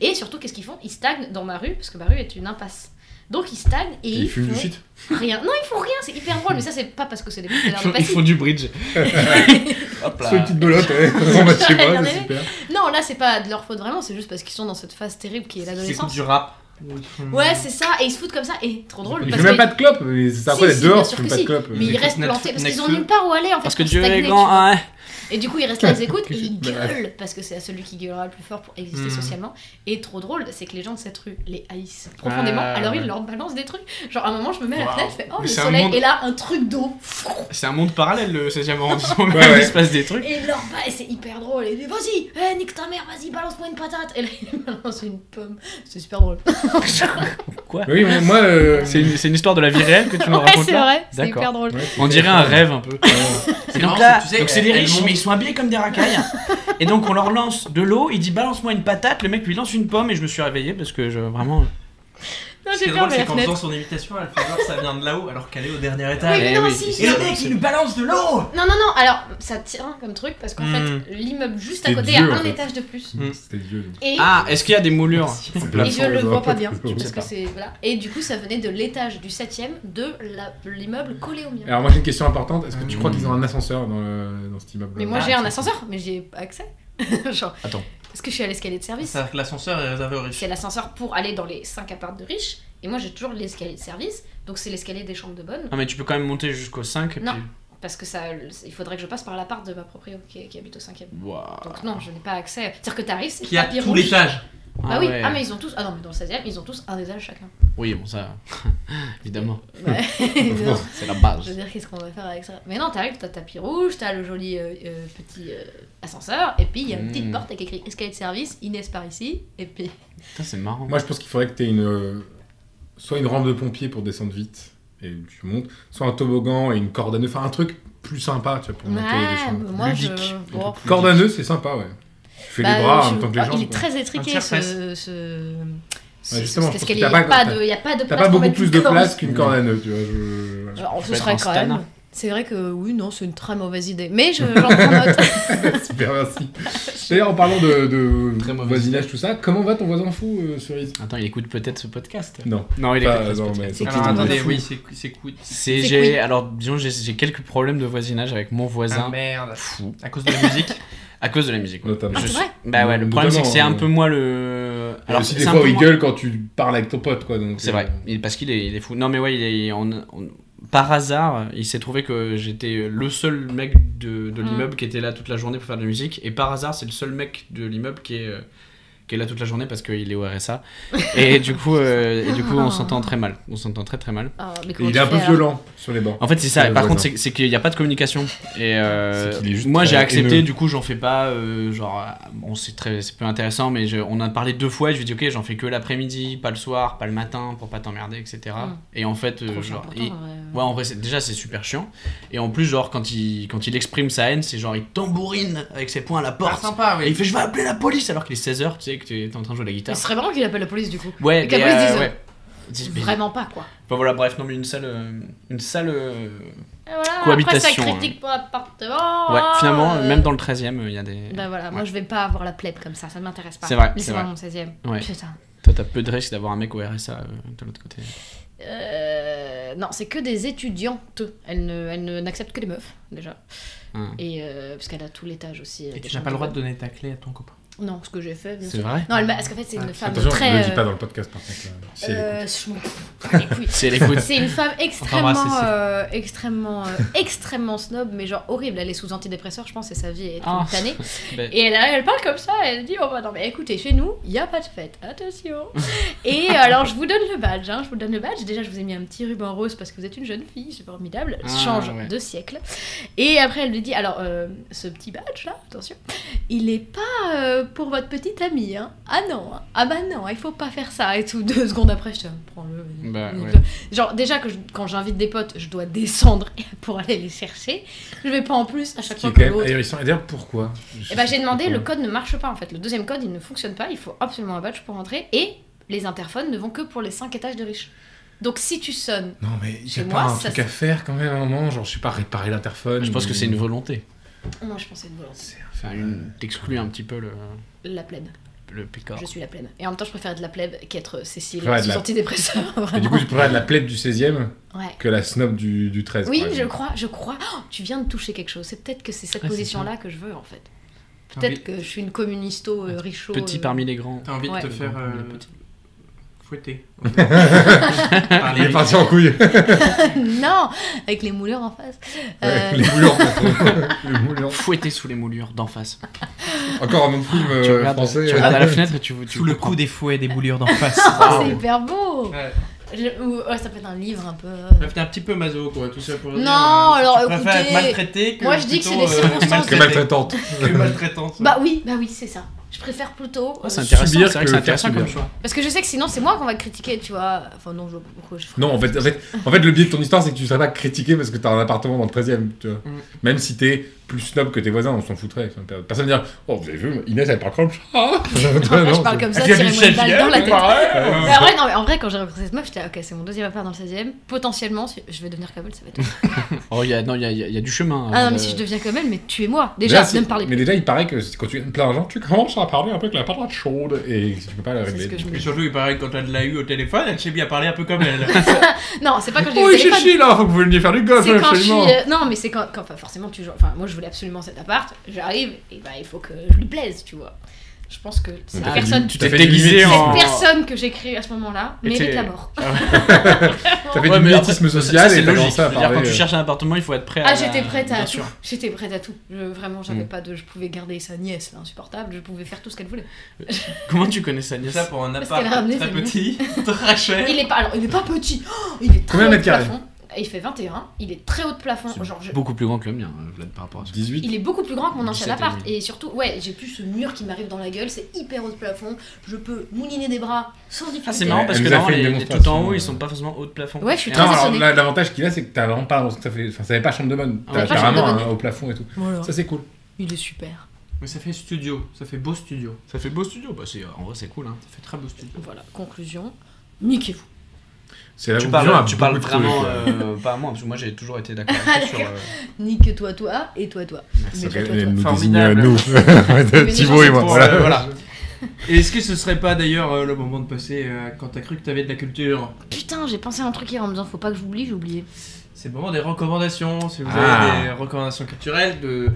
Et surtout, qu'est-ce qu'ils font Ils stagnent dans ma rue, parce que ma rue est une impasse. Donc ils stagnent et ils, Ils fument du font shit. rien. Non, ils font rien, c'est hyper drôle, mais ça, c'est pas parce que c'est des Ils font, de ils font du bridge. Hop Soit une là. petite belote, ouais. on va de chez moi, Regardez. c'est super. Non, là, c'est pas de leur faute vraiment, c'est juste parce qu'ils sont dans cette phase terrible qui est J'écoute l'adolescence. du rap. Ouais, c'est ça, et ils se foutent comme ça, et trop drôle. Ils parce fument même que- pas de clope, mais c'est Si, après si, bien dehors, sûr ils fument que pas de si. clope. Mais ils Écoute restent Netflix- plantés parce qu'ils ont Netflix. nulle part où aller en fait. Parce que pour Dieu est stagner, grand, tu vois. hein. Et du coup, ils restent là, ils écoutent Que et ils je- bah, ouais. gueulent parce que c'est à celui qui gueulera le plus fort pour exister Mm. socialement. Et trop drôle, c'est que les gens de cette rue les haïssent profondément. Ah, alors ouais. ils leur balancent des trucs. Genre à un moment, je me mets à la Waouh. fenêtre, je fais oh Mais le c'est un soleil monde- et là un truc d'eau. C'est un monde parallèle, le 16ème arrondissement. Ouais, ouais. Il se passe des trucs. Et leur ba- et c'est hyper drôle. Et ils disent, vas-y, eh, nique ta mère, vas-y balance-moi une patate. Et là ils balancent une pomme. C'est super drôle. Quoi Oui, mais moi, euh, C'est une, c'est une histoire de la vie réelle que tu me Ouais racontes c'est là vrai, c'est D'accord. hyper drôle. ouais, On dirait un rêve un peu. C'est donc marrant, là, c'est que tu sais, donc c'est elle- des elle riches, monte. mais ils sont habillés comme des racailles. et donc on leur lance de l'eau, il dit balance-moi une patate, le mec lui lance une pomme et je me suis réveillé parce que je, vraiment. Non Ce qui j'ai est peur drôle, de c'est la qu'en faisant fenêtre. son imitation, elle fait genre ça vient de là-haut alors qu'elle est au dernier Oui, étage. mais Eh non, oui, si, Et si. le mec, il lui balance de l'eau Non, non, non, alors ça tient comme truc parce qu'en Mm. fait, l'immeuble juste à C'était côté vieux, a en un fait. étage de plus. Mm. C'était vieux. Et, Ah, est-ce qu'il y a des moulures et je le vois pas bien. Je Parce sais que pas. c'est, voilà. Et du coup, ça venait de l'étage du 7 de la- l'immeuble collé au mien. Alors moi j'ai une question importante, est-ce que tu crois Hmm. qu'ils ont un ascenseur dans, le- dans cet immeuble mais moi, Ah, j'ai un c'est- ascenseur, mais j'y ai pas accès. Genre, Attends. Parce que je suis à l'escalier de service. C'est-à-dire que l'ascenseur est réservé aux riches. C'est l'ascenseur pour aller dans les 5 apparts de riches. Et moi, j'ai toujours l'escalier de service. Donc, c'est l'escalier des chambres de bonne. Non, mais tu peux quand même monter jusqu'au 5 et Non. puis. Parce que ça, il faudrait que je passe par l'appart de ma proprio qui, qui habite au 5 Waouh. Donc, non, je n'ai pas accès. C'est-à-dire que t'arrives, c'est Qui a tapis tout rouge. l'étage. Ah, oui, ouais. ah mais ils ont tous. Ah non, mais dans le 16 e ils ont tous un étage chacun. Oui, bon, ça. Évidemment, Non, c'est la Je veux base. dire, qu'est-ce qu'on va faire avec ça Mais non, t'arrives, t'as tapis rouge, t'as le joli euh, euh, petit euh, ascenseur, et puis il y a une Hmm. petite Mm. porte avec écrit escalier de service, Inès par ici, et puis. Putain, c'est marrant. Moi je pense qu'il faudrait que tu aies une, euh, soit une rampe de pompier pour descendre vite et tu montes, soit un toboggan et une corde à nœud, enfin un truc plus sympa tu vois, pour Ouais, monter les mais chambres. moi je. Ludique. bon. Corde à nœud c'est sympa ouais. Tu fais Bah, les bras je- en même temps que les Ah, jambes. Il est quoi. très Un étriqué ce. tiers-fesse. ce... ce- justement, cet je pense que escalier, t'as il y a pas- pas de- il y a pas de T'as place. pas pour beaucoup mettre plus une de corde. place qu'une corde à nœud tu vois. je- voilà. Alors, Tu ce peux serait être un quand même. stana. C'est vrai que oui, non, c'est une très mauvaise idée. Mais je, j'en prends note. Super merci. D'ailleurs en parlant de, de Très mauvaise voisinage tout ça, comment va ton voisin fou euh, Cerise Attends, il écoute peut-être ce podcast. Non. Non, il Pas- écoute pas ce non, podcast. mais- Alors Qui dit attendez, fou. oui, c'est c'est cool. C'est, C'est j'ai, queen. alors, disons, j'ai, j'ai quelques problèmes de voisinage avec mon Ah voisin merde. fou À cause de la musique. à cause de la musique. ouais. Notamment. Ah, c'est suis- vrai Bah ouais, le problème c'est que c'est un Notamment, peu moi le. Alors, aussi des c'est un fois peu il moins- gueule quand tu parles avec ton pote quoi donc. C'est euh, vrai, il- parce qu'il est, il est fou. Non mais ouais, il est, on- on- par hasard, il s'est trouvé que j'étais le seul mec de, de Mm. l'immeuble qui était là toute la journée pour faire de la musique. Et par hasard, c'est le seul mec de l'immeuble qui est, euh, qui est là toute la journée parce qu'il est au RSA. Et du coup, euh, et du coup on s'entend très mal. On s'entend très très mal. Ah, mais comment Il tu est un peu fais, alors violent sur les bancs. En fait, c'est ça. Le Par voisin. contre, c'est c'est qu'il n'y a pas de communication. Et euh, Euh, C'est qu'il est juste moi, j'ai très accepté. haineux. Du coup, j'en fais pas. euh, genre, ah, bon, c'est très, c'est peu intéressant, mais je- on en a parlé deux fois. Et je lui ai dit, ok, j'en fais que l'après-midi, pas le soir, pas le matin, pour pas t'emmerder, etc. Mm. Et en fait, euh, Trop chiant genre, pour toi, hein. il- en vrai. ouais, en vrai, c'est- déjà, c'est super chiant. Et en plus, genre, quand il, quand il exprime sa haine, c'est genre, il tambourine avec ses poings à la Ah, Pas porte. sympa, et il oui. fait, je vais appeler la police alors qu'il est 16h, tu sais, que t'es t'es en train de jouer à la Mais guitare. ce serait marrant qu'il appelle la police du coup. Ouais, Et qu'après, mais, ils euh, disent, hein. ouais. Dis- mais- Vraiment pas quoi. Enfin, voilà, bref, non, mais une salle. euh, Une salle. euh, Et voilà, Cohabitation, Après, ça critique pour l'appartement. Ouais, finalement, euh, même dans le 13 e il y a des. Bah voilà, moi Ouais. je vais pas avoir la plèbe comme ça, ça ne m'intéresse pas. C'est vrai, c'est Laissez-moi vrai. mon 16 e Ouais. Putain. Toi, t'as peu de risque d'avoir un mec au RSA euh, de l'autre côté. Euh, non, c'est que des étudiantes. Elle ne, elle ne- n'accepte que des meufs, déjà. Ah. Et euh, parce qu'elle a tout l'étage aussi. euh, Et des tu n'as pas le gens droit de donner ta clé à ton copain. Non, ce que j'ai fait, bien C'est sûr. vrai Non, elle m'a- parce qu'en fait, c'est une Ah, femme Attention, très. ne le dis pas euh, dans le podcast par contre. là. Si elle euh, écoute. je m'en fous. Les couilles. C'est l'écoute. C'est une femme Enfin, extrêmement, bref, c'est- euh, extrêmement, euh, extrêmement snob, mais genre horrible. Elle est sous antidépresseur, je pense, et sa vie est Ah. toute tannée. Ben. Et elle, arrive, elle parle comme ça, elle dit Oh bah non, mais écoutez, chez nous, il n'y a pas de fête, attention. et alors, je vous donne le badge, hein, je vous donne le badge. Déjà, je vous ai mis un petit ruban rose parce que vous êtes une jeune fille, c'est formidable, Ah, change ouais. de siècle. Et après, elle lui dit Alors, euh, ce petit badge là, attention, il n'est pas euh, euh, pour votre petite amie, hein. Ah non, hein. ah bah non, il faut pas faire ça. Et tout, deux secondes après, je te Ah, prends-le. vas-y. Bah, ouais. Genre, déjà, que je- quand j'invite des potes, je dois descendre pour aller les chercher. Je vais pas en plus à chaque Qui fois est que quand même l'autre. ahurissant. Et d'ailleurs, pourquoi Et bah j'ai demandé, le code ne marche pas en fait. Le deuxième code, il ne fonctionne pas, il faut absolument un badge pour rentrer et les interphones ne vont que pour les 5 étages de riches. Donc si tu sonnes, Non, mais il y Chez a pas moi, un ça truc se- à faire quand même à un moment. Genre, je sais pas, réparer l'interphone. Je pense ou- que c'est une volonté. moi je pensais une volonté. C'est- Enfin, une... Euh, T'exclus un petit peu le, La plèbe, le picard. je suis la plèbe. Et en même temps, je préfère être la plèbe qu'être Cécile Je préfère être sous la- antidépresseur. Et vraiment. du coup, je préfère la plèbe du 16 e Ouais. que la snob du, du 13. Oui, par je exemple. crois, je crois. Oh, tu viens de toucher quelque chose. C'est peut-être que c'est cette Ah, c'est position-là que je veux en fait. T'as Peut-être envie- que je suis une communisto euh, richaud. Petit euh, parmi les grands. T'as envie Ouais. de te faire euh, Les petits. fouetter. Par Il les est parti en couille. non, avec les moulures en face. Euh, Ouais, les moulures. les moulures. Fouetté sous les moulures d'en face. Encore un autre film euh, tu regardes, français. tu euh, regardes à la fenêtre et tu tu Sous le comprends. coup des fouets et des boulures d'en face. oh, c'est hyper beau. Ouais. Je- ou- ouais, ça peut être un livre un peu. euh, T'es un petit peu maso, quoi, tout ça pour Non, dire, euh, alors, tu préfères écoutez, être maltraité que moi, je dis que c'est plutôt, les euh, circonstances. Que maltraité. maltraitante. Que maltraitante. Bah oui, bah oui, c'est ça. Je préfère plutôt. Ah, euh, c'est intéressant, c'est Subir vrai que que c'est intéressant faire comme subir. choix. Parce que je sais que sinon c'est moi qu'on va critiquer, tu vois. Enfin non, je vois pas pourquoi je. Non, en fait, en, fait, en fait, le biais de ton histoire, c'est que tu serais pas critiqué parce que t'as un appartement dans le 13 e tu vois. Mm. Même si t'es plus snob que tes voisins, on s'en foutrait. Enfin, Personne ne dirait Oh, vous avez vu, Inès, elle parle comme ça. Après, je parle comme ça, tirez-moi une balle dans la tête. Mais en vrai, non, mais en vrai, quand j'ai rencontré cette meuf, j'étais ah, ok, c'est mon deuxième affaire dans le 16 e Potentiellement, si- je vais devenir comme elle, ça va être. Oh, il y a, non, il y a, il y a- il y a du chemin. Ah euh, non, mais si je deviens comme elle, mais tuez-moi. Déjà, ne me parlez Mais plus. déjà, il paraît que quand tu gagnes plein d'argent, tu commences à parler un peu avec la patate chaude et tu peux pas la C'est ce que régler. je me Et dis. surtout, il paraît que quand elle l'a eu au téléphone, elle s'est bien parlé un peu comme elle. Non, c'est pas quand j'ai eu Oh, Oui, le téléphone. chichi, là, faut que vous veniez faire du golf, C'est quand je suis. absolument. euh, Non, mais c'est quand. quand- Enfin, forcément, tu joues- Enfin, moi, je voulais absolument cet appart. J'arrive, et bah, il faut que je lui plaise, tu vois. Je pense que cette t'as fait personne. du- Tu T'as fait t'es du hein. déguisé mimétisme. en. Cette personne que j'ai créée à ce moment-là Et mérite t'es- la mort. T'as fait Ouais, du mais mimétisme après, ça, social ça, et c'est t'as logique. commencé à Je veux dire, parler. Quand tu euh, cherches un appartement, il faut être prêt à. Ah, la- j'étais prête à Euh, Bien tout. sûr. J'étais prête à tout. Je- vraiment, j'avais Mm. pas de. Je pouvais garder sa nièce, là, insupportable. Je pouvais faire tout ce qu'elle voulait. Comment tu connais ça, Agnès ça pour un Parce appart qu'elle a ramené très sa mère. petit, très cher. Il est pas. Alors, il est pas petit. Oh, il est très Combien de haut de mètres carrés plafond. Il fait 21. Il est très haut de plafond. Genre, je- Beaucoup plus grand que le mien, euh, Vlad, par rapport à ça. 18. Il est beaucoup plus grand que mon ancien 17 et appart. demi. Et surtout, ouais, j'ai plus ce mur qui m'arrive dans la gueule. C'est hyper haut de plafond. Je peux mouliner des bras sans difficulté. Ah, c'est marrant parce Elle que nous a non, fait une les, les tout en démonstration, haut, euh. ils sont pas forcément haut de plafond. Ouais, je suis Et très Non, alors, alors impressionné. la- l'avantage qu'il a, c'est que t'as vraiment pas. Ça fait, enfin, ça fait pas chambre de bonne. Ah, T'as ouais. t'as Pas chambre de vraiment un bonne. au plafond et tout. Voilà. Ça, c'est cool. Il est super. Mais ça fait studio, ça fait beau studio. Ça fait beau studio, bah, c'est- en vrai c'est cool. Hein. Ça fait très beau studio. Voilà, conclusion. Niquez-vous. C'est la Tu conclusion à parles, tu parles beaucoup de trucs, vraiment, euh. euh, pas à moi, parce que moi j'ai toujours été d'accord Ah, sur. d'accord. euh, Nique-toi, toi, et toi, toi. Mais Ok, toi, toi, elle toi. nous Formidable. désigne, les nous. gens, Thibaut et c'est moi. Bon, Voilà. euh, voilà. Et est-ce que ce serait pas d'ailleurs euh, le moment de passer euh, quand t'as cru que t'avais de la culture Putain, j'ai pensé à un truc hier en me disant faut pas que j'oublie, j'ai oublié. C'est le moment des recommandations. Si vous Ah. avez des recommandations culturelles de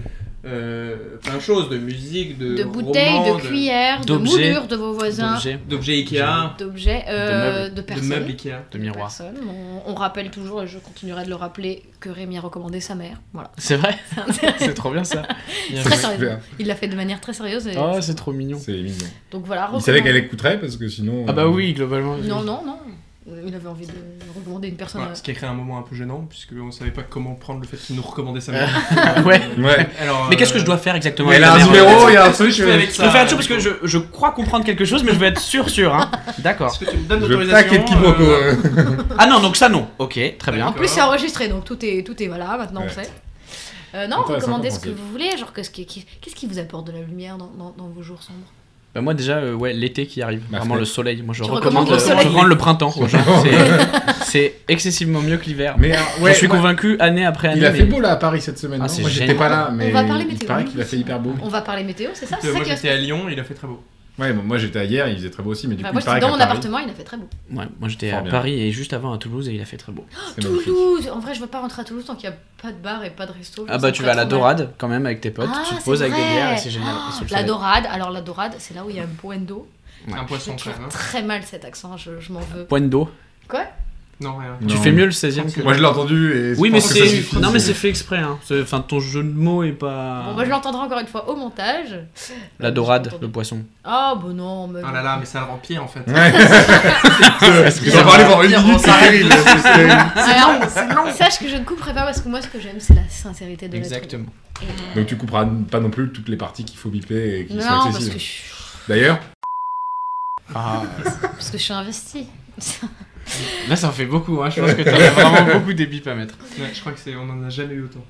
euh, plein de choses, de musique, de, De bouteilles, romans, de cuillères, de d'objets, moulures de vos voisins, D'objets, d'objets Ikea, d'objets, euh, de, de personnes. meubles Ikea. de miroirs. Personne. On, on rappelle toujours, et je continuerai de le rappeler, que Rémi a recommandé sa mère. Voilà. C'est vrai C'est trop bien ça. Bien Très joué. sérieux. Il l'a fait de manière très sérieuse. et- Oh, c'est trop mignon. C'est mignon. Donc voilà. Il savait recommande- qu'elle écouterait parce que sinon. Ah, bah euh, oui, globalement. Non, non, non. Il avait envie de recommander une personne. euh. Voilà, à- ce qui a créé un moment un peu gênant, puisque on savait pas comment prendre le fait qu'il nous recommandait sa mère. ouais. Ouais. Alors, Mais qu'est-ce euh, que je dois faire exactement Elle avec a la un mère, euh, numéro, il y a un truc. je fais avec Je peux ça faire autre chose parce que je, je crois comprendre quelque chose, mais je veux être sûr, sûr. Hein. D'accord. Est-ce que tu me donnes Je l'autorisation taquet de quiproquo. euh, euh. Ah non, donc ça non. Ok, très bien. En plus, c'est enregistré, donc tout est, tout est voilà, maintenant on Ouais. sait. Euh, non, Intéressant recommandez comme ce que concept. vous voulez. Genre, qu'est-ce qui, qui- qu'est-ce qui vous apporte de la lumière dans, dans- dans vos jours sombres Bah moi déjà, euh, ouais, l'été qui arrive, Ma vraiment fenêtre. le soleil. Moi je Tu recommande recommandes le je soleil. recommande le printemps. aux gens. C'est- C'est excessivement mieux que l'hiver. Mais euh, ouais, je suis moi, convaincu année après année. Il a fait mais- beau là à Paris cette semaine. non Ah, c'est Moi j'étais génial. pas là, mais va parler il météo. hein. paraît qu'il a fait hyper beau. On va parler météo, c'est ça C'est ça Moi qui j'étais à Lyon, il a fait très beau. Ouais, bon, moi j'étais à hier, il faisait très beau aussi, mais du Enfin, coup Bah, moi, il j'étais paraît dans qu'à mon Paris, appartement, il a fait très beau. Ouais, moi j'étais Fort à bien. Paris et juste avant à Toulouse et il a fait très beau. Ah, c'est magnifique. Toulouse En vrai, je veux pas rentrer à Toulouse tant qu'il y a pas de bar et pas de resto. Ah bah tu vas à la Dorade quand même avec tes potes, Ah, tu te c'est poses avec des vrai. bières et c'est génial. Ah, et sous le la soleil. dorade, alors la dorade, c'est là où il y a un poendo. Ouais. Un Je poisson trouve frère. hein. très mal cet accent, je, je m'en veux. Point d'eau. Quoi Non, rien. Tu Non. fais mieux le 16ème que. Moi je l'ai entendu et. je Oui, mais pense que ça c'est. suffit. Non, mais c'est fait exprès. hein. C'est- Enfin, ton jeu de mots est pas. Bon, bah, je l'entendrai encore une fois au montage. La dorade, le poisson. Ah, bah non, Oh mais. Ah là là, mais ça le rend pire en fait. Ouais. Parce que Pire, j'en parlais pendant une pire, minute, on c'est s'arrête. terrible. c'est- Alors, Sache que je ne couperai pas parce que moi, ce que j'aime, c'est la sincérité de Exactement. la truc. Et- Donc tu couperas pas non plus toutes les parties qu'il faut biper et qui sont Non, parce accessibles. que, je... D'ailleurs, parce que je suis investie. Ah. Là, ça en fait beaucoup. Hein. Je pense que t'as vraiment beaucoup des bips à mettre. Ouais, je crois que c'est, on en a jamais eu autant.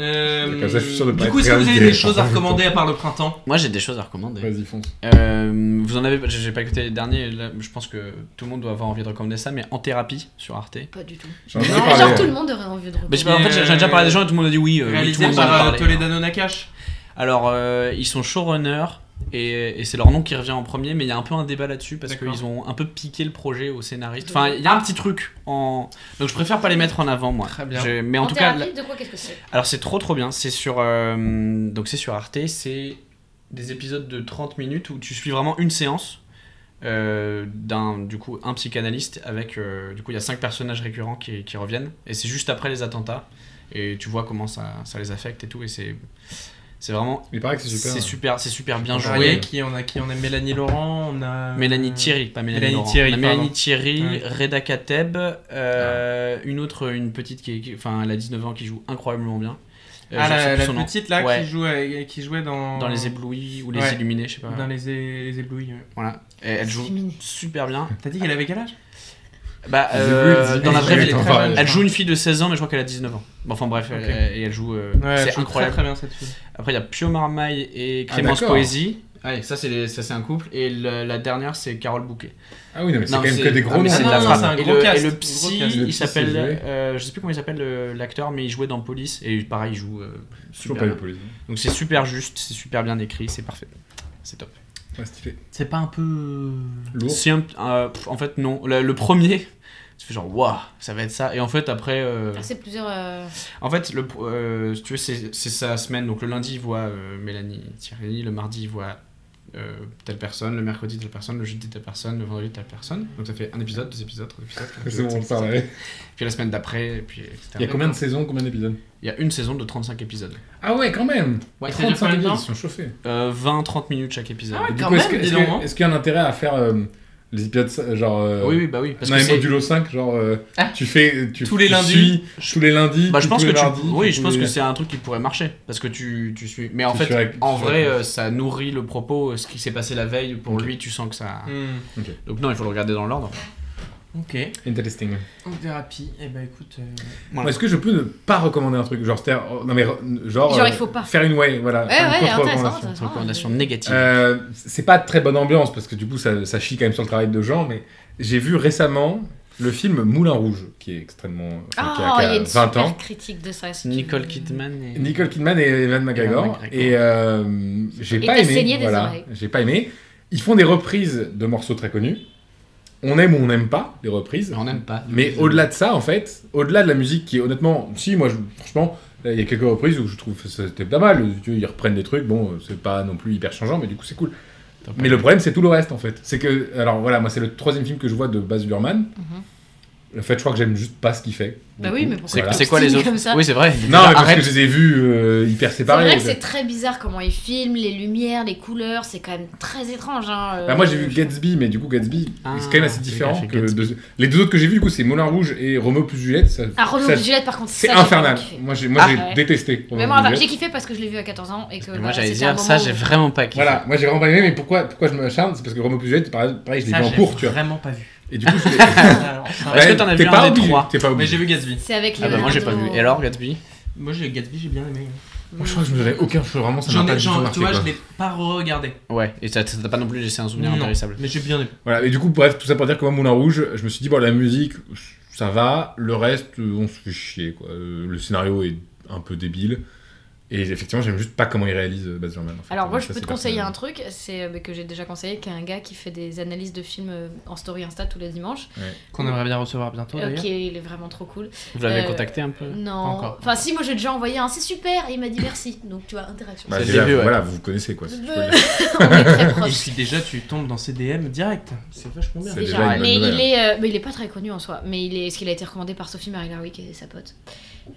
Euh, Comme ça, je suis sûr de pas du coup, être est-ce que vous avez réinvité. des choses à recommander à part le printemps Moi, j'ai des choses à recommander. vas-y fonce. Euh, vous en avez, j'ai j'ai pas écouté les derniers, là, je pense que tout le monde doit avoir envie de recommander ça, mais en thérapie sur Arte. Pas du tout. J'en ai Non, parlé. Mais genre, tout le monde aurait envie de Mais je reprendre. sais pas, en fait, j'ai j'ai déjà parlé à des gens et tout le monde a dit oui. euh, oui, tout le Réalisé monde en a par euh, parlé. hein. Toledano Nakash. Alors, euh, ils sont showrunners et, et c'est leur nom qui revient en premier, mais il y a un peu un débat là-dessus parce D'accord. qu'ils ont un peu piqué le projet au scénariste. Enfin, il y a un petit truc en. Donc, je préfère pas les mettre en avant, moi. Très bien. Je- mais en, En, tout cas, thérapie, de quoi qu'est-ce que c'est Alors c'est trop trop bien, c'est sur euh, donc c'est sur Arte, c'est des épisodes de 30 minutes où tu suis vraiment une séance euh, d'un du coup un psychanalyste avec euh, du coup il y a cinq personnages récurrents qui, qui reviennent et c'est juste après les attentats et tu vois comment ça, ça les affecte et tout et c'est c'est vraiment Il paraît que c'est super. hein. c'est super c'est super bien On a Ray joué. qui on a qui on a Mélanie Laurent, on a euh, Mélanie Thierry, pas Mélanie, Mélanie Laurent. Thierry, On a Mélanie pardon. Thierry, Ouais. Ah. Reda Kateb, euh, une autre, une petite qui, est- qui- enfin, elle a 19 ans, qui joue incroyablement bien. Euh, ah je sais la, plus la son nom. petite là Ouais. qui joue euh, qui jouait dans dans les éblouis ou les Ouais. illuminés, je sais pas. dans les, é- les éblouis. ouais. Voilà. Et elle joue Féminine. super bien. T'as dit qu'elle avait quel âge Bah, Les euh, éblouis, les dans la éblouis, vraie vie, elle elle, est est très très- bonne. elle joue une fille de 16 ans, mais je crois qu'elle a 19 ans. Bon, enfin bref, Ok. elle- et elle joue. euh, Ouais, elle c'est joue incroyable. Très, très bien cette fille. Après, il y a Pio Marmaille et Ah, Clémence d'accord. Poésie. Ouais, ça c'est les- ça, c'est un couple. Et le- la dernière, c'est Carole Bouquet. Ah oui, non, mais c'est Non, quand même que des ah, gros mais noms. c'est de Ah la non, frappe. c'est un et, gros le, cast, et le un gros psy, cast. Le il psy, s'appelle. c'est vrai. euh, je sais plus comment il s'appelle le- l'acteur, mais il jouait dans Police. Et pareil, il joue. euh, Toujours super pas bien. de police. Donc c'est super juste, c'est super bien écrit, c'est parfait. C'est top. Ouais, stylé. C'est pas un peu Lourd. Si un- euh, pff, en fait, non. Le, le premier, tu fais genre, waouh, ça va être ça. Et en fait, après. euh, Ah, C'est plusieurs. euh, en fait, le, pr- euh, si tu veux, c'est c'est sa semaine. Donc le lundi, il voit euh, Mélanie Thierry. Le mardi, il voit euh, telle personne. Le mercredi, telle personne. Le jeudi, telle personne. Le vendredi, telle personne. Donc ça fait un épisode, deux épisodes, trois épisodes. quatre C'est épisodes, bon, on cinq le épisodes. parlait. Puis la semaine d'après, et puis etc. Il y a combien de saisons, combien d'épisodes Il y a une saison de 35 épisodes. Ah ouais, quand même Ouais, ça dure 35 combien de épisodes, temps ils sont chauffés. Euh, 20-30 minutes chaque épisode. Ah ouais, Et du quand coup, est-ce même, que- dis est-ce donc, hein. que- est-ce qu'il y a un intérêt à faire euh, les épisodes euh, genre. euh, oui, oui, bah oui. Parce non, que mais c'est- modulo 5, genre. euh, Ah. Tu fais. Tu, Tous les tu lundis. suis tous les lundis. Bah, je puis pense tous que les tu... mardis, oui, puis je tous pense les- que c'est un truc qui pourrait marcher parce que tu, tu suis. Mais en Tu fait, suis avec- en tu suis vrai, avec- euh, ça nourrit le propos, euh, ce qui s'est passé la veille. Pour lui, tu sens que ça. Mm. Hmm. Donc non, il faut le regarder dans l'ordre. OK. Interesting. En thérapie, eh ben écoute euh, Voilà. Est-ce que je peux ne pas recommander un truc Genre, c'est-à-dire, oh, non, mais, re- genre, Genre, euh, il faut pas. Faire une way, voilà. Ouais, faire une ouais, contre-recommandation. intéressant. intéressant. Recommandation négative. Euh, c'est pas très bonne ambiance parce que du coup ça, ça chie quand même sur le travail de gens, mais j'ai vu récemment le film Moulin Rouge qui est extrêmement. enfin, qui Ah, il y a une 20 ans. super critique de ça. si tu Nicole veux. Kidman. Et... Nicole Kidman et Evan Evan McGregor. McGregor. Et euh, j'ai Et pas t'as aimé. saigné des voilà, oreilles. j'ai pas aimé. Ils font des reprises de morceaux très connus. On aime ou on n'aime pas les reprises. Mais On n'aime pas. Mais au-delà de ça, en fait, au-delà de la musique qui est honnêtement, si moi, je- franchement, là, il y a quelques reprises où je trouve que c'était pas mal. Tu vois, Ils reprennent des trucs, bon, euh, c'est pas non plus hyper changeant, mais du coup c'est cool. Mais le problème, c'est tout le reste, en fait. C'est que, alors voilà, moi c'est le troisième film que je vois de Baz Luhrmann. Mhm. En fait, je crois que j'aime juste pas ce qu'il fait. Bah Du oui, coup. mais pourquoi C'est Voilà. c'est quoi les Comme autres ça. Oui, c'est vrai. Non, mais parce arrête. que je les ai vus euh, hyper C'est vrai séparés. que c'est très bizarre comment ils filment, les lumières, les couleurs, c'est quand même très étrange. Hein, euh, Bah, moi j'ai vu je- Gatsby, mais du coup Gatsby, Ah, c'est quand même assez c'est différent. vrai Que qu'il a fait deux- Les deux autres que j'ai vus, du coup, c'est Moulin Rouge et Romeo plus Juliette. ça- Ah, Romeo ça- et Juliette, par contre, C'est ça, j'ai infernal. vraiment kiffé. Moi j'ai moi, j'ai Ah ouais. détesté. Romeo Mais moi, plus enfin, Juliette. j'ai kiffé parce que je l'ai vu à 14 ans et que. Mais Moi, voilà, j'allais c'était un dire ça, moment j'ai où- vraiment pas kiffé. Voilà, moi j'ai vraiment pas aimé, mais pourquoi, pourquoi je me acharne C'est parce que Romeo plus Juliette, pareil, pareil, je l'ai ça vu en j'ai cours, tu vois. vraiment pas vu. Ah, Et du coup, je l'ai- Alors, ça- Ouais. Est-ce que t'en as t'es vu un pas des obligé, trois T'es pas Mais j'ai obligé. vu Gatsby. C'est avec Ah bah moi, j'ai pas vu. Et alors, Gatsby Moi j'ai Gatsby, j'ai bien aimé. Mm. Moi, je crois que je me donnais aucun, je suis vraiment, ça m'a J'en pas ai, du tout j'en- tu marqué. vois, je quoi. l'ai pas re-regardé. Ouais, et ça ça t'a pas non plus laissé un souvenir Non, intéressable. Mais j'ai bien aimé. Voilà, et du coup, bref, tout ça pour dire que moi, Moulin Rouge, je me suis dit, bon, la musique, ça va, le reste, euh, on se fait chier, quoi. Euh, Le scénario est un peu débile. Et effectivement, j'aime juste pas comment il réalise euh, Baz Luhrmann. en fait. Alors moi, je Ça, peux te c'est conseiller personnel. un truc, c'est euh, que j'ai déjà conseillé, qui est un gars qui fait des analyses de films euh, en story Insta tous les dimanches. Qu'on aimerait bien recevoir bientôt d'ailleurs. Ok, il est vraiment trop cool. Vous l'avez Euh, contacté un peu Non. encore. Enfin, si, moi j'ai déjà envoyé un, c'est super, et il m'a dit merci. Donc tu vois, interaction. Bah, C'est le déjà, début, ouais. Voilà, vous vous connaissez quoi. si je peux Bah, le dire. On est très Et proches. puis déjà, tu tombes dans CDM direct. C'est vachement bien. C'est Déjà, déjà une bonne mais, nouvelle. hein. il est, euh, mais il est pas très connu en soi. Mais il est, ce qu'il a été recommandé par Sophie Marie Laroui, qui est sa pote,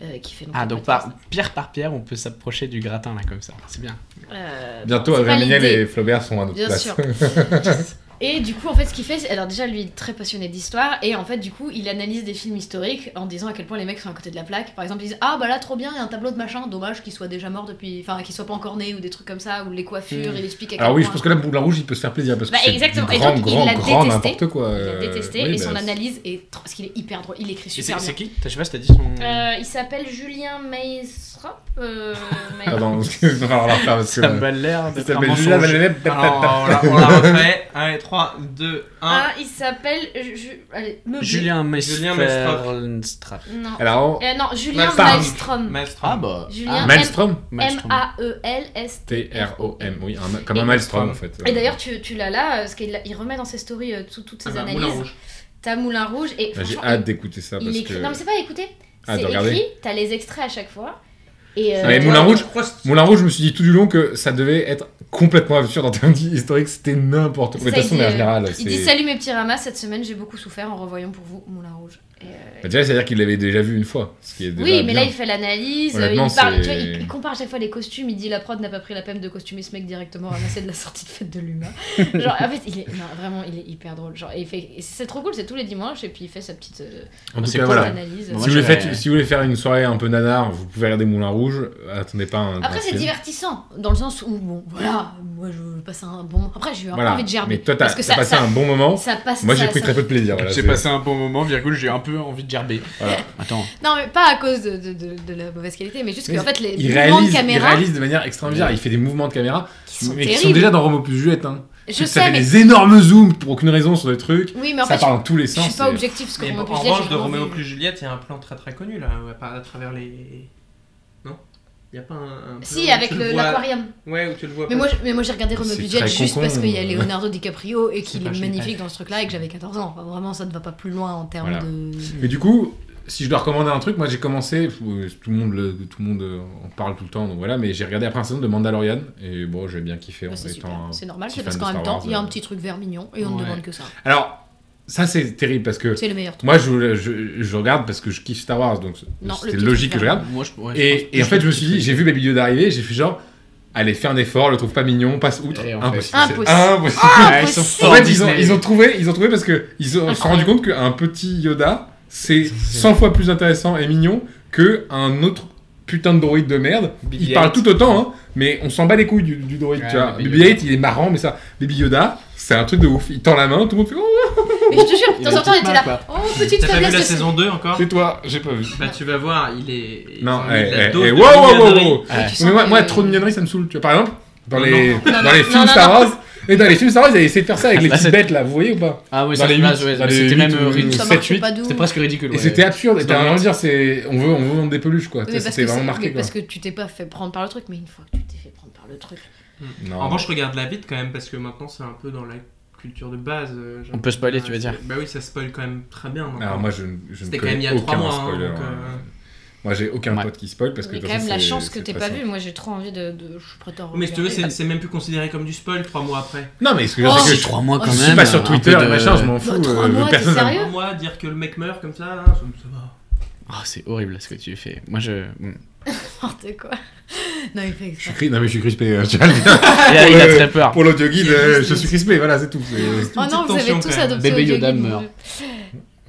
euh, qui fait Ah, le donc podcast. par, pierre par pierre, on peut s'approcher du gratin là comme ça. C'est bien. Euh, Bientôt, c'est pas Adrien Méniel l'idée. et Flaubert sont à notre Bien place. sûr. Et du coup, en fait, ce qu'il fait, c'est- alors déjà, lui, il est très passionné d'histoire, et en fait, du coup, il analyse des films historiques en disant à quel point les mecs sont à côté de la plaque. Par exemple, ils disent Ah, bah là, trop bien, il y a un tableau de machin, dommage qu'il soit déjà mort depuis. Enfin, qu'il soit pas encore né, ou des trucs comme ça, ou les coiffures, il explique à quel Hmm. Alors oui, je point- pense que là, Moulin Rouge, il peut se faire plaisir parce que Bah, c'est exactement. du Et grand, donc, il grand, l'a grand détesté. n'importe quoi. Il a euh, détesté, oui, et bah, son c'est- analyse est trop. Parce qu'il est hyper drôle, il écrit Et super c'est c'est bien. qui T'as- Je sais pas si t'as dit son. Euh, il s'appelle Julien Maisrop. Euh, Maes- Ah, Pardon, il va falloir la refaire parce que... Ça m'a l'air Il d'être un s'appelle Julien mensonge. Valjean. Alors, on la, on la refait. 1, 3, 2, 1. Ah, il s'appelle. Ju- Ju- allez, Meublé. Julien Julien Maesternstrap. Non. Alors, Euh, non, Julien Malmstrom. Malmstrom. Ah bah. Julien Ah, Maelstrom Maelstrom. E M-A-E-L-S-T-R-O-M. T-R-O-M, oui, un- comme Et- un Maelstrom en fait. Et d'ailleurs, tu, tu l'as là, euh, parce qu'il il remet dans ses stories euh, tout- Ah toutes ses bah, analyses. T'as Moulin Rouge et Bah, J'ai franchement, hâte d'écouter ça il, parce il écrit. que... Non, mais c'est pas écouter. Ah, c'est de regarder. écrit, t'as les extraits à chaque fois. Et, euh, Mais Moulin Rouge, Moulin Rouge, je me suis dit tout du long que ça devait être complètement absurde en termes historiques, c'était n'importe quoi. Mais de Ça, toute façon, il mais en dit, euh, général, Il dit c'est... Salut mes petits ramas, cette semaine j'ai beaucoup souffert en revoyant pour vous Moulin Rouge. Et, euh, Bah, Déjà, c'est-à-dire qu'il l'avait déjà vu une fois, ce qui est déjà Oui, mais là bien. il fait l'analyse, euh, Honnêtement, il, parle, c'est- tu vois, il, il compare à chaque fois les costumes, il dit la prod n'a pas pris la peine de costumer ce mec directement ramassé de la sortie de fête de l'humain. Genre, en fait, il est, non, vraiment, il est hyper drôle. Genre, et il fait- et c'est trop cool, c'est tous les dimanches et puis il fait sa petite, euh, En tout C'est cas, pas voilà. analyse. Si Bon, moi, vous, voulez j'avais- faites- si vous voulez faire une soirée un peu nanar, vous pouvez regarder Moulin Rouge. Attendez pas un. Après, grand c'est film. divertissant dans le sens où, bon, voilà, moi je passe un bon. moment. Après, j'ai eu un peu Voilà. envie de gerber. Mais toi, parce t'as que t'as ça, passé ça, un bon moment. ça passe. Moi, j'ai ça- pris ça- très peu de plaisir. voilà, J'ai c'est- passé un bon moment, virgule, j'ai un peu envie de gerber. Voilà. Attends, Non, mais pas à cause de, de- de- de la mauvaise qualité, mais juste Mais qu'en fait, les Il mouvements réalise, de il caméra réalise de manière extrêmement bizarre. Il fait des mouvements de caméra qui sont mais qui sont terribles. déjà dans Romo plus Juliette. Hein. Je ça fait sais, mais. des énormes zooms pour aucune raison sur des trucs. Oui, mais en ça fait, part dans tous les je sens. je suis pas c'est- objectif parce que Mais Roméo bon, plus en Juliette, revanche, j'ai de vraiment Roméo vu. plus Juliette, il y a un plan très très connu là, à part à travers les. Non Il n'y a pas un. un Si, plan où avec tu le- vois- l'aquarium. Ouais, où tu le vois Mais pas. moi, je- mais moi j'ai regardé Romeo C'est Budget très juste con-con. parce qu'il y a Leonardo DiCaprio et C'est qu'il pas est génial. magnifique dans ce truc-là et que j'avais 14 ans. Enfin, vraiment, ça ne va pas plus loin en termes Voilà. de. Mais du coup, si je dois recommander un truc, moi j'ai commencé, euh, tout le monde, le- tout le monde euh, en parle tout le temps, donc voilà, mais j'ai regardé après un saison de Mandalorian, et bon, j'ai bien kiffé en Bah, c'est étant super, un c'est normal, petit c'est fan parce de qu'en Star même temps, Wars, il y a un euh. petit truc vert mignon et on ne Ouais. demande que ça. Alors, ça c'est terrible parce que C'est le meilleur truc. moi je, je, je regarde parce que je kiffe Star Wars, donc Non, le c'était petit logique que Ah, je truc vert. regarde. moi je. ouais, je pense Et, que et en je fait, fais je me suis des dit, trucs. j'ai vu Baby Dieu d'arriver, j'ai fait genre, allez, fais un effort, le trouve pas mignon, passe outre. Et en fait- Impossible. Impossible. c'est Impossible. Ah, ils sont En forts, fait, ils ont, Disney. ils ont trouvé, ils ont trouvé parce que ils ont- se sont rendus compte qu'un petit Yoda, c'est 100 fois plus intéressant et mignon que un autre putain de droïde de merde. Billy Il parle Elliot. tout autant, hein, mais on s'en bat les couilles du, du droïde. Ouais, tu vois. mais Baby BB-8, il est marrant, mais ça, Baby Yoda, c'est un truc de ouf. Il tend la main, tout le monde fait, oh, Mais je te jure, de Il temps en est temps, il tout était mal, là. Oh, petite T'as pas vu faiblesse la de saison 2 encore c'est toi, j'ai pas vu. Bah, tu vas voir, il est. Non, il eh, est de la eh, dose eh, de wow, wow, wow, mignonnerie. wow. Ouais. Tu Mais sens moi, que- moi, trop de mignonnerie, ça me saoule. Tu vois, par exemple, dans Non, les, non, dans les films non, Star Wars, et dans les films Star Wars, ils avaient essayé de faire ça avec les Là, petites c'est- bêtes là, vous voyez ou pas Ah oui, Dans ça les se passe, huit- ouais, dans les c'était huit même ou- euh, ridicule. Ça marchait Ça Sept, marchait huit, pas d'où. C'était presque ridicule. Et ouais. c'était absurde, et C'est t'as rien marrant. à dire, c'est. On veut, on veut vendre des peluches quoi. Oui, parce C'était que c'est- vraiment mais marqué quoi. parce que tu t'es pas fait prendre par le truc, mais une fois que tu t'es fait prendre par le truc. Non. En revanche, je regarde la vite quand même parce que maintenant c'est un peu dans la culture de base. euh, j'ai On peut spoiler, tu l'impression. veux dire. Bah oui, ça spoil quand même très bien. maintenant. Alors moi, je, ne- je ne C'était connais quand même il y a aucun trois mois, hein, spoiler. donc, euh, Moi, j'ai aucun Ouais. pote qui spoil parce que. Mais de toute quand façon, même, la c'est- chance que c'est t'aies très pas simple. vu, moi j'ai trop envie de. de- Je suis prête à en Mais si tu veux, c'est regarder. c'est même plus considéré comme du spoil trois mois après. Non, mais ce que je Oh, veux dire, Ah, c'est que c'est je trois mois quand je même. euh, suis pas sur un peu Twitter de- et machin, je m'en Bah, fous. trois euh, mois, t'es personne- sérieux Trois mois, dire que le mec meurt comme ça, hein, ça va. Ah, c'est horrible ce que tu fais. Moi je. mm. N'importe quoi. Non, il fait Je suis exprès. cri- Non, mais je suis crispé. euh, tu vois, le- Il a, il a très peur. Pour l'audio guide, euh, je Juste- suis crispé, voilà, c'est tout. c'est- Oh non, petite vous avez tension, tous quand même. adopté. Bébé Audio Yoda Guide, meurt. mon Dieu.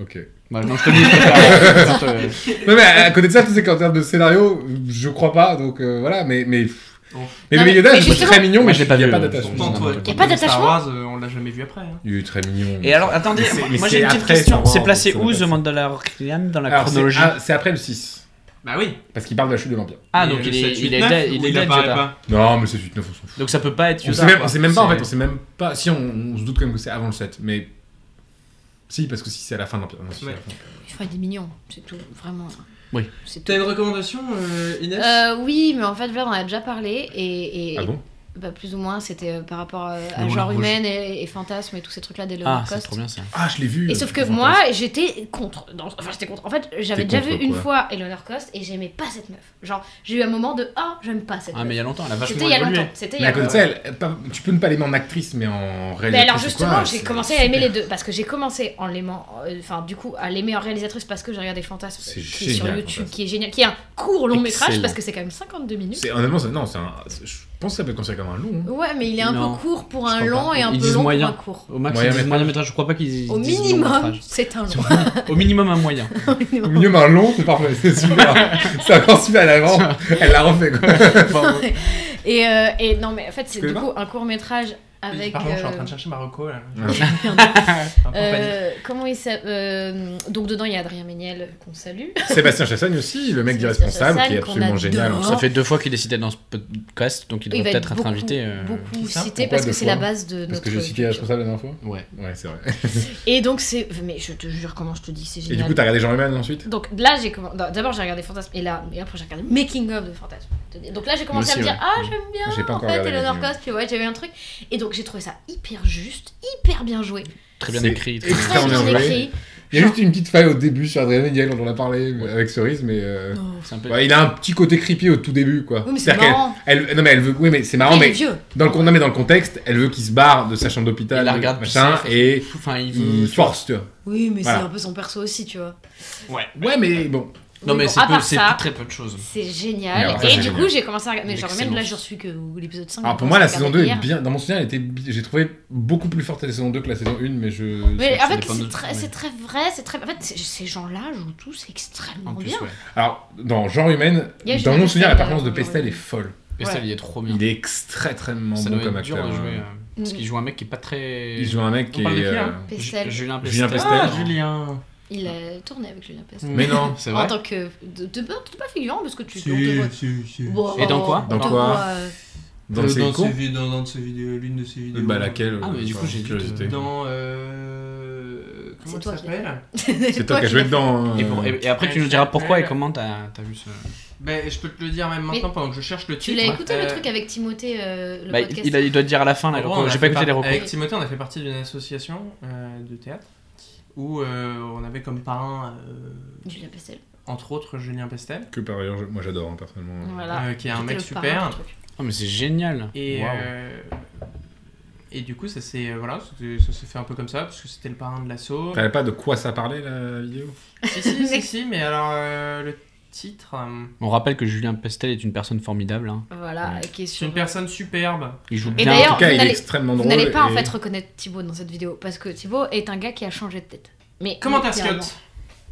Ok. Moi, non, je te le dis, je préfère- quand, euh, Non mais à à côté de ça, tu sais qu'en termes de scénario, je crois pas, donc euh, voilà, mais... Mais, Bon. mais Non, Baby mais- Yoda, mais je le trouve justement- très mignon, Moi, mais je l'ai il pas n'y a vu, pas euh, d'attachement. pourtant, Pourtant, toi, Y a pas quand Star d'attachement Wars, euh, on l'a jamais vu après. hein. Il est très mignon. Et alors, attendez, Mais c'est- moi- mais moi c'est j'ai une petite après Star question. Wars, C'est placé donc où c'est The pas- Mandalorian dans la Alors, c'est- chronologie ah, c'est après le 6, Bah oui. parce qu'il parle de la chute de l'Empire. Ah, Mais donc le il est 7, 8, il est 9, dead, il où est dead, apparaît Yoda. pas. Non, mais c'est 8, 9, on s'en fout. Donc ça peut pas être On Yoda. sait, même, quoi. on sait même pas, en fait, on C'est- sait même pas... Si, on, on se doute quand même que c'est avant le 7, mais... Si, parce que si c'est à la fin de l'Empire. Non, si, c'est à la Ouais. fin. Enfin, il est mignon, c'est tout, vraiment. C'est tout. T'as une recommandation, euh, Inès Euh, oui, mais en fait, Vlad en a déjà parlé et, et- Ah bon bah, plus ou moins, c'était euh, par rapport euh, à Le genre Rouge. humaine et, et fantasme et tous ces trucs-là des Ah, Lower c'est Cost. trop bien ça. Ah, je l'ai vu. Et euh, sauf que dans un moi, j'étais contre. Dans- Enfin, j'étais contre. En fait, j'avais T'es déjà vu contre une quoi fois Eleanor Cost et j'aimais pas cette meuf. Genre, j'ai eu un moment de Ah, j'aime pas cette Ah, mais il meuf. y a longtemps, elle a C'était vachement il y a évolué. longtemps. C'était il y Mais a à longtemps. côté de ça, elle- elle- pas- tu peux ne pas l'aimer en actrice, mais en réalisatrice. euh, Mais alors ou justement, quoi, j'ai c'est commencé à aimer les super. deux parce que j'ai commencé en l'aimant, euh, enfin du coup à l'aimer en réalisatrice parce que j'ai regardé Fantasme C'est qui est génial, sur YouTube, Fantasme. qui est génial, qui est un court long métrage Excellent. parce que c'est quand même 52 minutes. C'est honnêtement, c'est- non, c'est un. c'est- Je pense que ça peut être considéré comme un long. hein. Ouais, mais il est un Non, peu court pour je un crois long pas. et un Ils peu disent long moyen. pour un court. Au Moyen max, ils disent métrage. moyen métrage. Je crois pas qu'ils Au disent long minimum, métrage. c'est un long. Au minimum, un moyen. Au milieu, mais un long, c'est parfait. C'est super. c'est encore super à l'avant. Elle l'a refait, quoi. Bravo. Et, euh, et non, mais en fait, c'est connais du coup un court métrage avec. Pardon, je suis en train euh, de chercher Marocco là. Ouais. Un peu en panique. euh, comment il s'appelle euh, Donc dedans, il y a Adrien Méniel qu'on salue. Sébastien Chassagne aussi, le mec Sébastien d'Irresponsable, qui est Chassagne, qu'on absolument génial. adore. Ça fait deux fois qu'il est cité dans ce podcast, donc il Il devrait va peut-être être être beaucoup, invité. euh, beaucoup C'est ça cité Pourquoi parce que deux c'est la fois base de notre. Parce que j'ai cité Irresponsable la dernière fois Ouais. Ouais, c'est vrai. Et donc c'est, mais je te jure comment je te dis, c'est Et génial. du coup, t'as regardé Jean Humain ensuite Donc là, j'ai commencé. D'abord, j'ai regardé Fantasme, et là, et après, j'ai regardé Making of de Fantasme. Donc là, j'ai commencé Moi à me aussi, dire, ouais. ah, j'aime bien. J'ai pas en encore fait, regardé Eleanor Making of. Cost, puis ouais, j'avais un truc. Et donc, j'ai trouvé ça hyper juste, hyper bien joué, Très bien C'est écrit. très- extra- très Putain, on bien est envoyé. écrit. Il y a juste une petite faille au début sur Adrien Méniel, dont on a parlé mais- avec Cerise, mais. euh, C'est un peu. ouais, il a un petit côté creepy au tout début, quoi. Oui, mais c'est C'est-à-dire qu'elle- marrant. Elle, non, mais elle veut. Oui, mais c'est marrant, Après, il est mais. vieux. Dans le, con- non, mais dans le contexte, elle veut qu'il se barre de sa chambre d'hôpital, Il la regarde machin, pisser, et Enfin, il veut- il force, tu vois. Oui, mais Voilà. c'est un peu son perso aussi, tu vois. Ouais, mais bon. Non, Oui, mais bon, c'est à peu- part c'est ça- très peu de choses. C'est Mais génial. alors, ça, et c'est du génial. coup, j'ai commencé à regarder. Mais genre, même Excellent. là, je suis que oh, l'épisode 5. Alors pour j'ai moi, la commencé à saison 2 regarder est hier. bien. Dans mon souvenir, elle était. bi- J'ai trouvé beaucoup plus forte la saison 2 que la saison 1, mais je. Mais ça- en ça fait, dépend c'est de- très, ouais. c'est très vrai. C'est très. En fait, c'est- ces gens-là jouent tous extrêmement En plus, bien. ouais. Alors, dans Genre Humaine, Il y a dans Julien mon souvenir, la Pestel, performance de dans Genre Pestel est Humaine. folle. Et ça, il est trop bien. Il est extrêmement Ça bon doit comme être dur acteur. à jouer. hein. euh, Parce qu'il joue un mec qui est pas très. Il joue un mec On qui parle de est. qui, là euh, Pestel. Ju- Julien Pestel. Julien Pestel. Ah, Julien Il a tourné avec Julien Pestel. Mais non, C'est En vrai. tant que. De, de, de- de pas figurant, parce que tu. on te voit- Si, si, si. Bon, Et dans quoi on Dans te quoi voit, euh, dans Euh, ses dans, cons. ses vid- dans, dans de ses vidéos, l'une de ses vidéos. Bah, laquelle Ah, mais du euh, coup, j'ai dû te- curiosité. Dans. Euh... C'est Comment toi ça qui- s'appelle C'est toi qui as joué l'as fait. dedans. Et, euh, pour- et- et après, tu nous diras pourquoi et comment t'as t'as vu ce. Ben, je peux te le dire même maintenant pendant que je cherche le Tu titre. l'as écouté Euh, le truc avec Timothée, euh, le Bah, il, podcast il a- il doit te dire à la fin, en là. gros, quand- on a J'ai pas fait écouté les par- recours. Avec Timothée, on a fait partie d'une association euh, de théâtre où euh, on avait comme parrain, euh, Julien Pestel. entre autres, Julien Pestel, Que par ailleurs, je- moi j'adore hein, personnellement. Voilà. euh, qui est un C'était mec Ah, le parrain super. du truc. Oh, mais c'est génial. Et, Waouh. euh, et du coup, ça s'est euh, voilà, c'était- ça s'est fait un peu comme ça, parce que c'était le parrain de l'assaut. T'avais pas de quoi ça parlait la vidéo si, si, si, si, mais alors euh, le titre. euh, On rappelle que Julien Pestel est une personne formidable. hein. Voilà, Ouais. qui est c'est sur. une personne superbe. Il joue Et bien. En d'ailleurs, tout cas, vous il est n'allez- extrêmement Vous drôle. n'allez pas en et- fait reconnaître Thibaut dans cette vidéo parce que Thibaut est un gars qui a changé de tête. Mais Commentaire littéralement. Scott.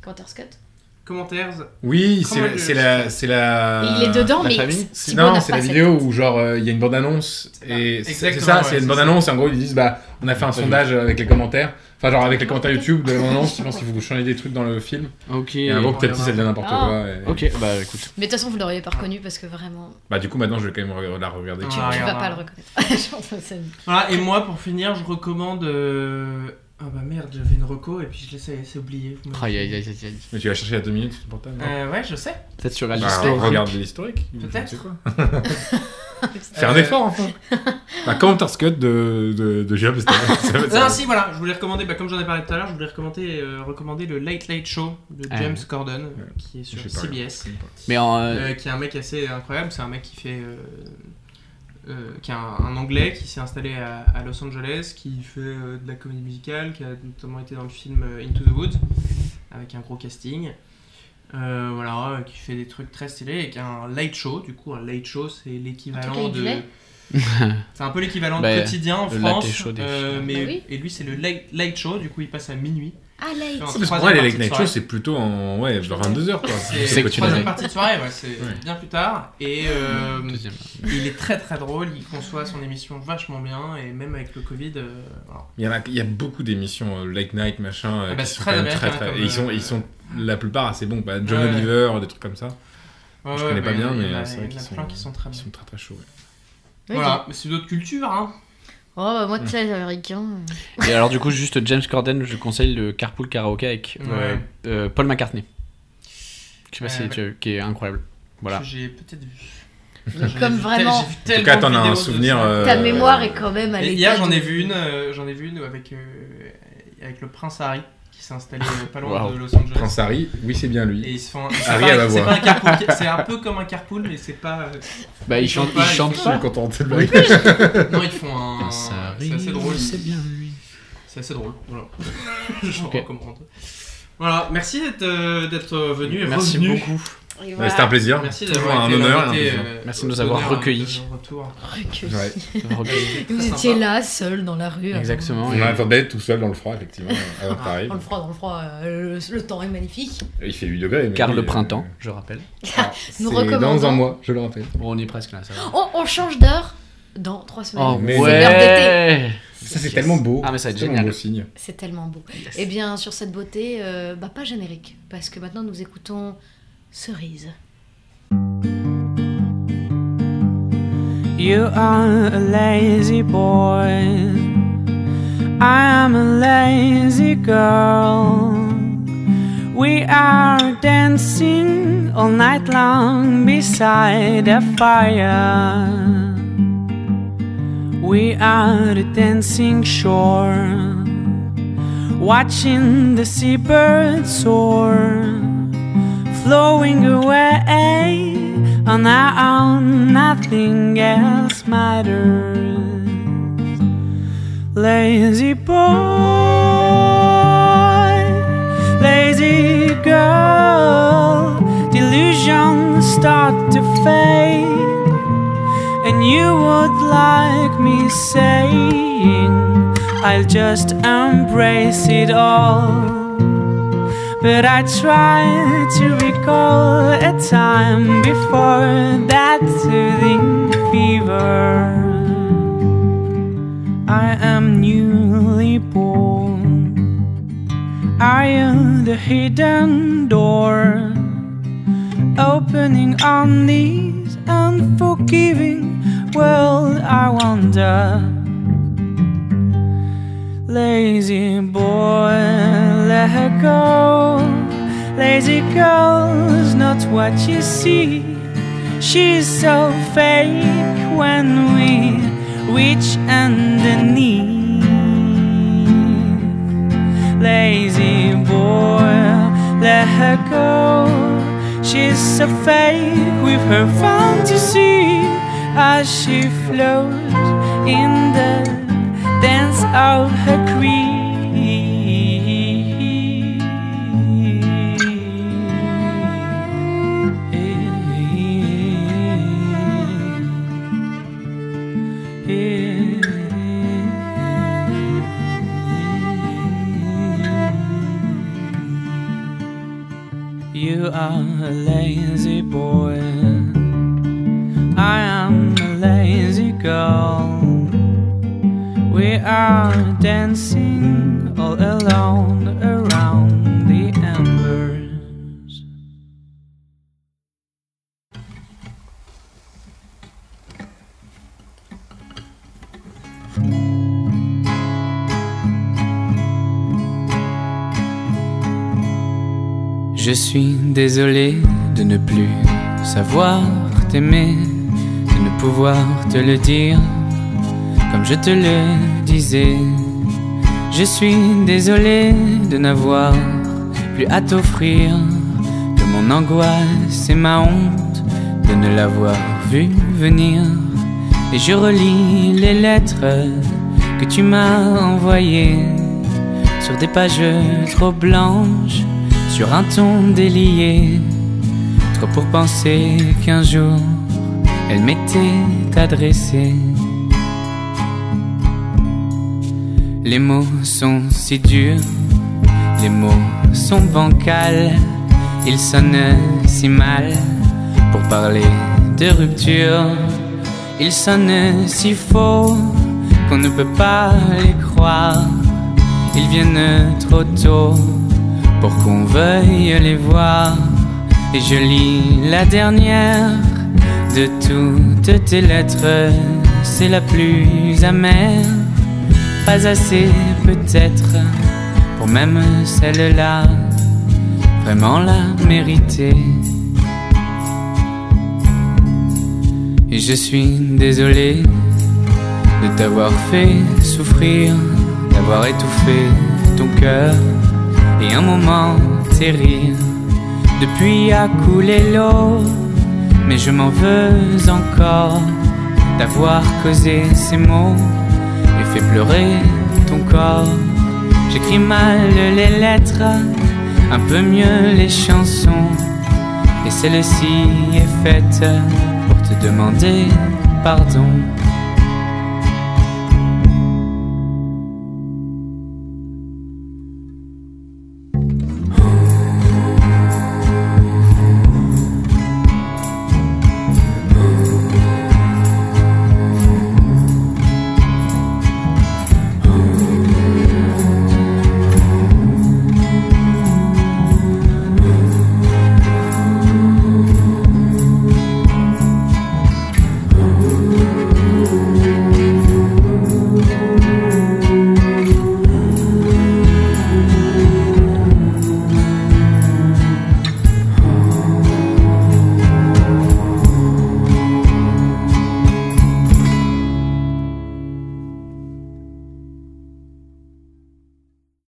Commentaire Scott. Commentaires. Oui, c'est Comment la- je- c'est la, c'est la. Et il est dedans, la mais famille C'est- Thibaut Euh, Non, n'a c'est pas la cette vidéo où genre euh, il y a une bande annonce C'est ça. et c'est- c'est Exactement, ça, ouais, c'est une c'est bande ça. annonce et en gros ils disent bah on a fait un Pas sondage avec les commentaires, enfin genre Ah, avec les commentaires YouTube de la bande annonce, sinon si vous changez des trucs dans le film, Ok. et en gros petit à petit ça devient n'importe Ah. quoi. et- Ok, bah écoute. Mais de toute façon, vous l'auriez pas reconnu parce que vraiment, Bah du coup maintenant je vais quand même re- la regarder. Ah, tu vas regarde, pas hein. le reconnaître. Genre, ça, c'est- Voilà, et moi, pour finir, je recommande. euh, Ah bah merde, j'avais une reco et puis je l'ai ça y est, c'est oublié. Vous m'avez ah, Aïe, fait. aïe, aïe, aïe, aïe. Mais tu vas chercher à deux minutes sur ton portable. non Euh, ouais, je sais. Peut-être sur la Bah, liste. regarde l'historique. Peut-être. je sais quoi. Faire un Euh, effort enfin. bah Counter Scott de de, de Job, c'était- ça va- ça va. Non, si, voilà, je voulais recommander, bah, comme j'en ai parlé tout à l'heure, je voulais recommander, euh, recommander le Late Late Show de Ah, James ouais. Corden, qui est sur J'ai pas CBS, Mais en. euh, euh, qui est un mec assez incroyable, c'est un mec qui fait... euh, euh, qui est un, un Anglais qui s'est installé à, à Los Angeles, qui fait euh, de la comédie musicale, qui a notamment été dans le film euh, Into the Woods, avec un gros casting. Euh, voilà, euh, qui fait des trucs très stylés et qui a un late show. Du coup, un late show, c'est Un l'équivalent truc avec du de. lait c'est un peu l'équivalent Bah, de quotidien en le France. latte show des euh, filles. mais, Bah oui. Et lui, c'est le late, late show. Du coup, il passe à minuit. Ah, late. Non, Ah, Parce que Troisième pour moi les partie late de night show soirée. c'est plutôt en ouais genre 22 h quoi. C'est C'est que la tu troisième l'avais. partie de soirée, ouais, c'est Ouais. bien plus tard. Et euh, Deuxième. il est très très drôle, il conçoit son émission vachement bien, et même avec le Covid, euh, voilà. Il y, en a, il y a beaucoup d'émissions euh, late night machin euh, Ah bah, qui c'est sont très quand même américain, très très comme, et ils sont euh, ils sont la plupart assez bons bah, John Ouais. Oliver des trucs comme ça Ouais, je ouais, connais pas bah, bien il y en mais a- euh, c'est il vrai y en qu'ils a sont, plein qui sont très ils bien. sont très très chauds ouais. Voilà, Hmm. mais c'est d'autres cultures, hein. Oh, bah, moi, tu sais, les Américains. euh, Et alors, du coup, juste James Corden, je conseille le Carpool Karaoke avec euh, Ouais. euh, Paul McCartney. Je sais pas Euh, si ouais. tu as vu, qui est incroyable. Voilà. que j'ai peut-être vu. Mais J'en comme ai vu tel- vraiment- j'ai vu En tout tellement cas, de t'en as vidéos un de souvenir. ça. euh, Ta mémoire est quand même à Et l'état. Hier, j'en ai de- vu une, euh, j'en ai vu une avec, euh, avec le prince Harry qui s'est installé euh, pas loin Wow. de Los Angeles. Prince Harry, oui, c'est bien Et lui. ils se font. c'est Harry pas- à la c'est voix. pas un carpool, C'est un peu comme un carpool, mais c'est pas. euh, Bah, il chante, il chante Je suis pas. content de cette Oui. blague. Non, ils font un. C'est Ah, Ça arrive, assez drôle. C'est bien lui. C'est assez drôle. Voilà. Je Ok. recommande. Voilà, merci d'être euh, d'être venu. et Merci revenu. beaucoup. Et Mais voilà. C'était un plaisir. Merci Toujours d'avoir un été honneur et un l'invité, plaisir. euh, Merci de nous d'honneur avoir de- recueillis. de retour. Recueilli. Ouais. Vous Très étiez sympa. là, seul dans la rue. Exactement. On attendait tout seul dans le froid, effectivement, Ah, avant que Dans le t'arrives. froid, dans le froid, euh, le, le temps est magnifique. Il fait 8 degrés. mais Car oui, le euh, printemps, je rappelle. ah, Nous c'est recommandons- Dans un mois, je le rappelle. Bon, on est presque là, ça va. On, on change d'heure dans trois semaines. Oh, Mais- C'est l'heure d'été. ouais Ça, c'est Yes. tellement beau. Ah, mais ça va être C'est tellement génial. beau signe. C'est tellement beau. Et bien, sur cette beauté, euh, bah, pas générique, parce que maintenant nous écoutons Cerise. You are a lazy boy. I am a lazy girl. We are dancing all night long beside a fire. We are the dancing shore, watching the seabirds soar flowing away on our own, nothing else matters. Lazy boy, lazy girl, delusions start to fade, and you would like me saying, I'll just embrace it all. But I try to recall a time before that soothing fever. I am newly born. Are you the hidden door? Opening on this unforgiving world, I wonder. Lazy boy, let her go. Lazy girl's not what you see. She's so fake when we reach underneath. Lazy boy, let her go. She's so fake with her fantasy as she flows in the dance of her creed. You are a lazy boy. I am a lazy girl. We are dancing all alone around the embers. Je suis désolé de ne plus savoir t'aimer, de ne pouvoir te le dire comme je te le disais. Je suis désolé de n'avoir plus à t'offrir que mon angoisse et ma honte de ne l'avoir vu venir. Et je relis les lettres que tu m'as envoyées sur des pages trop blanches, sur un ton délié, trop pour penser qu'un jour elle m'était adressée. Les mots sont si durs, les mots sont bancals, ils sonnent si mal pour parler de rupture. Ils sonnent si faux qu'on ne peut pas les croire. Ils viennent trop tôt pour qu'on veuille les voir. Et je lis la dernière de toutes tes lettres, c'est la plus amère pas assez peut-être pour même celle-là. vraiment la mérité. Et je suis désolé de t'avoir fait souffrir, d'avoir étouffé ton cœur et un moment tes rires. Depuis a coulé l'eau, mais je m'en veux encore d'avoir causé ces mots et fait pleurer ton corps. J'écris mal les lettres, un peu mieux les chansons, et celle-ci est faite pour te demander pardon.